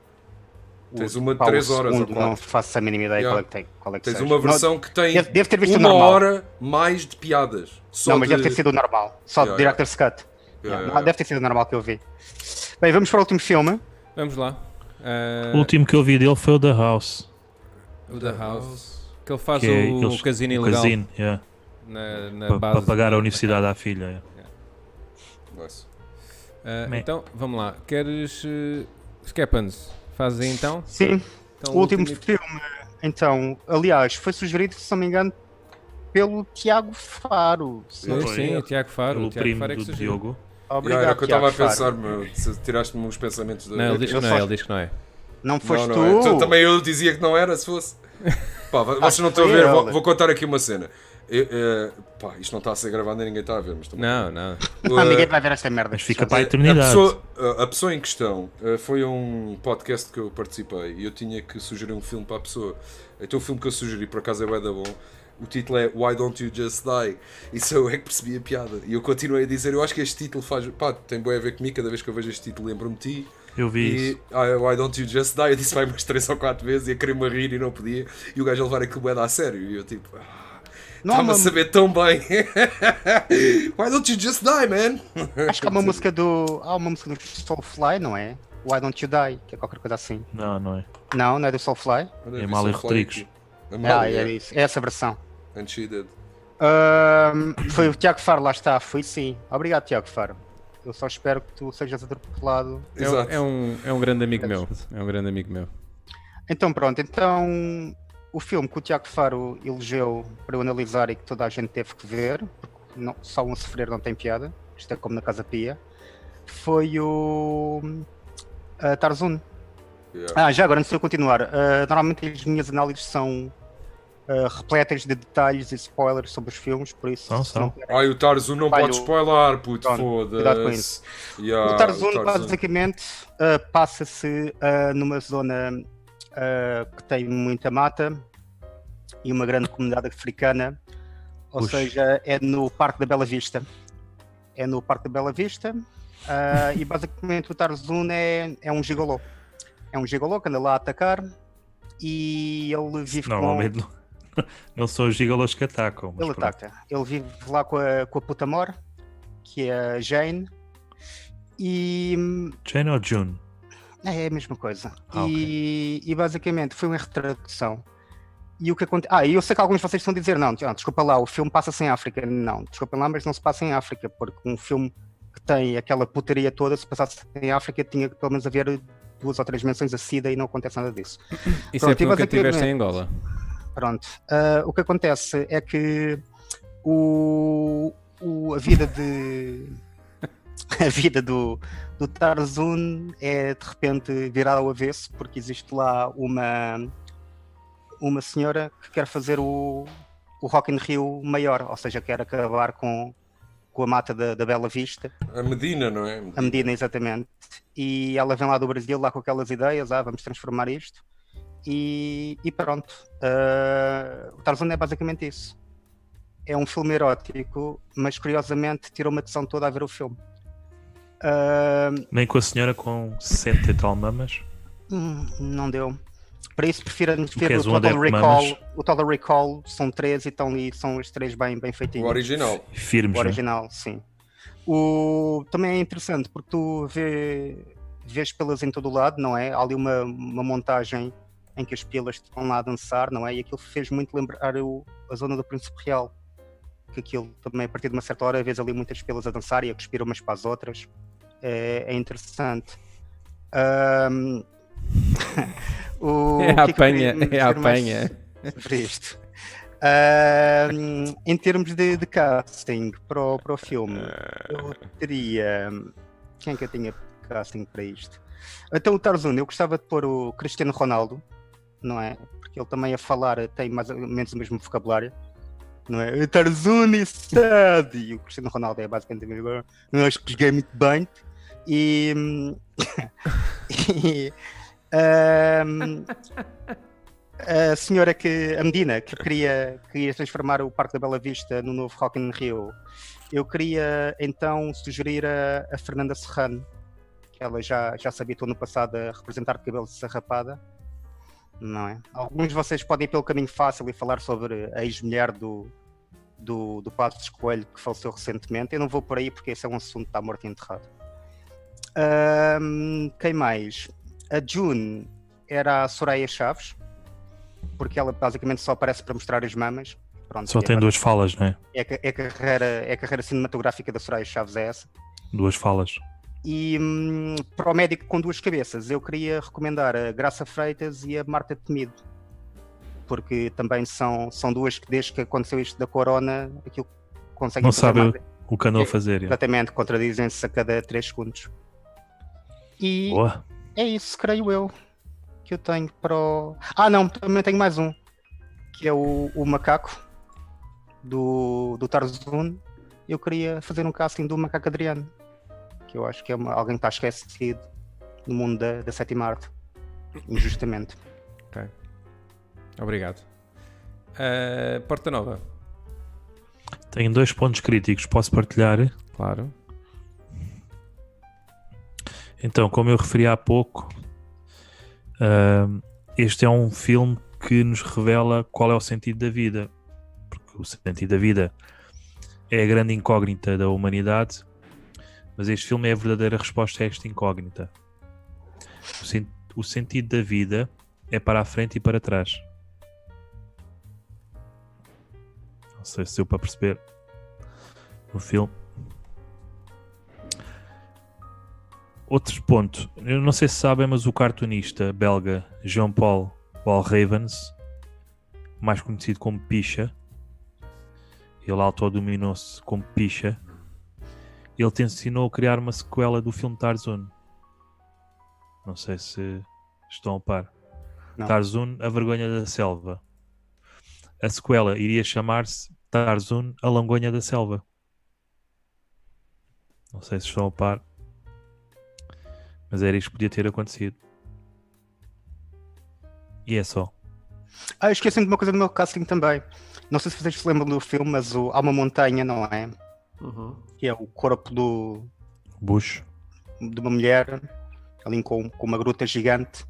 Tens uma de
Pá, o
3 horas ou
segundo, Não
4.
faço a mínima ideia
Yeah.
qual é que tem. Qual é que
Tens
seja.
uma
Não-
versão que tem
Deve- deve ter visto o
uma
normal.
hora mais de piadas. Só
Não, mas
de...
deve ter sido o normal. Só
Yeah,
de Director's Cut.
Yeah,
Não,
yeah.
Deve ter sido o normal que eu vi. Bem, vamos para o último filme.
Vamos lá. Ah,
O último que eu vi dele foi o The House.
o The House. Que ele faz
Que
o,
é eles-
casino
o
ilegal
casino, yeah,
na, na
pa-
base.
para pagar a universidade à filha. é.
Nice.
Ah,
Me-
então, vamos lá. Queres. Uh, Skeppans, faz aí então.
Sim,
Então,
o último
e-
filme. Então, aliás, foi sugerido, se não me engano, pelo Tiago Faro. se não
Sim,
me
Foi.
Sim, o Tiago Faro.
Pelo
O Tiago
primo
Faro é que
do
sugeriu.
Diogo.
engano. Obrigado,
Yeah, era o que eu
Tiago
estava a pensar,
Faro.
meu. Se Tiraste-me uns pensamentos da.
Não, ele diz que
Eu
não
só-
é, ele diz que não é.
Não foste
não,
tu.
é. Então, Também eu dizia que não era, se fosse. Pá, vo- vocês não estão a
foi
ver,
ele.
vou, vou contar aqui uma cena. Eu, eh, pá, isto não está a ser gravado e ninguém está a ver, mas também.
Não, não. É
Ah, ninguém
Eh,
vai ver esta merda.
Mas fica
Já-
para a
A
eternidade.
pessoa, a- a pessoa em questão eh, foi a um podcast que eu participei e eu tinha que sugerir um filme para a pessoa. Então o filme que eu sugeri, por acaso é bué da bom, o título é Why Don't You Just Die? E só eu é que percebi a piada. E eu continuei a dizer, eu acho que este título faz... Pá, tem bué a ver comigo, cada vez que eu vejo este título lembro-me de ti.
Eu vi isso.
E ah, Why Don't You Just Die? Eu disse vai umas 3 ou 4 vezes e a querer-me rir e não podia. E o gajo a levar aquilo bué da a sério. E eu tipo... Ah,
Não há
Estava a
uma-
saber tão bem. Why don't you just die, man?
Acho que há uma música do. Há uma música do Soulfly, não é? Why Don't You Die? Que é qualquer coisa assim.
Não, não é.
Não, não é do Soulfly?
Olha,
É
vi
Amália
Soulfly aqui.
Rodrigues.
Ah,
Amália,
é isso. É essa versão.
And she did.
Ahm, foi o Tiago Faro, lá está. Foi sim. Obrigado, Tiago Faro. Eu só espero que tu sejas atropelado.
É, um-
Exato.
é um, é um grande amigo meu. É um grande amigo meu.
Então, pronto. Então, o filme que o Tiago Faro elegeu para eu analisar e que toda a gente teve que ver, porque não- só um a sofrer não tem piada, isto é como na Casa Pia, foi o. ah, Tarzun.
Yeah.
Ah, já agora, antes de eu continuar, ah, normalmente as minhas análises são ah, repletas de detalhes e spoilers sobre os filmes, por isso.
São,
se não
são.
quiserem-
Ai, o Tarzun não
Falho.
pode spoiler, puto,
Pronto, cuidado com
foda-se.
isso.
Yeah,
Ah,
o Tarzun basicamente ah, passa-se ah, numa zona ah, que tem muita mata e uma grande comunidade africana, ou
Puxa.
seja, é no Parque da Bela Vista. É no Parque da Bela Vista ah, e basicamente o Tarzun é, é um gigolô. É um gigolô que anda lá a atacar e ele vive com...
Normalmente não- é não são os gigalos que atacam. Mas
Ele
pronto.
ataca. Ele vive lá com a, com a puta mor, que é a Jane, e hum,
Jane ou June?
é a mesma coisa.
Ah,
e, e basicamente foi uma retradução. E o que acontece. Ah, e eu sei que alguns de vocês estão a dizer, não, ah, desculpa lá, o filme passa-se em África. Não, desculpa lá, mas não se passa em África, porque um filme que tem aquela putaria toda, se passasse em África, tinha que pelo menos haver duas ou três menções a SIDA e não acontece nada disso.
Isso
Pronto, e
é porque nunca
basicamente-
estiveste em Angola.
Pronto. Ah, o que acontece é que o, o- a vida de. A vida do, do Tarzun é de repente virada ao avesso, porque existe lá uma, uma senhora que quer fazer o, o Rock in Rio maior, ou seja, quer acabar com, com a mata da, da Bela Vista,
A Medina, não é?
a Medina exatamente, e ela vem lá do Brasil, lá com aquelas ideias, ah, vamos transformar isto, e, e pronto. Ah, o Tarzan é basicamente isso. É um filme erótico, mas curiosamente tirou uma atenção toda a ver o filme. Ah,
Nem com a senhora com 60 e tal mamas.
Hum, não deu. Para isso prefiro ver
queres
o
um
Total
adepto de
Recall.
mamas?
O Total Recall são três e estão ali, são os três bem, bem feitinhos.
O original.
E firmes,
O
né?
original, sim. O... Também é interessante porque tu vê... vês pelas em todo o lado, não é? Há ali uma, uma montagem em que as pelas estão lá a dançar, não é? E aquilo fez muito lembrar o... a zona do Príncipe Real. Que aquilo também, a partir de uma certa hora, vês ali muitas pelas a dançar e a cuspir umas para as outras. É, é interessante. Ahm, o...
É
o que um
a
que eu queria
apanha, é a
dizer mais?
apanha.
sobre isto. Ahm, em termos de, de casting para o, para o filme, eu teria. Quem é que eu tinha casting para isto? Então, o Tarzan, eu gostava de pôr o Cristiano Ronaldo, não é? Porque ele também a falar tem mais ou menos o mesmo vocabulário, não é? Tarzan e sad! E o Cristiano Ronaldo é basicamente. mesmo, "Eu Acho que joguei muito bem. E. hum, e, ahm, a senhora que, a Medina, que queria, queria transformar o Parque da Bela Vista no novo Rock in Rio, eu queria então sugerir a, a Fernanda Serrano, que ela já, já se habitou no passado a representar de cabelo sarrapada, não é? Alguns de vocês podem ir pelo caminho fácil e falar sobre a ex-mulher do, do, do Passos Coelho que faleceu recentemente. Eu não vou por aí porque esse é um assunto que está morto e enterrado. Ahm, quem mais? A June era a Soraya Chaves, porque ela basicamente só aparece para mostrar as mamas. Pronto, e
Só
é
tem
agora-
duas falas, né?
é, a- é a carreira, é a carreira cinematográfica da Soraya Chaves é essa.
Duas falas.
E hum, para o médico com duas cabeças, eu queria recomendar a Graça Freitas e a Marta Temido, porque também são, são duas que, desde que aconteceu isto da corona, aquilo conseguem
Não
fazer
sabe
mais-
O que andou a fazer. é.
Exatamente, contradizem-se a cada 3 segundos. E
Boa.
é isso, creio eu, que eu tenho para o. Ah, não, também tenho mais um, que é o, o macaco do, do Tarzun. Eu queria fazer um casting do macaco Adriano, que eu acho que é uma- alguém que está esquecido no mundo da, da sétima arte, injustamente.
Obrigado. Ah, Porta Nova.
Tenho dois pontos críticos. Posso partilhar?
Claro.
Então, como eu referi há pouco, ahm, este é um filme que nos revela qual é o sentido da vida. Porque o sentido da vida é a grande incógnita da humanidade, mas este filme é a verdadeira resposta a esta incógnita. O, sen- o sentido da vida é para a frente e para trás. Não sei se deu para perceber no filme. Outro ponto, eu não sei se sabem, mas o cartunista belga Jean-Paul Walravens, mais conhecido como Picha, ele autodominou-se como Picha, ele te ensinou a criar uma sequela do filme Tarzan. Não sei se estão a par.
Não.
Tarzan, A Vergonha da Selva. A sequela iria chamar-se Tarzan, A Langonha da Selva. Não sei se estão a par. Mas era isto que podia ter acontecido. E é só.
Ah, esqueci de uma coisa do meu casting também. Não sei se vocês se lembram do filme, mas o, há uma montanha, não é? Que é o corpo do,
Bush.
de uma mulher, ali com, com uma gruta gigante,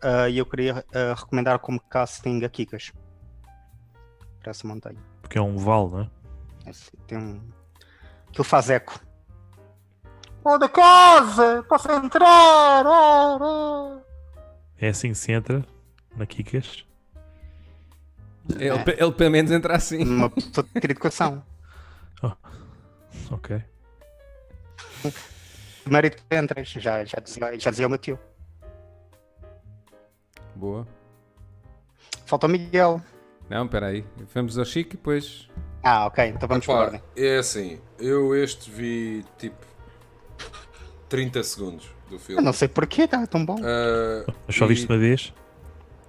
ah, e eu queria ah, recomendar como casting a Kikas para essa montanha.
Porque é um vale, não é?
Esse tem um... Aquilo faz eco. Oh, da casa! Posso entrar! Oh,
É assim que se entra na Kikas.
Ele,
É.
ele pelo menos entra
oh.
assim.
Uma pessoa de ter educação.
Ok.
Primeiro tu entras, já, já, dizia, já dizia o meu tio.
Boa.
Falta o Miguel.
Não, peraí. Vamos ao Chico e depois.
Ah, ok, então vamos por
Pá,
ordem.
é assim, eu este vi tipo 30 segundos do
Eu
filme.
não sei porquê, tá tão bom.
Ah,
Mas só
e-
viste uma vez?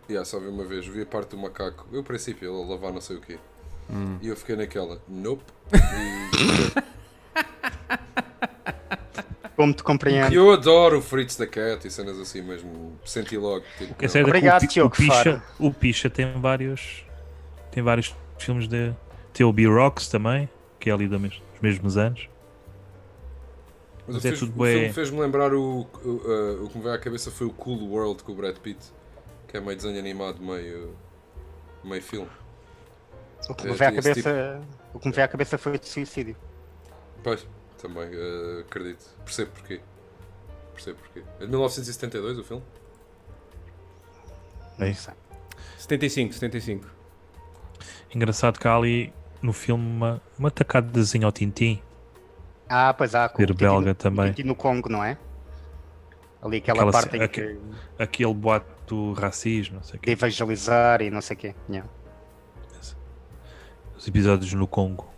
Yeah, só vi uma vez, vi a parte do macaco. Eu, a
Hum.
princípio, ele a lavar não sei o quê. E eu fiquei naquela, nope. E,
Como te
Que
compreendo.
eu adoro o Fritz da Cat e cenas assim mesmo. Senti logo. Tipo,
É certo é que
Obrigado,
o, Pi- o
Tiago
Picha,
Faro.
o Picha tem vários. Tem vários filmes de. Tem o B-Rocks também, que é ali do mes- dos mesmos anos. Mas
Mas o
é
fez-
tudo
o
bué-
filme fez-me lembrar o, o, uh, o que me veio à cabeça foi o Cool World com o Brad Pitt, que é meio desenho animado, meio, meio filme.
O que
É,
me veio à
tem esse
cabeça. O que me veio à cabeça foi de suicídio.
Pois, também uh, acredito. Percebo porquê. Percebo porquê. É de 1972 o filme?
Não sei.
75, 75.
Engraçado que há ali no filme uma, uma tacadazinha ao Tintim.
Ah, pois há. com o
Ver
Titi
belga
no-
também.
Titi no Congo, não é? Ali aquela,
Aquela
parte
ce-
em que
Aquele boato do racismo, não sei o
de
quê.
evangelizar e não sei o quê. Yeah.
Os episódios no Congo.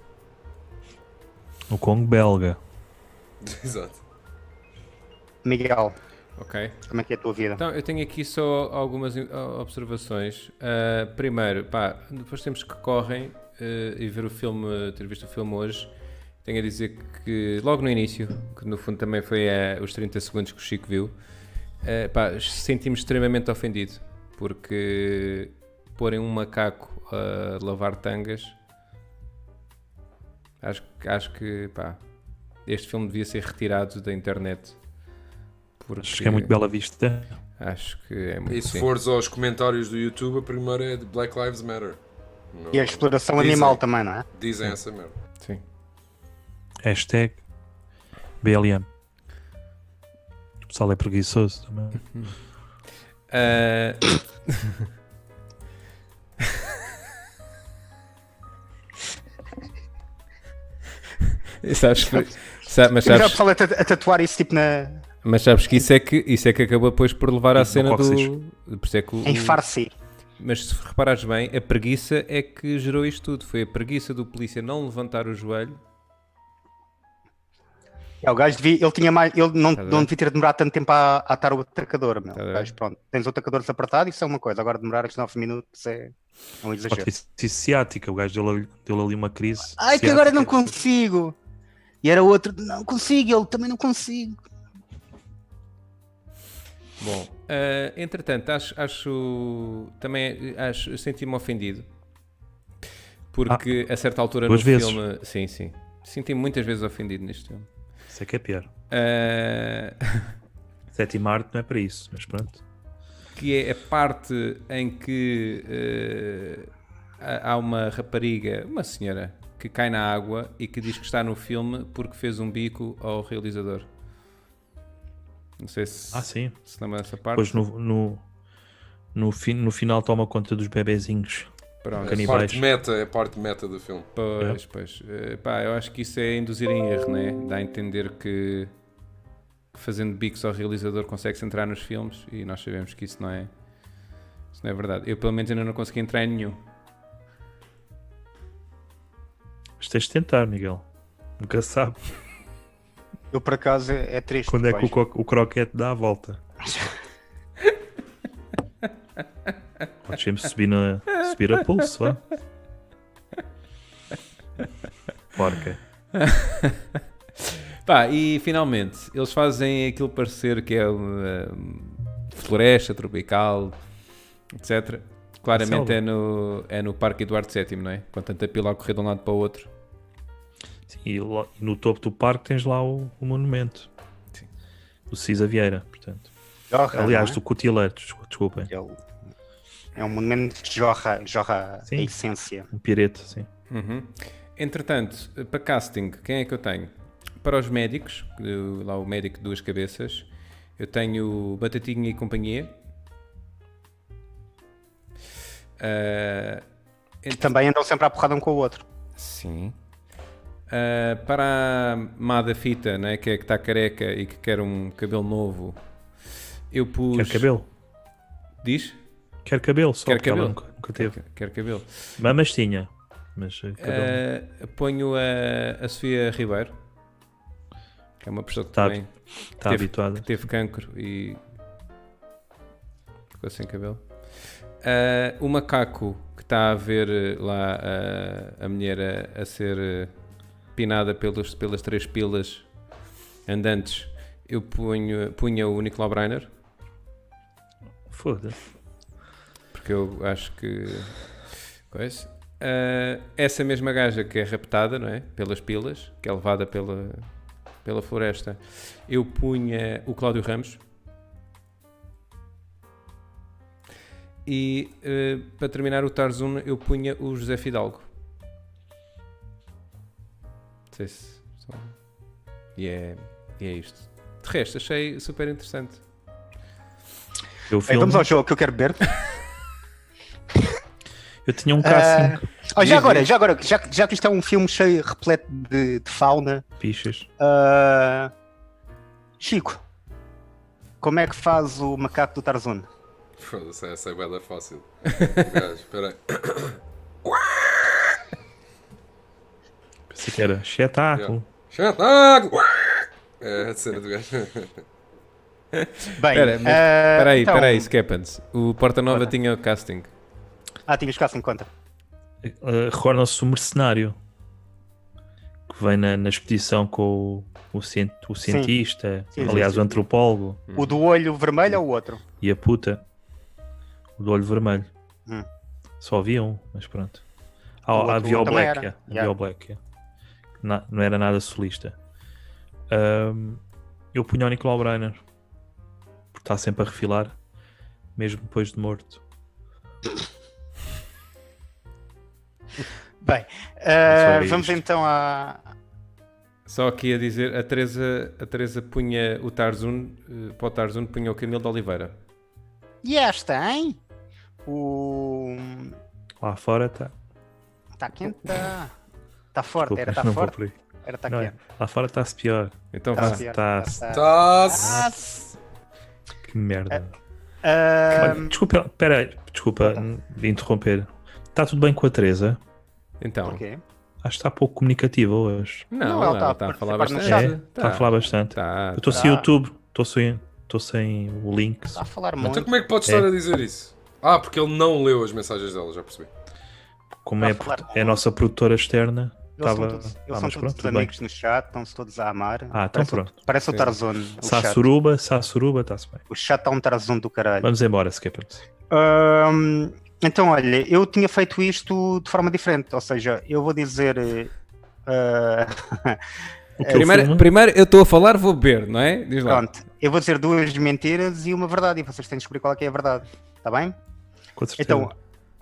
No Congo belga.
Exato.
Miguel,
Ok.
como é que é a tua vida?
Então, eu tenho aqui só algumas in- ah, observações. Ah, primeiro, pá, depois temos que correm eh, e ver o filme, ter visto o filme hoje, tenho a dizer que logo no início, que no fundo também foi eh, os 30 segundos que o Chico viu, eh, pá, sentimos extremamente ofendido, porque porem um macaco a lavar tangas, acho, que- acho que, pá, este filme devia ser retirado da internet. Porque...
Acho que é muito bela vista.
Acho que é muito
E se
sim.
fores aos comentários do YouTube, a primeira é de Black Lives Matter. Não-
E a exploração
Dizem.
animal também, não é?
Dizem essa merda.
Sim.
Hashtag BLM. O pessoal é preguiçoso também.
Ah, sabes que- sa- mas,
Já o
sabes,
pessoal a, ta- a tatuar isso tipo na,
mas sabes que isso é que isso é que acabou depois por levar à
No
cena
cóccix.
do por isso é que o-
em Farsi.
mas se reparares bem a preguiça é que gerou isto tudo foi a preguiça do polícia não levantar o joelho
É, o gajo devia, ele tinha mais, ele não,
a ver?
não devia ter demorado tanto tempo a, a atar o atacador, meu.
Tá a ver?
O gajo, pronto, tens o atacador desapertado, isso é uma coisa. Agora demorar os 9 minutos é é um
Pode
exagero.
ter sido ciática. O gajo deu-lhe deu ali uma crise.
Ai, que
ciática.
agora não consigo. E era outro, não consigo, ele também não consigo.
Bom, eh, entretanto, acho, acho- também acho, senti-me ofendido porque a certa altura
Ah, duas
no
vezes.
filme, sim, sim, senti-me muitas vezes ofendido neste filme.
Isso é que é pior.
Eh,
Sétima arte não é para isso, mas pronto.
que é a parte em que eh, há há uma rapariga, uma senhora, que cai na água e que diz que está no filme porque fez um bico ao realizador. Não sei se
Ah, sim.
se lembra dessa parte.
Depois no, no, no, fin- no final toma conta dos bebezinhos.
Pronto.
É a
Canibais.
parte meta, é a parte meta do filme.
Pois, pois. Eh, pá, eu acho que isso é induzir em erro, né? Dá a entender que que fazendo bicos ao realizador consegue-se entrar nos filmes e nós sabemos que isso não é. Isso não é verdade. Eu pelo menos ainda não consegui entrar em nenhum.
Mas tens de tentar, Miguel. Nunca se sabe
Eu por acaso é é triste.
quando é que
vejo.
o, co- o croquete dá a volta. Podes sempre subir, na, subir a pulso, vá. Porca.
Pá, e finalmente, eles fazem aquilo parecer que é uma floresta tropical, etc. Claramente
Selva.
é no, é no Parque Eduardo VII, não é? Com tanta pila a correr de um lado para o outro.
Sim, e lo- e no topo do parque tens lá o, o monumento.
Sim.
O Cisa Vieira, portanto.
Jorra,
Aliás,
Ah, não
do Cutileiro, desculpa- desculpem.
é? Ele- é um monumento que jorra, jorra a
Sim.
essência.
Um pirete, sim.
Uhum. Entretanto, para casting, quem é que eu tenho? Para os médicos, eu- lá o médico de duas cabeças, eu tenho Batatinha e Companhia. Ah,
Que também andam sempre à porrada um com o outro.
Sim. Ah, para a Mada Fita, né, que é que está careca e que quer um cabelo novo, eu pus.
Quer cabelo?
Diz?
Quer cabelo, só
Quer
porque ela
cabelo.
Nunca, nunca teve.
Quer cabelo.
Mamas tinha, mas eh, cabelo.
Ah, ponho a, a Sofia Ribeiro, que é uma pessoa que
Tá
também
Está
teve-
habituada.
que teve cancro e ficou sem cabelo. Ah, o macaco que está a ver eh, lá ah, a mulher a, a ser eh, pinada pelos, pelas três pilas andantes eu punho, punha o Nicolau Breiner,
Foda-se.
porque eu acho que. Coisa. Ah, essa mesma gaja que é raptada, não é? Pelas pilas, que é levada pela, pela floresta, eu punha o Cláudio Ramos. E ah, para terminar o Tarzun, eu punha o José Fidalgo. Não sei se. só- E é, e é isto. De resto, achei super interessante.
Eu,
Bem,
filme,
vamos ao jogo que eu quero ver.
eu tinha um K5,
Oh,
Diz,
já agora,
diz.
já agora, já, que- já que isto é um filme cheio, repleto de, de fauna,
pichas.
ah, Chico, como é que faz o macaco do Tarzan?
Foda-se, essa é bela fácil. Gajo, Espera aí.
Pensei que era espetáculo.
Chantago! É a cena do gajo.
Bem,
Espera, mas-
ah,
Espera aí,
então-
espera aí, Skeppens. O Porta Nova tinha o casting.
Ah, tinha escasso em conta.
Uh, Recorda-se o mercenário que vem na, na expedição com o, o, cien- o cientista,
Sim, sim,
aliás,
sim.
o antropólogo
O do olho vermelho ou o outro?
e a puta, o do olho vermelho.
Hum.
Só havia um, mas pronto. Ah,
O outro
havia o
também
Black,
era.
yeah. havia
Yeah.
o Black. yeah. Na- não era nada solista. Ahm, eu punho o Nicolau Breiner porque está sempre a refilar, mesmo depois de morto.
Bem, ah,
isto.
vamos então a.
Só aqui a dizer, a Teresa, a Teresa punha o Tarzun, eh, para o Tarzun punha o Camilo de Oliveira.
E esta, hein? O.
Lá fora tá,
Está
está.
Tá quente, está. Está forte, era está
não vou
forte.
por aí.
Era está
Não é. Ah,
quente.
Lá fora está-se pior.
Então
Tá
vá.
certo,
tá-se.
tá certo.
Tá-se!
Ah,
Que merda.
Ah,
Olha, desculpa, peraí, desculpa de interromper. Está tudo bem com a Teresa?
Então.
porquê?
Acho que está pouco comunicativa hoje.
Não,
Não, ela
ela está
tá
a
a
falar
participar no
bastante.
É,
Sabe,
está a falar bastante.
Tá,
Eu estou
tá.
sem YouTube, estou sem, tô sem o link.
Está Tá a falar
Então
muito.
como é que pode estar a dizer isso? Ah, porque ele não leu as mensagens dela, já percebi.
Como
tá
é,
a falar
é a nossa produtora externa.
Eles
Estava.
são todos, eles
Ah,
são
mas
todos
pronto, tudo bem.
amigos no chat, estão-se todos a amar.
Ah, então
Parece o-
pronto.
Parece o
Sim.
Tarzan. O chat.
Sassuruba, Sassuruba, está-se bem.
o chat está um Tarzan do caralho.
Vamos embora, Skippers.
Ahm, então, olha, eu tinha feito isto de forma diferente, ou seja, eu vou dizer. eh, ah,
O teu
Primeiro,
filme-
primeiro eu estou a falar, vou beber, não é? Diz lá.
pronto, eu vou dizer duas mentiras e uma verdade, e vocês têm de descobrir qual é que é a verdade, está bem?
com certeza.
Então,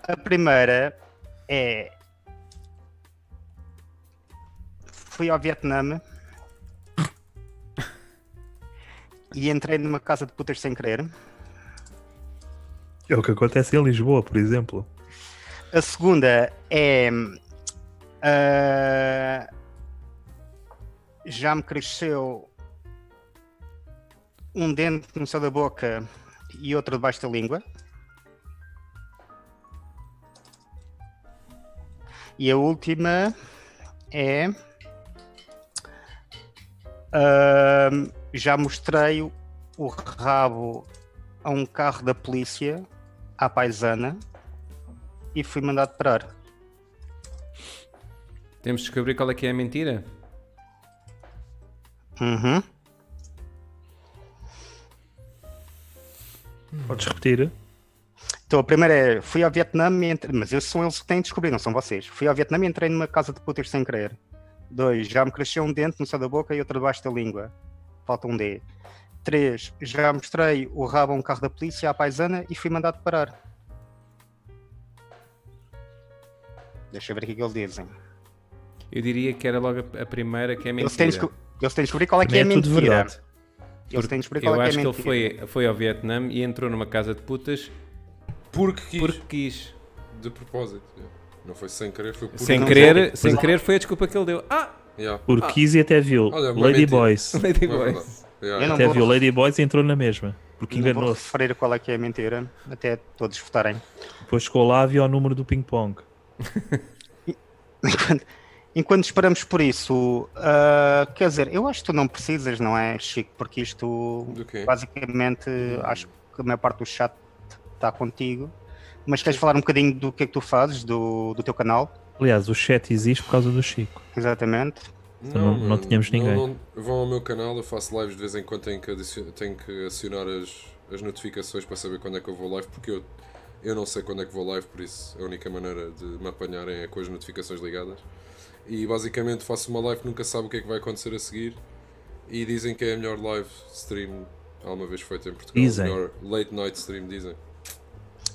a primeira é. Fui ao Vietnã e entrei numa casa de putas sem querer.
É o que acontece em Lisboa, por exemplo.
A segunda é. ah, já me cresceu um dente no céu da boca e outro debaixo da língua. E a última é. ah, já mostrei o- o rabo a um carro da polícia à paisana e fui mandado parar.
Temos de descobrir qual é que é a mentira.
Uhum. Hum.
Podes repetir?
Então a primeira é, fui ao Vietnã e entrei... Mas esses são eles que têm de descobrir, não são vocês. Fui ao Vietnã e entrei numa casa de putas sem querer. Dois, já me cresceu um dente no céu da boca e outro debaixo da língua. Falta um D. Três, já mostrei o rabo a um carro da polícia à paisana e fui mandado parar. Deixa eu ver o que é que eles dizem.
Eu diria que era logo a, a primeira que é
Eles têm,
mentira.
de desco- eles têm de descobrir qual é que é,
Também é tudo
mentira.
verdade.
Eles têm de descobrir qual
Eu
é que
acho
é
que ele
mentira.
foi, foi ao Vietnã e entrou numa casa de putas
Porque quis,
porque quis.
de propósito. Yeah. Não foi sem querer, foi por
Sem
não
querer,
sei.
sem querer foi a desculpa que ele deu. Ah,
Yeah.
Por Kizzy até viu
Olha, uma
Lady
mentira.
Boys.
Lady
Uma
Boy.
verdade. Yeah.
Eu não
Até
vou-
viu Lady Boys e entrou na mesma. Porque
Não vou
enganou-se.
referir qual é que é a mentira, até todos votarem.
Depois chegou lá e viu o número do ping-pong.
Enquanto, enquanto esperamos por isso, ah, quer dizer, eu acho que tu não precisas, não é, Chico? Porque isto,
Do quê?
basicamente, acho que a maior parte do chat está contigo. Mas queres falar um bocadinho do que é que tu fazes, do, do teu canal?
Aliás, o chat existe por causa do Chico.
Exatamente.
Então não- não
mano,
tínhamos ninguém.
vão ao meu canal, eu faço lives de vez em quando, tenho que, adicio- tenho que acionar as, as notificações para saber quando é que eu vou live, porque eu, eu não sei quando é que vou live, por isso a única maneira de me apanharem é com as notificações ligadas. E basicamente faço uma live que nunca sabe o que é que vai acontecer a seguir e dizem que é a melhor live stream alguma vez feita em Portugal.
Dizem.
A melhor late night stream, dizem.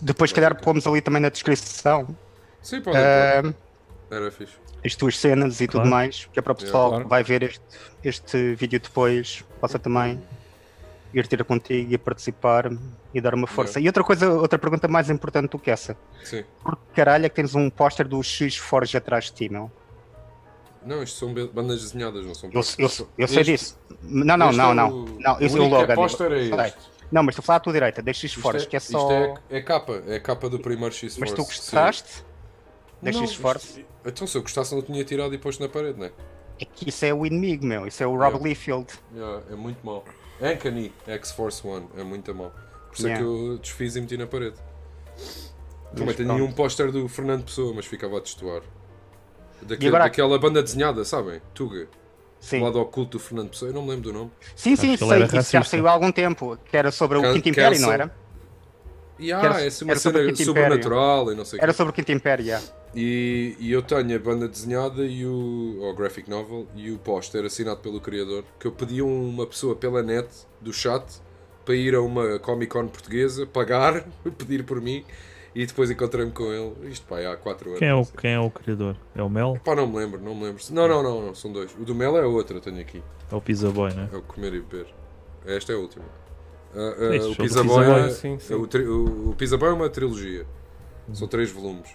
Depois, se calhar, pomos ali também na descrição
Sim, podem.
ah,
pôr. Era fixe.
as tuas cenas e
Claro.
tudo mais, que é para o pessoal
claro.
que vai ver este, este vídeo depois, possa também ir ter contigo e participar e dar uma força. E outra coisa, outra pergunta mais importante do que essa.
Sim.
Por que caralho é que tens um póster do X Forge atrás de ti, meu?
Não, isto são be- bandas desenhadas, não são
Eu, eu,
posters.
eu sei
Este-
disso. Não, não,
este
não,
é
não.
o-
não eu,
o
eu
único
logo
que é
digo.
póster é
Sei.
este.
Não, mas estou a falar à tua direita, da X
Isto
Force, que é
isto
só.
é, é capa, é capa da primeira X-Force.
Mas tu
sim.
gostaste? Da
Não,
X-Force?
isto- Então, se eu gostasse, não tinha tirado e posto na parede, não é?
É que isso é o inimigo, meu. Isso é o Rob
Yeah.
Liefeld.
Yeah, é muito mau. Ankeny, X-Force One, é muito mau. Por isso é
Yeah.
que eu desfiz e meti na parede. Também
Mas
tenho
pronto.
um póster do Fernando Pessoa, mas ficava a testuar. Daquele,
E agora-
Daquela banda desenhada, sabem? Tuga. O
Sim,
lado oculto do Fernando Pessoa, eu não me lembro do nome.
sim, sim
Acho que ele
sei.
era
Isso já
racista.
saiu há algum tempo. Que era sobre
Ca-
o Quinto Império, não
cancel.
era?
E ah,
Era-
é assim uma
era sobre o
cena
Quinto Império.
sobrenatural e não sei o quê.
Era sobre o Quinto Império, yeah.
E, e eu tenho a banda desenhada e o, ou graphic novel e o póster assinado pelo criador que eu pedi a uma pessoa pela net do chat para ir a uma Comic Con portuguesa, pagar, pedir por mim e depois encontrei-me com ele. Isto pá, há 4 anos.
Quem é, o,
não sei.
quem é o criador? É o Mel?
Pá, não me lembro, não me lembro. Não, não, não, não, são dois. O do Mel é outro, eu tenho aqui.
É o Pizza Boy, né?
É o comer e beber. Esta é a última. Ah, ah,
Isso, sobre o
o Pizza
Pizza
Boy
Boy,
é-
sim, sim.
é o tri- o- o Pizza Boy é uma trilogia. São três volumes.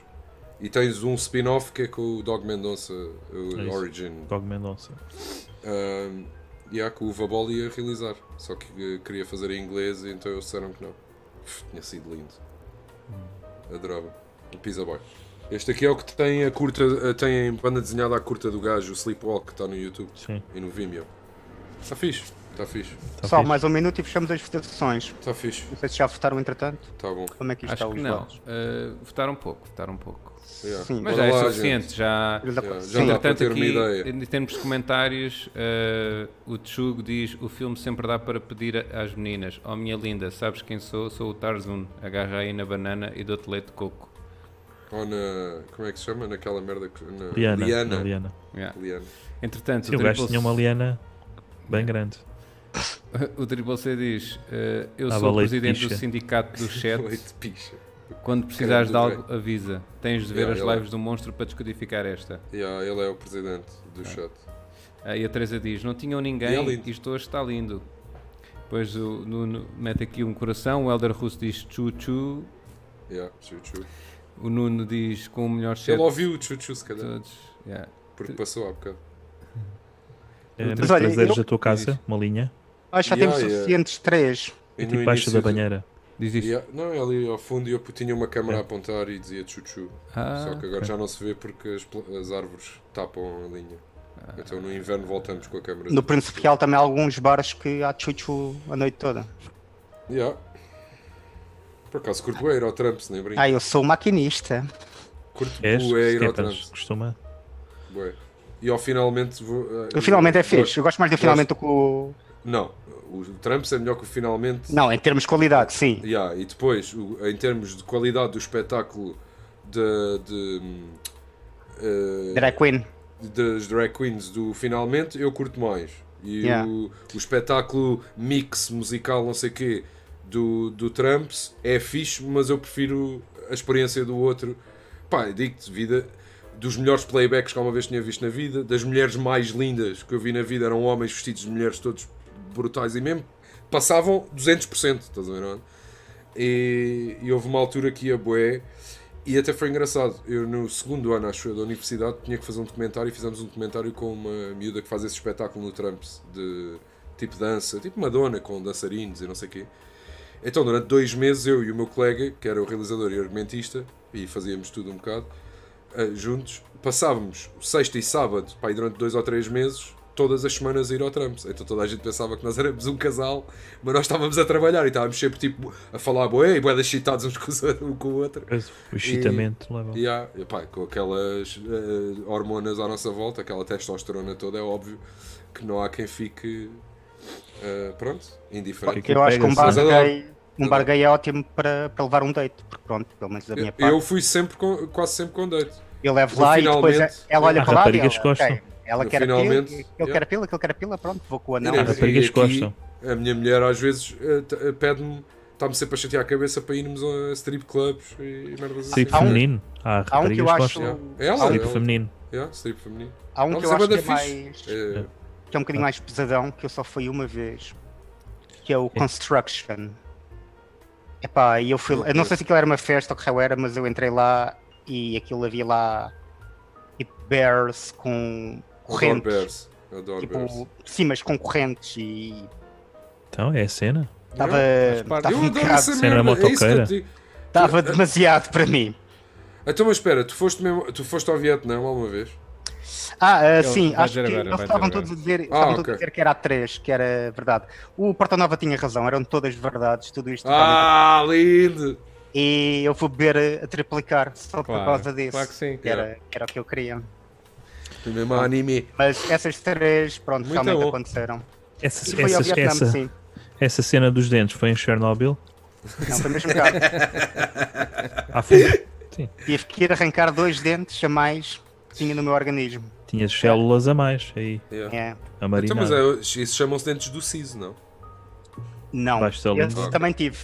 E tens um spin-off que é com o Dog Mendonça, o
É isso.
Origin.
Dog Mendonça.
Ahm, e há que o Vabol ia realizar. Só que eh, queria fazer em inglês e então eles disseram que não. Uf, tinha sido lindo.
Hum.
Adorava. O Pizza Boy. Este aqui é o que tem a curta, eh, tem a banda desenhada à curta do gajo, o Sleepwalk, que está no YouTube
Sim.
e no Vimeo. Está fixe, está fixe,
Tá
Pessoal,
fixe.
mais um minuto e fechamos as votações.
está Tá fixe,
Não sei se já votaram entretanto.
está bom.
Como é que isto está
Acho que
os
não.
votos?
Ah, votaram pouco, votaram pouco.
Yeah.
Sim.
Mas
Bora
já é
lá,
suficiente, já.
Filhos da
Yeah,
puta.
já
Sim.
dá.
Entretanto,
para ter uma
aqui,
ideia.
em termos de comentários, eh, o Tchugo diz: O filme sempre dá para pedir a- às meninas: Oh, minha linda, sabes quem sou? Sou o Tarzun. Agarra aí na banana e dou-te leite de coco.
Ou na. Como é que se chama? Naquela merda que. Na...
Liana.
Liana.
a Liana.
Yeah.
Liana.
Entretanto,
Sim,
o
o gajo tinha uma
Triple,
liana bem grande.
o Triple C diz: eh, Eu
Dava
sou o
leite
presidente
picha.
do sindicato do chat.
Leite de picha.
Quando precisares de
Credo,
algo, avisa. Tens de ver
Yeah,
as
ele é.
lives do monstro para descodificar esta.
Yeah, ele é o presidente do chat.
Ah, e a Teresa diz: Não tinham
E é
ninguém,
lindo.
isto hoje está lindo. Depois o Nuno mete aqui um coração, o Elder Russo diz chu-chu,
Yeah, chuchu.
o Nuno diz com o melhor chat
Ele
de
ouviu o chuchu, se calhar.
todos. Yeah.
Porque passou há bocado.
É, nos
Mas olha,
traseiros
eu-
da tua casa, uma linha.
Acho que já
Yeah,
temos
yeah.
suficientes três.
E
no
debaixo Tipo,
início
da
do-
banheira.
Diz isto.
Yeah, Não, ali ao fundo eu tinha uma câmera a apontar e dizia chuchu.
Ah,
Só que agora
ok.
já não se vê porque as, pla- as árvores tapam a linha.
Ah.
Então no inverno voltamos com a câmera.
No Principal também há alguns bares que há chuchu a noite toda.
Yeah. Por acaso curto bué ir ao Trump, se nem brinco.
Ah, eu sou maquinista.
Curto
És?
bué ir ao
Stepas,
Trump.
costuma.
Bué. E ao finalmente vou. eh,
O finalmente é
gosto-
fixe. Eu gosto mais do finalmente do que o.
Não, o Trumps é melhor que o finalmente.
Não, em termos de qualidade, sim.
Yeah, e depois, o- em termos de qualidade do espetáculo de, de, hum, eh,
Drag Queen.
das drag queens do finalmente, eu curto mais. E
Yeah.
o, o espetáculo mix musical, não sei o quê, do, do Trumps é fixe, mas eu prefiro a experiência do outro. Pá, eu digo-te, vida dos melhores playbacks que alguma vez tinha visto na vida, das mulheres mais lindas que eu vi na vida eram homens vestidos de mulheres todos brutais e mesmo passavam 200%, estás a ver? Não? é? E, e houve uma altura que ia bué e até foi engraçado. Eu no segundo ano, acho eu, da universidade, tinha que fazer um documentário e fizemos um documentário com uma miúda que faz esse espetáculo no Trumps de tipo dança, tipo Madonna com dançarinos e não sei o quê. Então, durante dois meses, eu e o meu colega, que era o realizador e argumentista, e fazíamos tudo um bocado, eh, juntos, passávamos o sexta e sábado, pá, aí durante dois ou três meses, todas as semanas a ir ao Trumps. Então toda a gente pensava que nós éramos um casal, mas nós estávamos a trabalhar e estávamos sempre tipo a falar boé e boé chitados uns com, os, um com o outro.
Mas O excitamento leva.
E há, epá, com aquelas eh, hormonas à nossa volta, aquela testosterona toda, é óbvio que não há quem fique eh, pronto, indiferente.
Fica-
Eu acho que um bar
é Mas adoro.
gay, um bar gay é ótimo para, para levar um date, porque pronto, pelo menos da minha
Eu
parte.
fui sempre com- quase sempre com date.
Eu levo lá e depois é-
finalmente-
ela olha
Há
para lá e ela,
raparigas que gostam.
ok, ela
Eu
quer
finalmente-
aquilo, ele quer aquilo, ele quer aquilo, pronto, vou com o anão.
Não,
Há raparigas
e
que
aqui-
gostam.
A minha mulher às vezes eh, t- eh, pede-me, está-me sempre a chatear a cabeça para irmos a strip clubs e merdas assim.
Strip
Há um-
Tipo feminino. Há
Há um
raparigas
que
que
eu acho,
gostam.
É ela,
há um-
Strip feminino.
Yeah, strip feminino.
há um
Não,
que eu
mas é
acho que
bué
é
da fixe.
mais,
Eh,
que é um
Ah.
bocadinho mais pesadão, que eu só fui uma vez, que é o Construction. Epá, e eu fui lá- eu não sei se aquilo era uma festa ou que raio era, mas eu entrei lá e aquilo havia lá tipo bears com
Adoro
correntes.
bears. Adoro bears.
Tipo, sim, mas com correntes e
Então, é a cena.
estava
faz parte.
estava um
Eu adoro
bocado-
essa
Cena
merda.
da
É isso que eu
motoqueira.
te digo.
estava demasiado para mim.
Então, mas espera, tu foste, mesmo, tu foste ao Vietnã alguma vez?
Ah, ah,
Ele
sim,
vai
acho que
dizer agora,
eles
vai
estavam
dizer
todos a dizer,
Ah,
estavam todos
ok.
a dizer que era a 3, que era verdade. O Porta Nova tinha razão, eram todas verdades, tudo isto. realmente.
Ah, lindo!
E eu vou beber a triplicar só por
Claro,
causa disso.
claro que sim.
Era, era o que eu queria.
Mesmo anime.
Mas essas três, pronto,
Muito
realmente
bom.
aconteceram. E
Essa,
foi ao
essa,
Vietnã,
essa,
sim.
essa cena dos dentes foi em Chernobyl?
Não, foi mesmo caro.
À frente. Sim.
Tive que ir arrancar dois dentes a mais que tinha no meu organismo.
Tinhas células a mais aí,
Yeah.
É.
a
Então, mas
marinar.
é, isso chamam-se dentes do siso, não?
Não,
Baixo da
esse
língua.
também tive.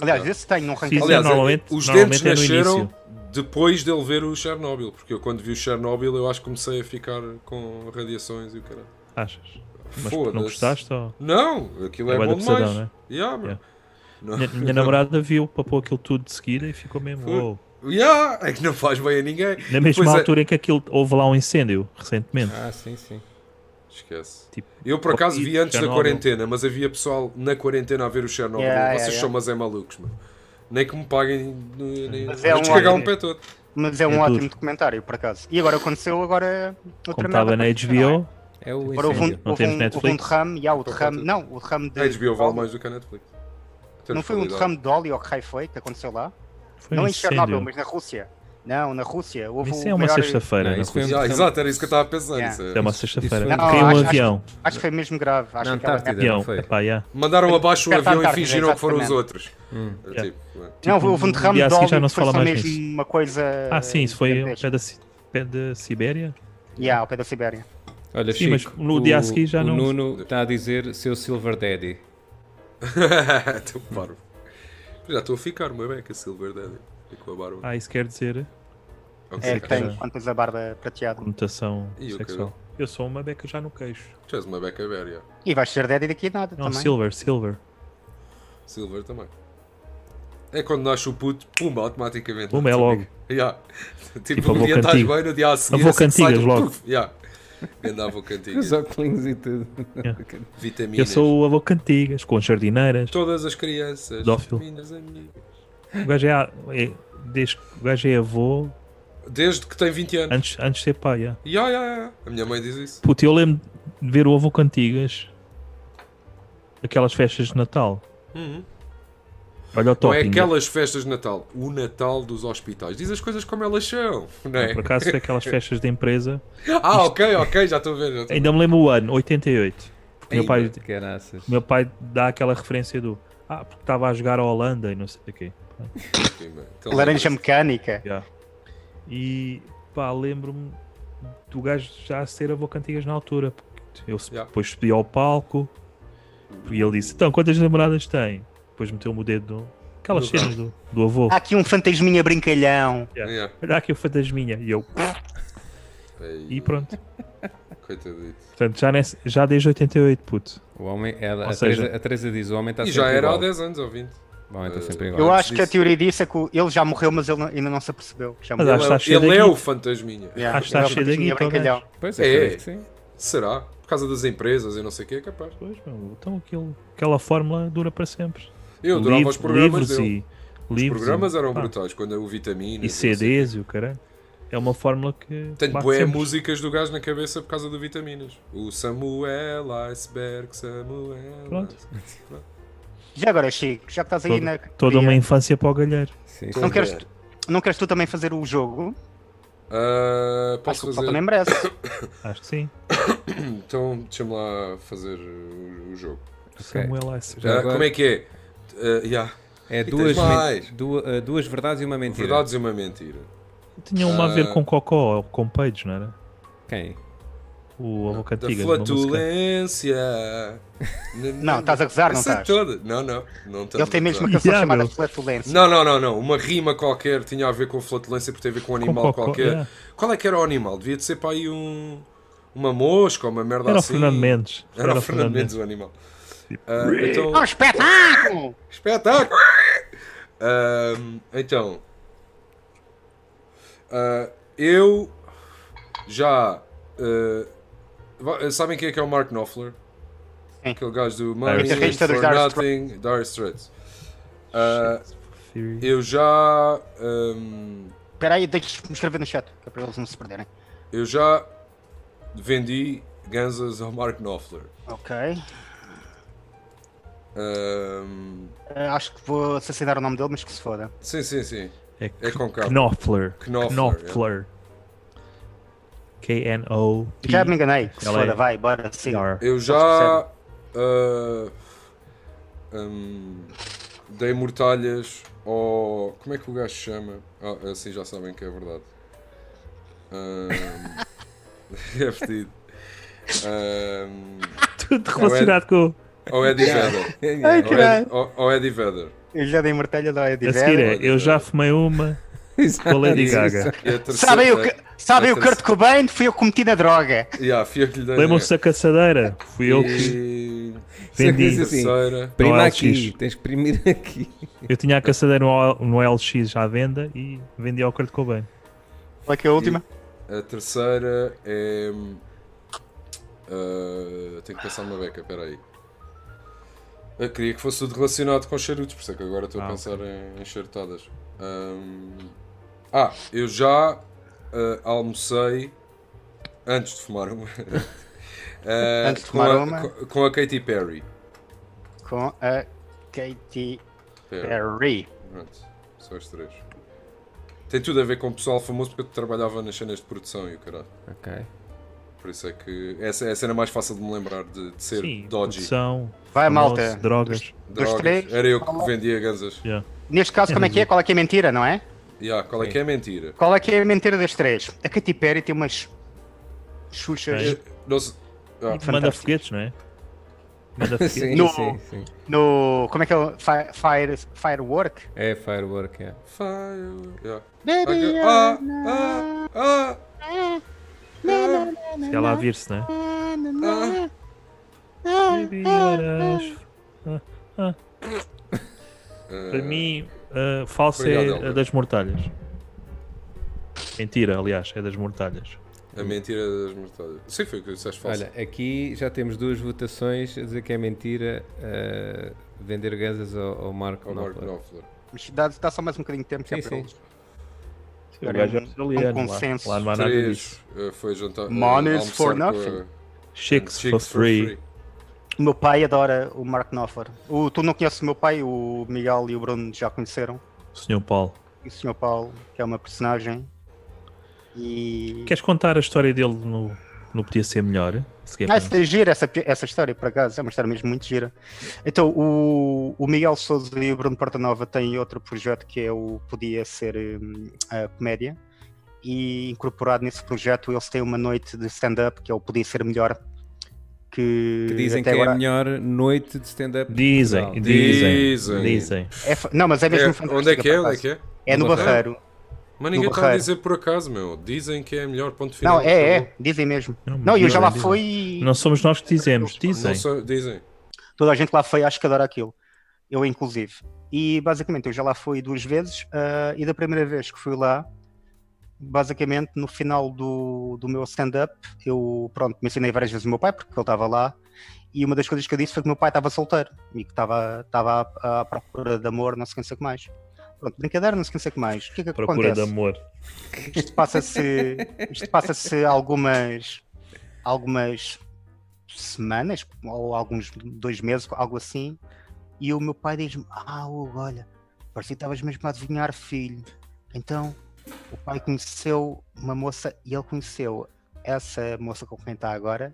Aliás, esse um tenho, não arranquei.
Sim,
Aliás,
sim. Normalmente-
os
normalmente
dentes
é no
nasceram
início.
depois dele ver o Chernobyl, porque eu quando vi o Chernobyl eu acho que comecei a ficar com radiações e o caralho.
Achas? Mas
Foda-se.
não gostaste? Ou...
Não, aquilo é,
É bué
bom
da pesadão,
demais.
né?
Yeah, meu.
Yeah.
Não.
Minha, minha namorada viu, papou aquilo tudo de seguida e ficou mesmo.
Foi.
"Uou".
Yeah, é que não faz bem a ninguém.
Na mesma
Pois é.
altura em que aquilo houve lá um incêndio, recentemente.
Ah, sim, sim.
Esquece.
Tipo,
Eu por acaso vi
Chernobyl.
antes da quarentena, mas havia pessoal na quarentena a ver o Chernobyl.
Yeah, yeah,
Vocês
yeah.
são mas é malucos, mano. Nem que me paguem. n- Nem...
Mas é
Vou
um
descagar um
ótimo.
pé todo.
Mas é um
É
ótimo
duro.
documentário, por acaso. E agora aconteceu agora
como
outra
estava
merda
na
parecida, não é?
HBO,
É o
Agora houve um,
incêndio.
Não
houve
tens
um-
Netflix?
houve um derrame, e há o
Por
derrame.
conta-
Não, o derrame de.
A HBO vale mais do que a Netflix.
Não foi um derrame de óleo ou que raio foi que aconteceu lá?
foi
não
um
em Chernobyl,
incêndio.
mas na Rússia. Não, na Rússia. Houve
Isso
o
é uma
maior-
sexta-feira,
Não,
na
isso foi
Rússia.
Yeah, exato, era Ah, isso que eu estava a pensar.
Yeah.
isso é-
É uma
isso-
sexta-feira.
isso foi-
Não,
Caiu um
acho- acho-
avião.
Acho que foi mesmo grave. Acho
Na
que aquela-
Antártida.
Avião,
foi.
epá, yeah.
Mandaram abaixo o
Perto da
avião e
Antártida,
fingiram que foram os
exatamente.
outros.
Hum.
É
Yeah.
tipo, é.
Não, houve um
no
derrame
dia a
de
seguir
óleo
já não
que
se
foi
fala
só
mais
mesmo
nisso.
uma coisa.
Ah, sim, isso foi ao
gigantesca.
pé da, Ci- pé da Sibéria.
Yeah, ao pé da Sibéria.
Olha,
Sim, mas
Chico,
no
o,
dia a seguir já
o
não-
Nuno está a dizer seu Silver Daddy.
é? Teu parvo. Já estou a ficar, meu bem, que a Silver Daddy. E com a barba.
Ah, isso quer dizer
Ok,
É que
cara.
tem quantas a barba prateada.
Hum. conotação
E o
sexual. Eu sou uma beca já no queixo.
Tu és uma beca velha.
E vais ser dead daqui a nada
Não,
também.
silver, silver.
Silver também. É quando nasce o puto, pumba, automaticamente.
Pumba, é logo.
Yeah. Tipo,
Tipo,
um
avô
dia estás
cantigo.
bem, no dia a seguir.
Avô
assim que sai
cantigas
do
logo.
puf, Yeah. Ganda avô cantigas.
óculos e tudo.
Eu
Vitaminas.
sou o avô cantigas, com jardineiras.
Todas as crianças.
Dófilo.
Vitaminas, amigo.
O gajo é, a- é- desde que o gajo é avô
Desde que tem 20 anos.
antes, antes de ser pai. Yeah.
Yeah, yeah, yeah. A minha mãe diz isso.
Puta, eu lembro de ver o avô cantigas. Aquelas festas de Natal. Olha o
Não Uhum. é
topping.
aquelas festas de Natal. O Natal dos hospitais. Diz as coisas como elas são. Não é?
né? Por acaso foi aquelas festas de empresa.
Ah, ok, ok, já estou a ver. já estou a ver.
Ainda me lembro o ano, 88. Porque meu pai,
Caraças.
meu pai dá aquela referência do. Ah, porque estava a jogar a Holanda e não sei o quê.
Sim, mano. Então,
Laranja mecânica.
Yeah. E pá, lembro-me do gajo já ser avô cantigas na altura. porque Eu
Yeah.
depois subi ao palco e ele disse: Então, quantas namoradas tem? Depois meteu-me o dedo no. Aquelas cenas do, do avô.
Há aqui um fantasminha brincalhão.
Yeah.
Olha aqui o fantasminha. E eu.
Ei,
E pronto.
coitadito.
Portanto, já, nesse, já desde 88, puto.
O homem, ela,
Ou
a,
seja-
Teresa, a Teresa diz, o homem está
E
sempre
já era há
igual.
10 anos ou 20.
O homem está sempre igual.
Eu acho que a
disso-
teoria disso é que o- ele já morreu, mas ele não- ainda não se apercebeu. que Já
Mas
morreu.
acho que está
Ele,
cheio
ele
de
é o
guita.
fantasminha.
Yeah,
acho que está
ele é o
cheio de
fantasminha
guita, né? o
brincalhão.
Pois
É.
é, que sim.
Será? Por causa das empresas e não sei o que é capaz.
Pois, meu, então aquilo, aquela fórmula dura para sempre.
Eu adorava
Livro-
os programas
livros
dele.
e. Livros
Os programas
e,
eram é
pá,
brutais, quando o Vitamina
E CDs e o caralho. É uma fórmula que.
assim. Tenho
bate
boé
sempre.
músicas do gajo na cabeça por causa do vitaminas. O Samuel Iceberg, Samuel.
Pronto.
Iceberg. Pronto.
Já agora, Chico, já que estás aí
Todo-
na.
Toda uma
categoria,
infância para o galheiro.
Sim,
não
Então-
queres, tu- não queres tu também fazer o jogo?
Ah, posso
Acho que
fazer.
falta nem merece.
Acho que sim.
Então deixa-me lá fazer uh, o, o jogo.
Samuel Iceberg.
Já
Ah,
agora-
Como é que é? Ah, yeah.
É
tens
duas, men-
mais.
du- uh, duas verdades e uma mentira.
Verdades e uma mentira.
Tinha uma a ver
Ah.
com Cocó ou com Peidos, não era?
Quem?
O Avô
Da
Cantiga. uma música.
flatulência.
Não, estás a gozar, não
Essa é
estás?
toda. Não, não. não estamos
Ele tem
a
mesmo
gozar.
uma canção
Yeah,
chamada
meu.
Flatulência.
Não, não, não, não. Uma rima qualquer tinha a ver com flatulência porque tem a ver com um
Com
animal
Cocó,
qualquer.
é.
Qual é que era o animal? Devia de ser para aí um. Uma mosca ou uma merda
Era o
assim.
Fernando Mendes.
Era, o Fernando Mendes o animal. Ah, então,
É um espetáculo!
Espetáculo! Ahm, então. Ah, eu já. ah, va- sabem quem é que é o Mark Knopfler?
Sim.
Aquele gajo do
Dire
Money,
Straits.
For
Guitarrista dos Dire
Nothing, Dire Straits. Ah,
Theory.
eu já. ahm,
Espera aí, deixa-me escrever no chat, que é para eles não se perderem.
eu já vendi ganzas ao Mark Knopfler.
Ok.
Ahm,
Eh, acho que vou assassinar o nome dele, mas que se foda.
sim, sim, sim.
É,
É com K.
Knopfler.
Knopfler,
Knopfler. K-N-O-P.
Já me enganei, que se
Ela é-
foda, vai, bora, siga.
R.
Eu já ah, hum, dei mortalhas ao. Como é que o gajo se chama? Ah, assim já sabem que é verdade. Hum, é vestido. Hum,
Tudo relacionado com.
ao Eddie Vedder.
Ai,
Ao Ed-
caralho.
Ao, ao Eddie Vedder.
Eu já dei martelha da Eddie
A seguir
Vedder.
é, eu já fumei uma com a Lady Gaga.
E a terceira-
Sabem o que... Sabem o Kurt Cobain? Fui eu que cometi na droga.
Yeah, fui eu que lhe dei.
Lembram-se da caçadeira? Fui eu que
E...
vendi.
Sim.
Terceira.
Não
Prima
é o
aqui,
X.
tens que primir aqui.
Eu tinha a caçadeira no, no LX à venda e vendi ao Kurt Cobain.
Qual é que é a última?
A terceira é. ah, tenho que pensar numa beca, peraí. Eu queria que fosse tudo relacionado com charutos, por isso é que agora estou a
Ah,
pensar em, em charutadas. Ahm, ah, eu já ah, almocei antes de fumar uma. Ah,
Antes de
com
fumar
a,
uma?
Com, com a Katy Perry.
Com a Katy
Perry.
Perry.
Pronto, só as três. Tem tudo a ver com o pessoal famoso porque eu trabalhava nas cenas de produção e o caralho.
Ok.
Por isso é que essa é a cena mais fácil de me lembrar de, de ser
Sim,
dodgy.
produção,
Vai, malta.
famoso, drogas.
Dos
Drogas.
três,
Era eu que vendia ganzas.
Yeah.
Neste caso, como é que é? Qual é que é a mentira, não é?
Yeah, qual é que é a mentira?
Qual é que é a mentira das três? A Katy Perry tem umas xuxas
Tem.
Eu- não sei- Ah,
E manda foguetes, não é? Manda
Sim,
foguetes.
No-
sim, sim.
no... Como é que é? o- Fi- Fire, firework?
É firework, é.
Fire. Yeah.
Baby,
Ok. Ah, ah, ah, ah.
Se ela a vir-se, não é?
ah.
Baby, olha, acho- ah, ah. Para mim, a falsa é
Ah. Obrigado,
a das mortalhas. Mentira, aliás, é das mortalhas.
A mentira das mortalhas. Sim, foi o que disseste falso.
Olha, aqui já temos duas votações a dizer que é mentira ah, vender ganzas ao, ao Marco.
Ao Mark
Knopfler.
Knopfler.
Mas Dá, dá só mais um bocadinho de tempo que é
Sim,
para
sim.
eles.
O
Era
gajo é
um- um
australiano, lá-
consenso.
lá não há nada disso.
Três. eh, Foi jantar. eh,
Money is
almoçar
for
com a-
nothing.
Chicks for
Chicks
free.
O meu pai adora o Mark Knopfler. O, tu não conheces o meu pai, o Miguel e o Bruno já conheceram.
Senhor Paulo,
E o Sr. Paulo, que é uma personagem. E.
queres contar a história dele no, no Podia Ser Melhor? Se
Tipo,
quer
Ah, essa é gira, essa, essa história, por acaso, é uma história mesmo muito gira. Então, o, o Miguel Souza e o Bruno Portanova têm outro projeto que é o Podia Ser hum, a Comédia, e incorporado nesse projeto eles têm uma noite de stand-up que é o Podia Ser Melhor, que,
Que dizem que
até
é a
agora...
melhor noite de stand-up. de
Dizem,
Portugal.
dizem,
Dizem.
dizem.
é fa- Não, mas é mesmo
É,
fantástica,
onde é que é?
por
Onde é
acaso.
que é?
É no
No Barreiro?
Barreiro.
Mas ninguém
No
está a
Barreiro.
dizer por acaso, meu. Dizem que é a melhor ponto final.
Não, é, é, dizem mesmo.
Não, mas
Não, eu já lá
dizem.
fui e
Não somos nós que dizemos,
Não
dizem.
sei, dizem.
toda a gente lá foi, acho que adora aquilo. Eu, inclusive. E basicamente, eu já lá fui duas vezes ah, e da primeira vez que fui lá, basicamente no final do, do meu stand-up, eu, pronto, mencionei várias vezes o meu pai, porque ele estava lá. E uma das coisas que eu disse foi que o meu pai estava solteiro e que estava estava à, à procura de amor, não sei quem sei o que mais. Pronto, brincadeira, não sei, não sei o que mais. O que é que
Procura de
acontece?
amor.
Isto passa-se isto passa-se algumas algumas semanas ou alguns dois meses, algo assim. E o meu pai diz-me: "Ah, Hugo, olha, parecia que estavas mesmo a adivinhar, filho". Então, o pai conheceu uma moça e ele conheceu essa moça com quem está agora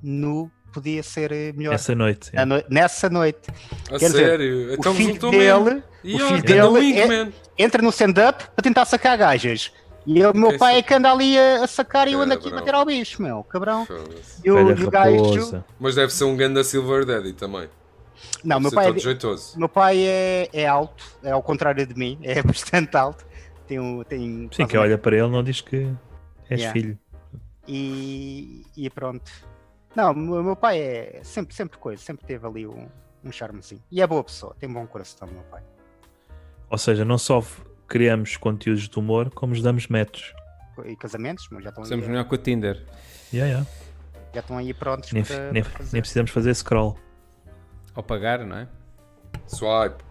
no podia ser eh, melhor
Essa noite.
Na noi- nessa noite.
A
Quer dizer,
sério? então
o filho
resultou
dele
mesmo.
o
Yeah,
filho
ganda
dele
link,
é-
man.
entra no stand-up para tentar sacar gajas. E o
Ok,
meu pai
sim. é
é que anda ali a, a sacar e eu ando aqui a
Cabrão.
bater ao bicho, meu, cabrão.
Foda-se.
E o,
Velha
e o gajo.
raposa.
Mas deve ser um ganda Silver Daddy também.
Não,
Deve
Ah, meu
ser
pai, é
todo jeitoso.
meu pai é, é alto, é ao contrário de mim, é bastante alto. Tem um. Tem
Sim,
quase
que
um-
olha para ele não diz que és
Yeah.
filho.
E, e pronto. Não, o meu meu pai é sempre, sempre coisa, sempre teve ali um, um charme assim. E é boa pessoa, tem bom coração, meu pai.
Ou seja, não só f- criamos conteúdos de humor, como os damos metros.
E casamentos, mas já estão
Somos
aí,
melhor com a Tinder.
Yeah, yeah.
já estão aí prontos
Nem,
para,
nem-
para fazer.
nem precisamos fazer scroll.
Ao pagar, não é?
Swipe.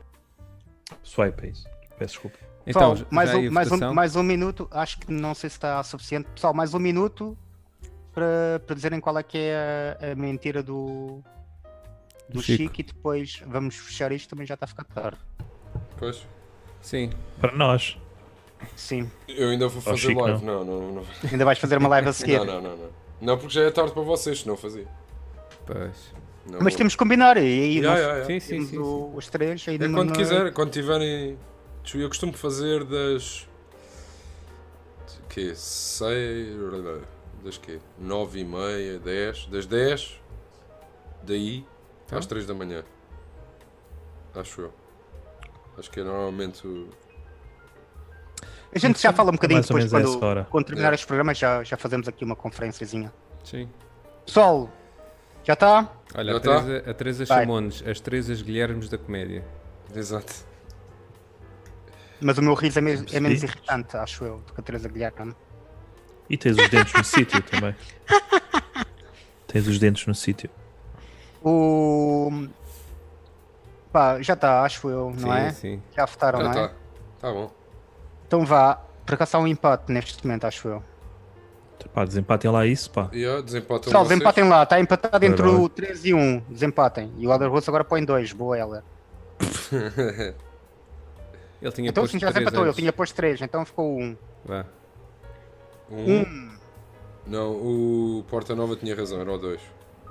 Swipe é isso. Peço desculpa.
Então,
Pessoal, mais,
já
um,
a
mais, um,
votação.
mais um minuto, acho que não sei se está suficiente. Pessoal, mais um minuto para, para dizerem qual é que é a, a mentira do, do Chico.
Chico.
e depois vamos fechar isto, também já está a ficar tarde.
Pois.
Sim.
Para nós.
Sim,
Eu ainda vou fazer
Chico,
live. Não, não, não.
ainda vais fazer uma live a seguir.
Não, não, não, não. Não, porque já é tarde para vocês, não fazia.
Pois.
Não
Mas
vou.
temos que combinar e aí
Yeah,
nós
yeah, yeah.
Sim, sim,
temos
sim. sim.
o- os três. Aí
É
numa-
quando
numa-
quiser, quando tiverem. Eu costumo fazer das. que? 6. Das que? 9 e meia, 10. Das 10 daí às 3 da manhã. Acho eu. Acho que é normalmente. o-
A gente já fala um bocadinho
mais ou
depois,
menos a essa
quando,
hora.
quando terminar este programa, já, já fazemos aqui uma conferenciazinha.
Sim.
Pessoal, já está?
Olha,
Já
a
tá?
Teresa, a Teresa
Vai.
chamou-nos as Teresas Guilhermes da comédia.
Exato.
Mas o meu riso é, mes- é menos
Sim.
irritante, acho eu, do que a Teresa Guilherme.
E tens os dentes no sítio também. Tens os dentes no sítio.
O. Pá, já está, acho eu, não
sim,
é?
sim.
Já votaram,
Já
não
está.
é?
Tá bom.
Então vá, por acaso há um empate neste momento, acho eu.
Então
Pá, desempatem lá isso, pá.
E ó, desempatam
Pessoal,
vocês.
desempatem lá, está empatado entre
Caralho.
o 3 e 1. Desempatem. E o Elder Russo agora põe 2, boa ela.
Ele tinha
Então
posto
sim, já
três
desempatou, ele
antes.
tinha posto 3, então ficou 1.
Vá.
Um. Não, o Porta Nova tinha razão, era o 2.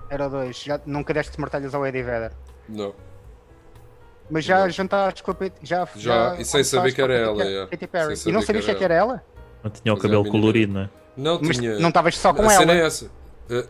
Era 2. Já nunca deste mortalhas ao Eddie Vedder.
Não.
Mas já jantaste com a Pet- já,
Já, e sem saber que era
almoçaste com a
ela,
Katy- Katy
é.
Perry.
Sem
E não
saber
sabias
que
que,
era
que era ela?
Não tinha o
Mas é a
cabelo
mínima
colorido, não é?
Não
Mas
tinha.
não estavas só com
a cena
ela.
é essa. Eh,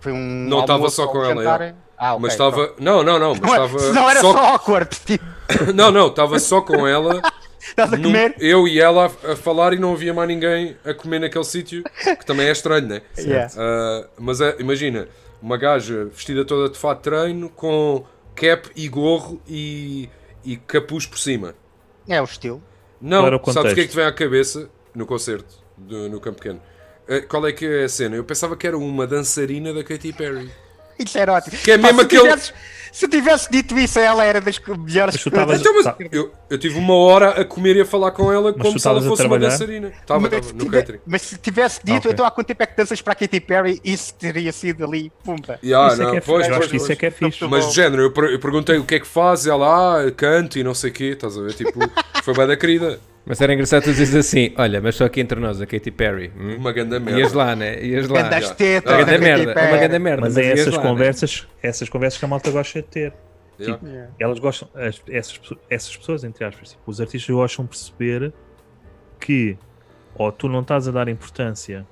Foi um
Não estava
almoço
só
ou um
com ela,
jantar.
é.
Ah, ok,
mas estava. Não, não, não. Mas
pronto.
estava.
Senão era
só-
só awkward, tipo.
Não, não. Estava só com ela.
Estás a
num-
comer?
Eu e ela a, a falar e não havia mais ninguém a comer naquele sítio. Que também é estranho, né?
Yeah.
Ah, mas é, imagina, uma gaja vestida toda de fato de treino com cap e gorro e, e capuz por cima.
É o estilo.
Não,
Qual era o
sabes o que é
contexto?
que te vem à cabeça no concerto do- no Campo Pequeno? Eh, Qual é que é a cena? Eu pensava que era uma dançarina da Katy Perry.
Isso era ótimo.
Que é mesmo
se,
aquele-
tivesse, se tivesse dito isso, ela era das co- melhores
Mas tu estavas-
Então, mas
Tá.
eu, eu tive uma hora a comer e a falar com ela
Mas
como
tu
se ela
estavas a
fosse uma
trabalhar?
dançarina.
Mas
Estava, estava,
se
no
é
tiver-
catering.
Mas se tivesse dito,
Ah, ok.
então há quanto tempo é que danças para a Katy Perry? Isso teria sido ali, pumba.
Yeah,
isso é
Ah, não,
que é
pois,
fixe. Eu
pois,
acho que isso é
pois.
que é fixe.
Muito
Mas
bom.
de género, eu, per- eu perguntei o que é que faz, ela, ah, canto e não sei o quê, estás a ver? Tipo, foi bem da querida.
Mas era engraçado tu dizes assim, olha, mas só aqui entre nós, a Katy Perry. Hum?
Uma ganda
Ias
merda.
lá, né? Ias lá.
Ganda as
Ah, já.
tetas
Uma
da
grande
Katy
merda, é uma
Perry.
grande merda.
Mas é
ias
essas
lá, né?
conversas, essas conversas que a malta gosta de ter. Tipo,
Yeah.
Yeah.
Elas gostam, as- essas, pesso- essas pessoas, entre aspas, tipo, os artistas gostam de perceber que ou tu não estás a dar importância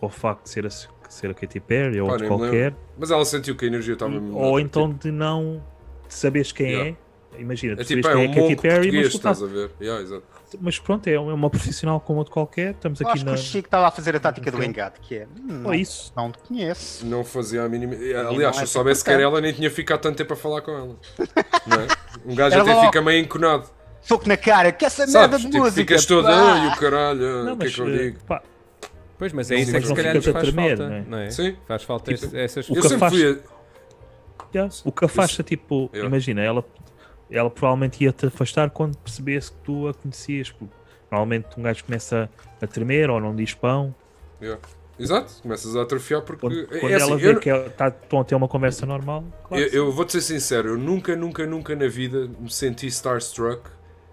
ao facto de ser a, ser a Katy Perry ou
Pá,
de
nem me
qualquer,
Mas ela sentiu que a energia estava mesmo
ou
noutra,
então de não de saberes quem
tipo. Yeah.
é. Imagina,
tipo,
tu
É
sabes
tipo, é um
quem é a
monco
Katy Perry, mas,
português,
tu tá-
estás a ver? Yeah, exato.
mas pronto, é uma profissional como outro qualquer. Estamos
Eu
aqui
acho
na.
que o Chico estava a fazer a tática do engate, que é. Hum,
Não é isso.
Não te conheço.
Não fazia a mínima.
não é
Aliás, se eu
assim
soubesse que era ela, nem tinha ficado tanto tempo a falar com ela. Não é? Um gajo
Era
até
logo.
fica meio enconado.
Soco na cara, que essa merda
Sabes?
de
Tipo,
música.
ficas todo.
pá.
"Ai, o caralho,
Não,
o que é
mas
que eu digo?
eh, pá,
Pois, mas é isso é
mas
que
não
se calhar nos
ficas a
faz
tremer,
falta,
não é?
não é?
Sim. Tipo,
Faz falta esse- essas
o
Eu
que
sempre
faz-
fui. a-
Yeah, O que afasta, tipo,
Yeah.
imagina, ela ela provavelmente ia te afastar quando percebesse que tu a conhecias. porque Normalmente um gajo começa a tremer ou não diz pão.
Yeah. Exato, começas a atrofiar porque.
Quando,
é
quando
assim,
ela
eu
vê
não-
que ela tá, estão a ter uma conversa normal, claro.
Eu, eu vou-te ser sincero, eu nunca, nunca, nunca na vida me senti starstruck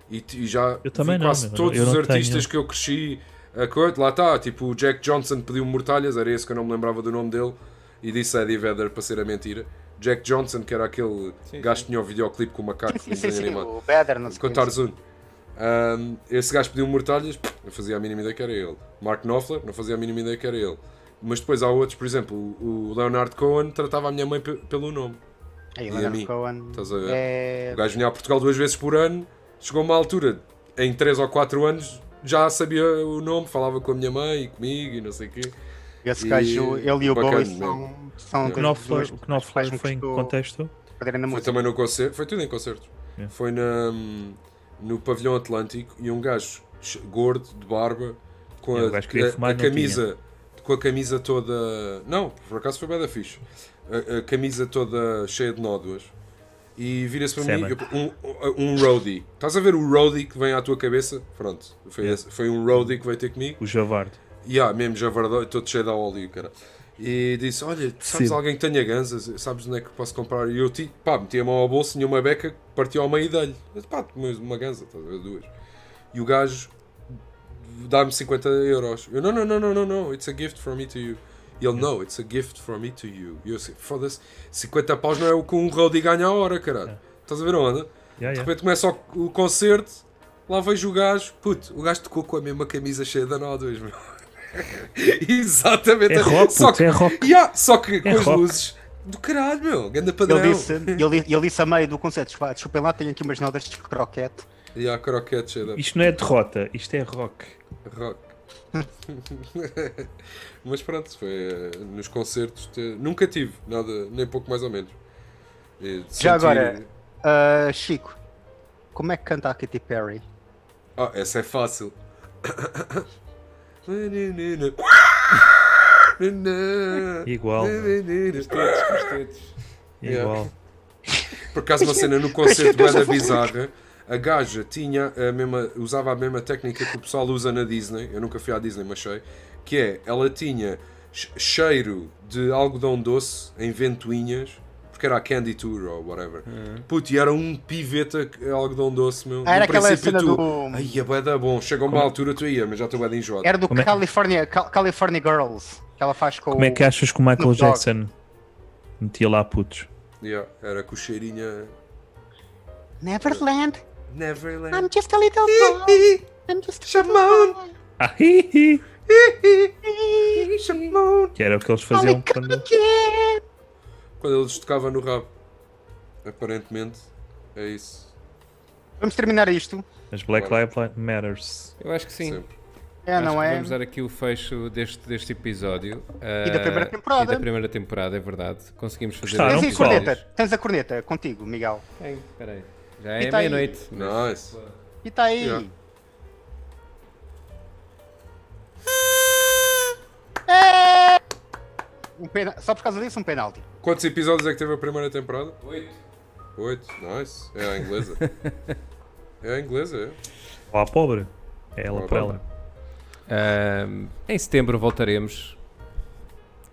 e, t- e já
Eu também
vi
não,
quase
meu,
todos
eu
os
não
artistas
tenho.
que eu cresci a coisa, lá está, tipo o Jack Johnson pediu mortalhas, era esse que eu não me lembrava do nome dele, e disse a Eddie Vedder para ser a mentira. Jack Johnson, que era aquele
Sim,
gajo que tinha o videoclipe com o macaco
Sim,
de
sim,
desenho
sim,
animado.
o Better, não sei
Com o Tarzun. Ahm, esse gajo pediu mortalhas, não fazia a mínima ideia que era ele. Mark Knopfler, não fazia a mínima ideia que era ele. Mas depois há outros, por exemplo, o o Leonard Cohen tratava a minha mãe pe- pelo nome.
Aí,
E
o
a mim?
Leonard Cohen
Estás a ver?
é...
O gajo vinha a Portugal duas vezes por ano, chegou a uma altura, em 3 ou 4 anos, já sabia o nome, falava com a minha mãe e comigo e não sei o quê.
Esse
e-
gajo, ele e o
bacana
Bowie
mesmo.
são, são
O
O
dois-
Knopfler,
dois-
o
faz-me
Knopfler foi em
gostou-
contexto.
perderem na
Foi
música.
também no concerto, foi tudo em concertos.
Yeah.
Foi na, no pavilhão Atlântico e um gajo che- gordo, de barba, com
É,
a,
o gajo queria
a-
fumar,
a
não
camisa, com a camisa toda. Não, por acaso foi bem da fixe. A, a camisa toda cheia de nódoas. E vira-se para mim
Seven.
eu- um, um roadie. Estás a ver o roadie que vem à tua cabeça? Pronto, foi,
Yeah.
esse- foi um roadie que veio ter comigo.
O Javardo.
E há mesmo javardão, todo cheio de óleo, cara. E disse: Olha, sabes
Sim.
alguém que tenha ganzas? Sabes onde é que posso comprar? E eu ti, pá, meti a mão ao bolso, tinha uma beca, partiu ao meio e dei-lhe. Eu disse, Pá, mas uma ganza, estás a ver? Duas. E o gajo dá-me 50 euros. Eu: Não, não, não, não, não, não, it's a gift from me to you. E ele: No, it's a gift from me to you. E eu assim: Foda-se, 50 paus não é o que um roadie ganha à hora, caralho. Estás a ver
É.
onde?
Yeah,
De
yeah.
repente começa o, o concerto, lá vejo o gajo, puto, o gajo tocou com a mesma camisa cheia de anódoas, meu. Exatamente.
É rock,
só
putz,
que,
é rock. É
Yeah, só que com as
rock.
luzes do caralho, meu. Ganda padrão.
Ele disse, ele, ele disse a meio do concerto, "Pá, desculpem lá, tenho aqui umas notas de croquete.
E há croquete cheia de
Isto não é derrota, isto é rock.
rock. Mas pronto, foi eh, nos concertos. te- Nunca tive nada, nem pouco mais ou menos. E sentir-
Já agora, ah, Chico, como é que canta a Katy Perry?
Ah, essa é fácil.
Igual,
Quartetos, quartetos.
É
Yeah.
Igual.
Por acaso uma cena no concerto da bizarra, a gaja tinha a mesma, usava a mesma técnica que o pessoal usa na Disney, eu nunca fui à Disney, mas sei, que é, ela tinha che- cheiro de algodão doce em ventoinhas, porque era a Candy Tour ou whatever. Puto, e era um piveta que- algodão doce, meu.
Ah, era
no
aquela
princípio
cena
tu,
do-
Ai, a boeda bom, chega a uma altura tu ia, mas já estou bem enjoado.
Era do
Como é-
California, Cal- California Girls, que ela faz com
Como é que achas que o Michael
Snoop Dogg.
Jackson metia lá putos?
Yeah, era com cheirinha...
o... Neverland,
Neverland.
I'm just a little boy, I'm just a little boy.
Ah, hi, hi.
é
Chamão.
Que era o que eles
Olha
faziam
Oh que
um quando.
pequeno.
Quando eles tocavam no rabo. Aparentemente, é isso.
Vamos terminar isto?
As Black Lives Matters.
Eu acho que sim.
Sempre.
É,
Acho
não
que
é?
Vamos dar aqui o fecho deste, deste episódio.
E da
Ah,
primeira temporada.
E da primeira temporada, é verdade. Conseguimos fazer
Gostaram,
Tens
Não,
aí a
pessoal.
corneta, tens a corneta contigo, Miguel.
Tenho, peraí. Já é
E tá aí.
meia-noite.
Nice.
E tá aí.
Yeah.
É! Um pena- Só por causa disso, um penalti.
Quantos episódios é que teve a primeira temporada?
Oito.
Oito. Nice. É a inglesa. é a inglesa, é.
Ou à pobre. É ela
Ou à
para
pobre.
ela.
Ahm, em setembro voltaremos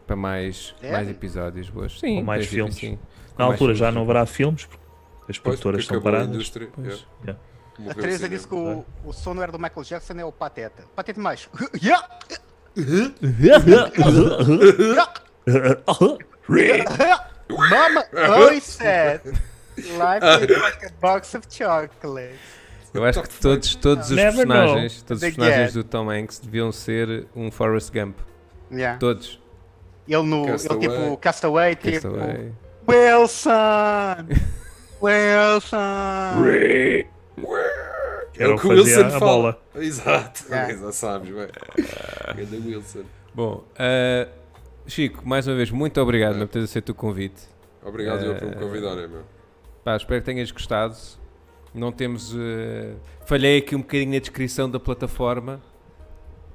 para mais,
É?
mais episódios boas. Sim,
Com mais
em princípio,
filmes.
sim. Com
Na
mais
altura
filmes,
já
sim.
não haverá filmes, porque as
Pois, porque
produtoras estão
acabou a
paradas.
indústria.
Pois.
é.
Yeah.
A
Morreu É o
Teresa
cinema.
disse que o, o som não era do Michael Jackson, é o Pateta. Pateta mais. Yeah! Yeah! Yeah! Mama always said, life is like a box of chocolates.
Eu acho que todos, todos os
Never know.
personagens, todos os
Again.
personagens do Tom Hanks deviam ser um Forrest Gump.
Yeah.
Todos.
Ele no,
Castaway.
ele tipo Castaway, tipo
Castaway.
Wilson, Wilson.
É o que o Wilson
fazia a
fala.
bola. É.
Exato.
É.
Já sabes, bem. Ganda Wilson.
Bom, ah, Chico, mais uma vez, muito obrigado por teres aceito o convite.
Obrigado
É.
eu por me convidarem, meu.
Pá, espero que tenhas gostado. Não temos. eh, falhei aqui um bocadinho na descrição da plataforma.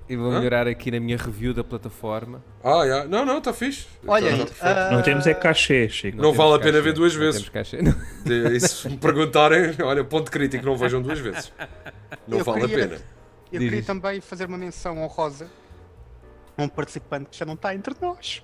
E vou melhorar aqui na minha review da plataforma.
Ah, já. Não, não, está fixe.
Olha,
Tá- tá
aí,
perfeito.
ah,
Não temos é cachê, Chico.
Não
temos
vale a pena
cachê,
ver duas
não
vezes.
temos cachê, não.
De- E se me perguntarem, olha, ponto crítico, não vejam duas vezes. Não
Eu
vale
queria-
a pena.
Eu
Diz
queria
isso.
também fazer uma menção honrosa a um participante que já não está entre nós.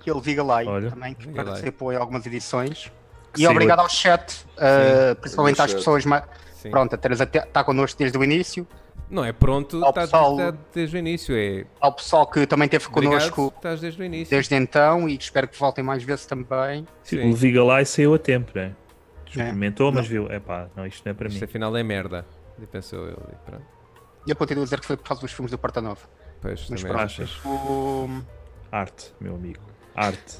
Que ele Viga Lai
Olha,
também, que
Vigalay.
participou em algumas edições.
Que
e
saiu
obrigado ao chat, uh, principalmente
ao
às
chat.
pessoas mais.
Sim.
Pronto, a Teresa está connosco desde o início.
Não é pronto,
Ao
tá-
pessoal-
tá desde o início. É
Ao pessoal que também esteve
connosco.
connosco
Estás desde o início.
desde então e espero que voltem mais vezes também.
Tipo, O Viga lá e saiu a tempo, né? Experimentou, mas
Não.
viu, é pá, não, isto não é para mim.
Isto afinal é merda. E pensou ele. e Pronto.
E eu continuo a dizer que foi por causa dos filmes do Porta Nova.
Pois,
é
Mas
também.
pronto.
Achas?
O-
Arte, meu amigo. Arte.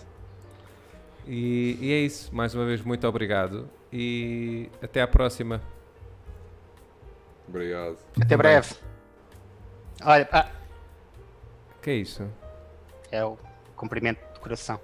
E, e é isso. Mais uma vez, muito obrigado. E até à próxima.
Obrigado.
Até breve. Olha, ah,
Que é isso?
é o cumprimento do coração.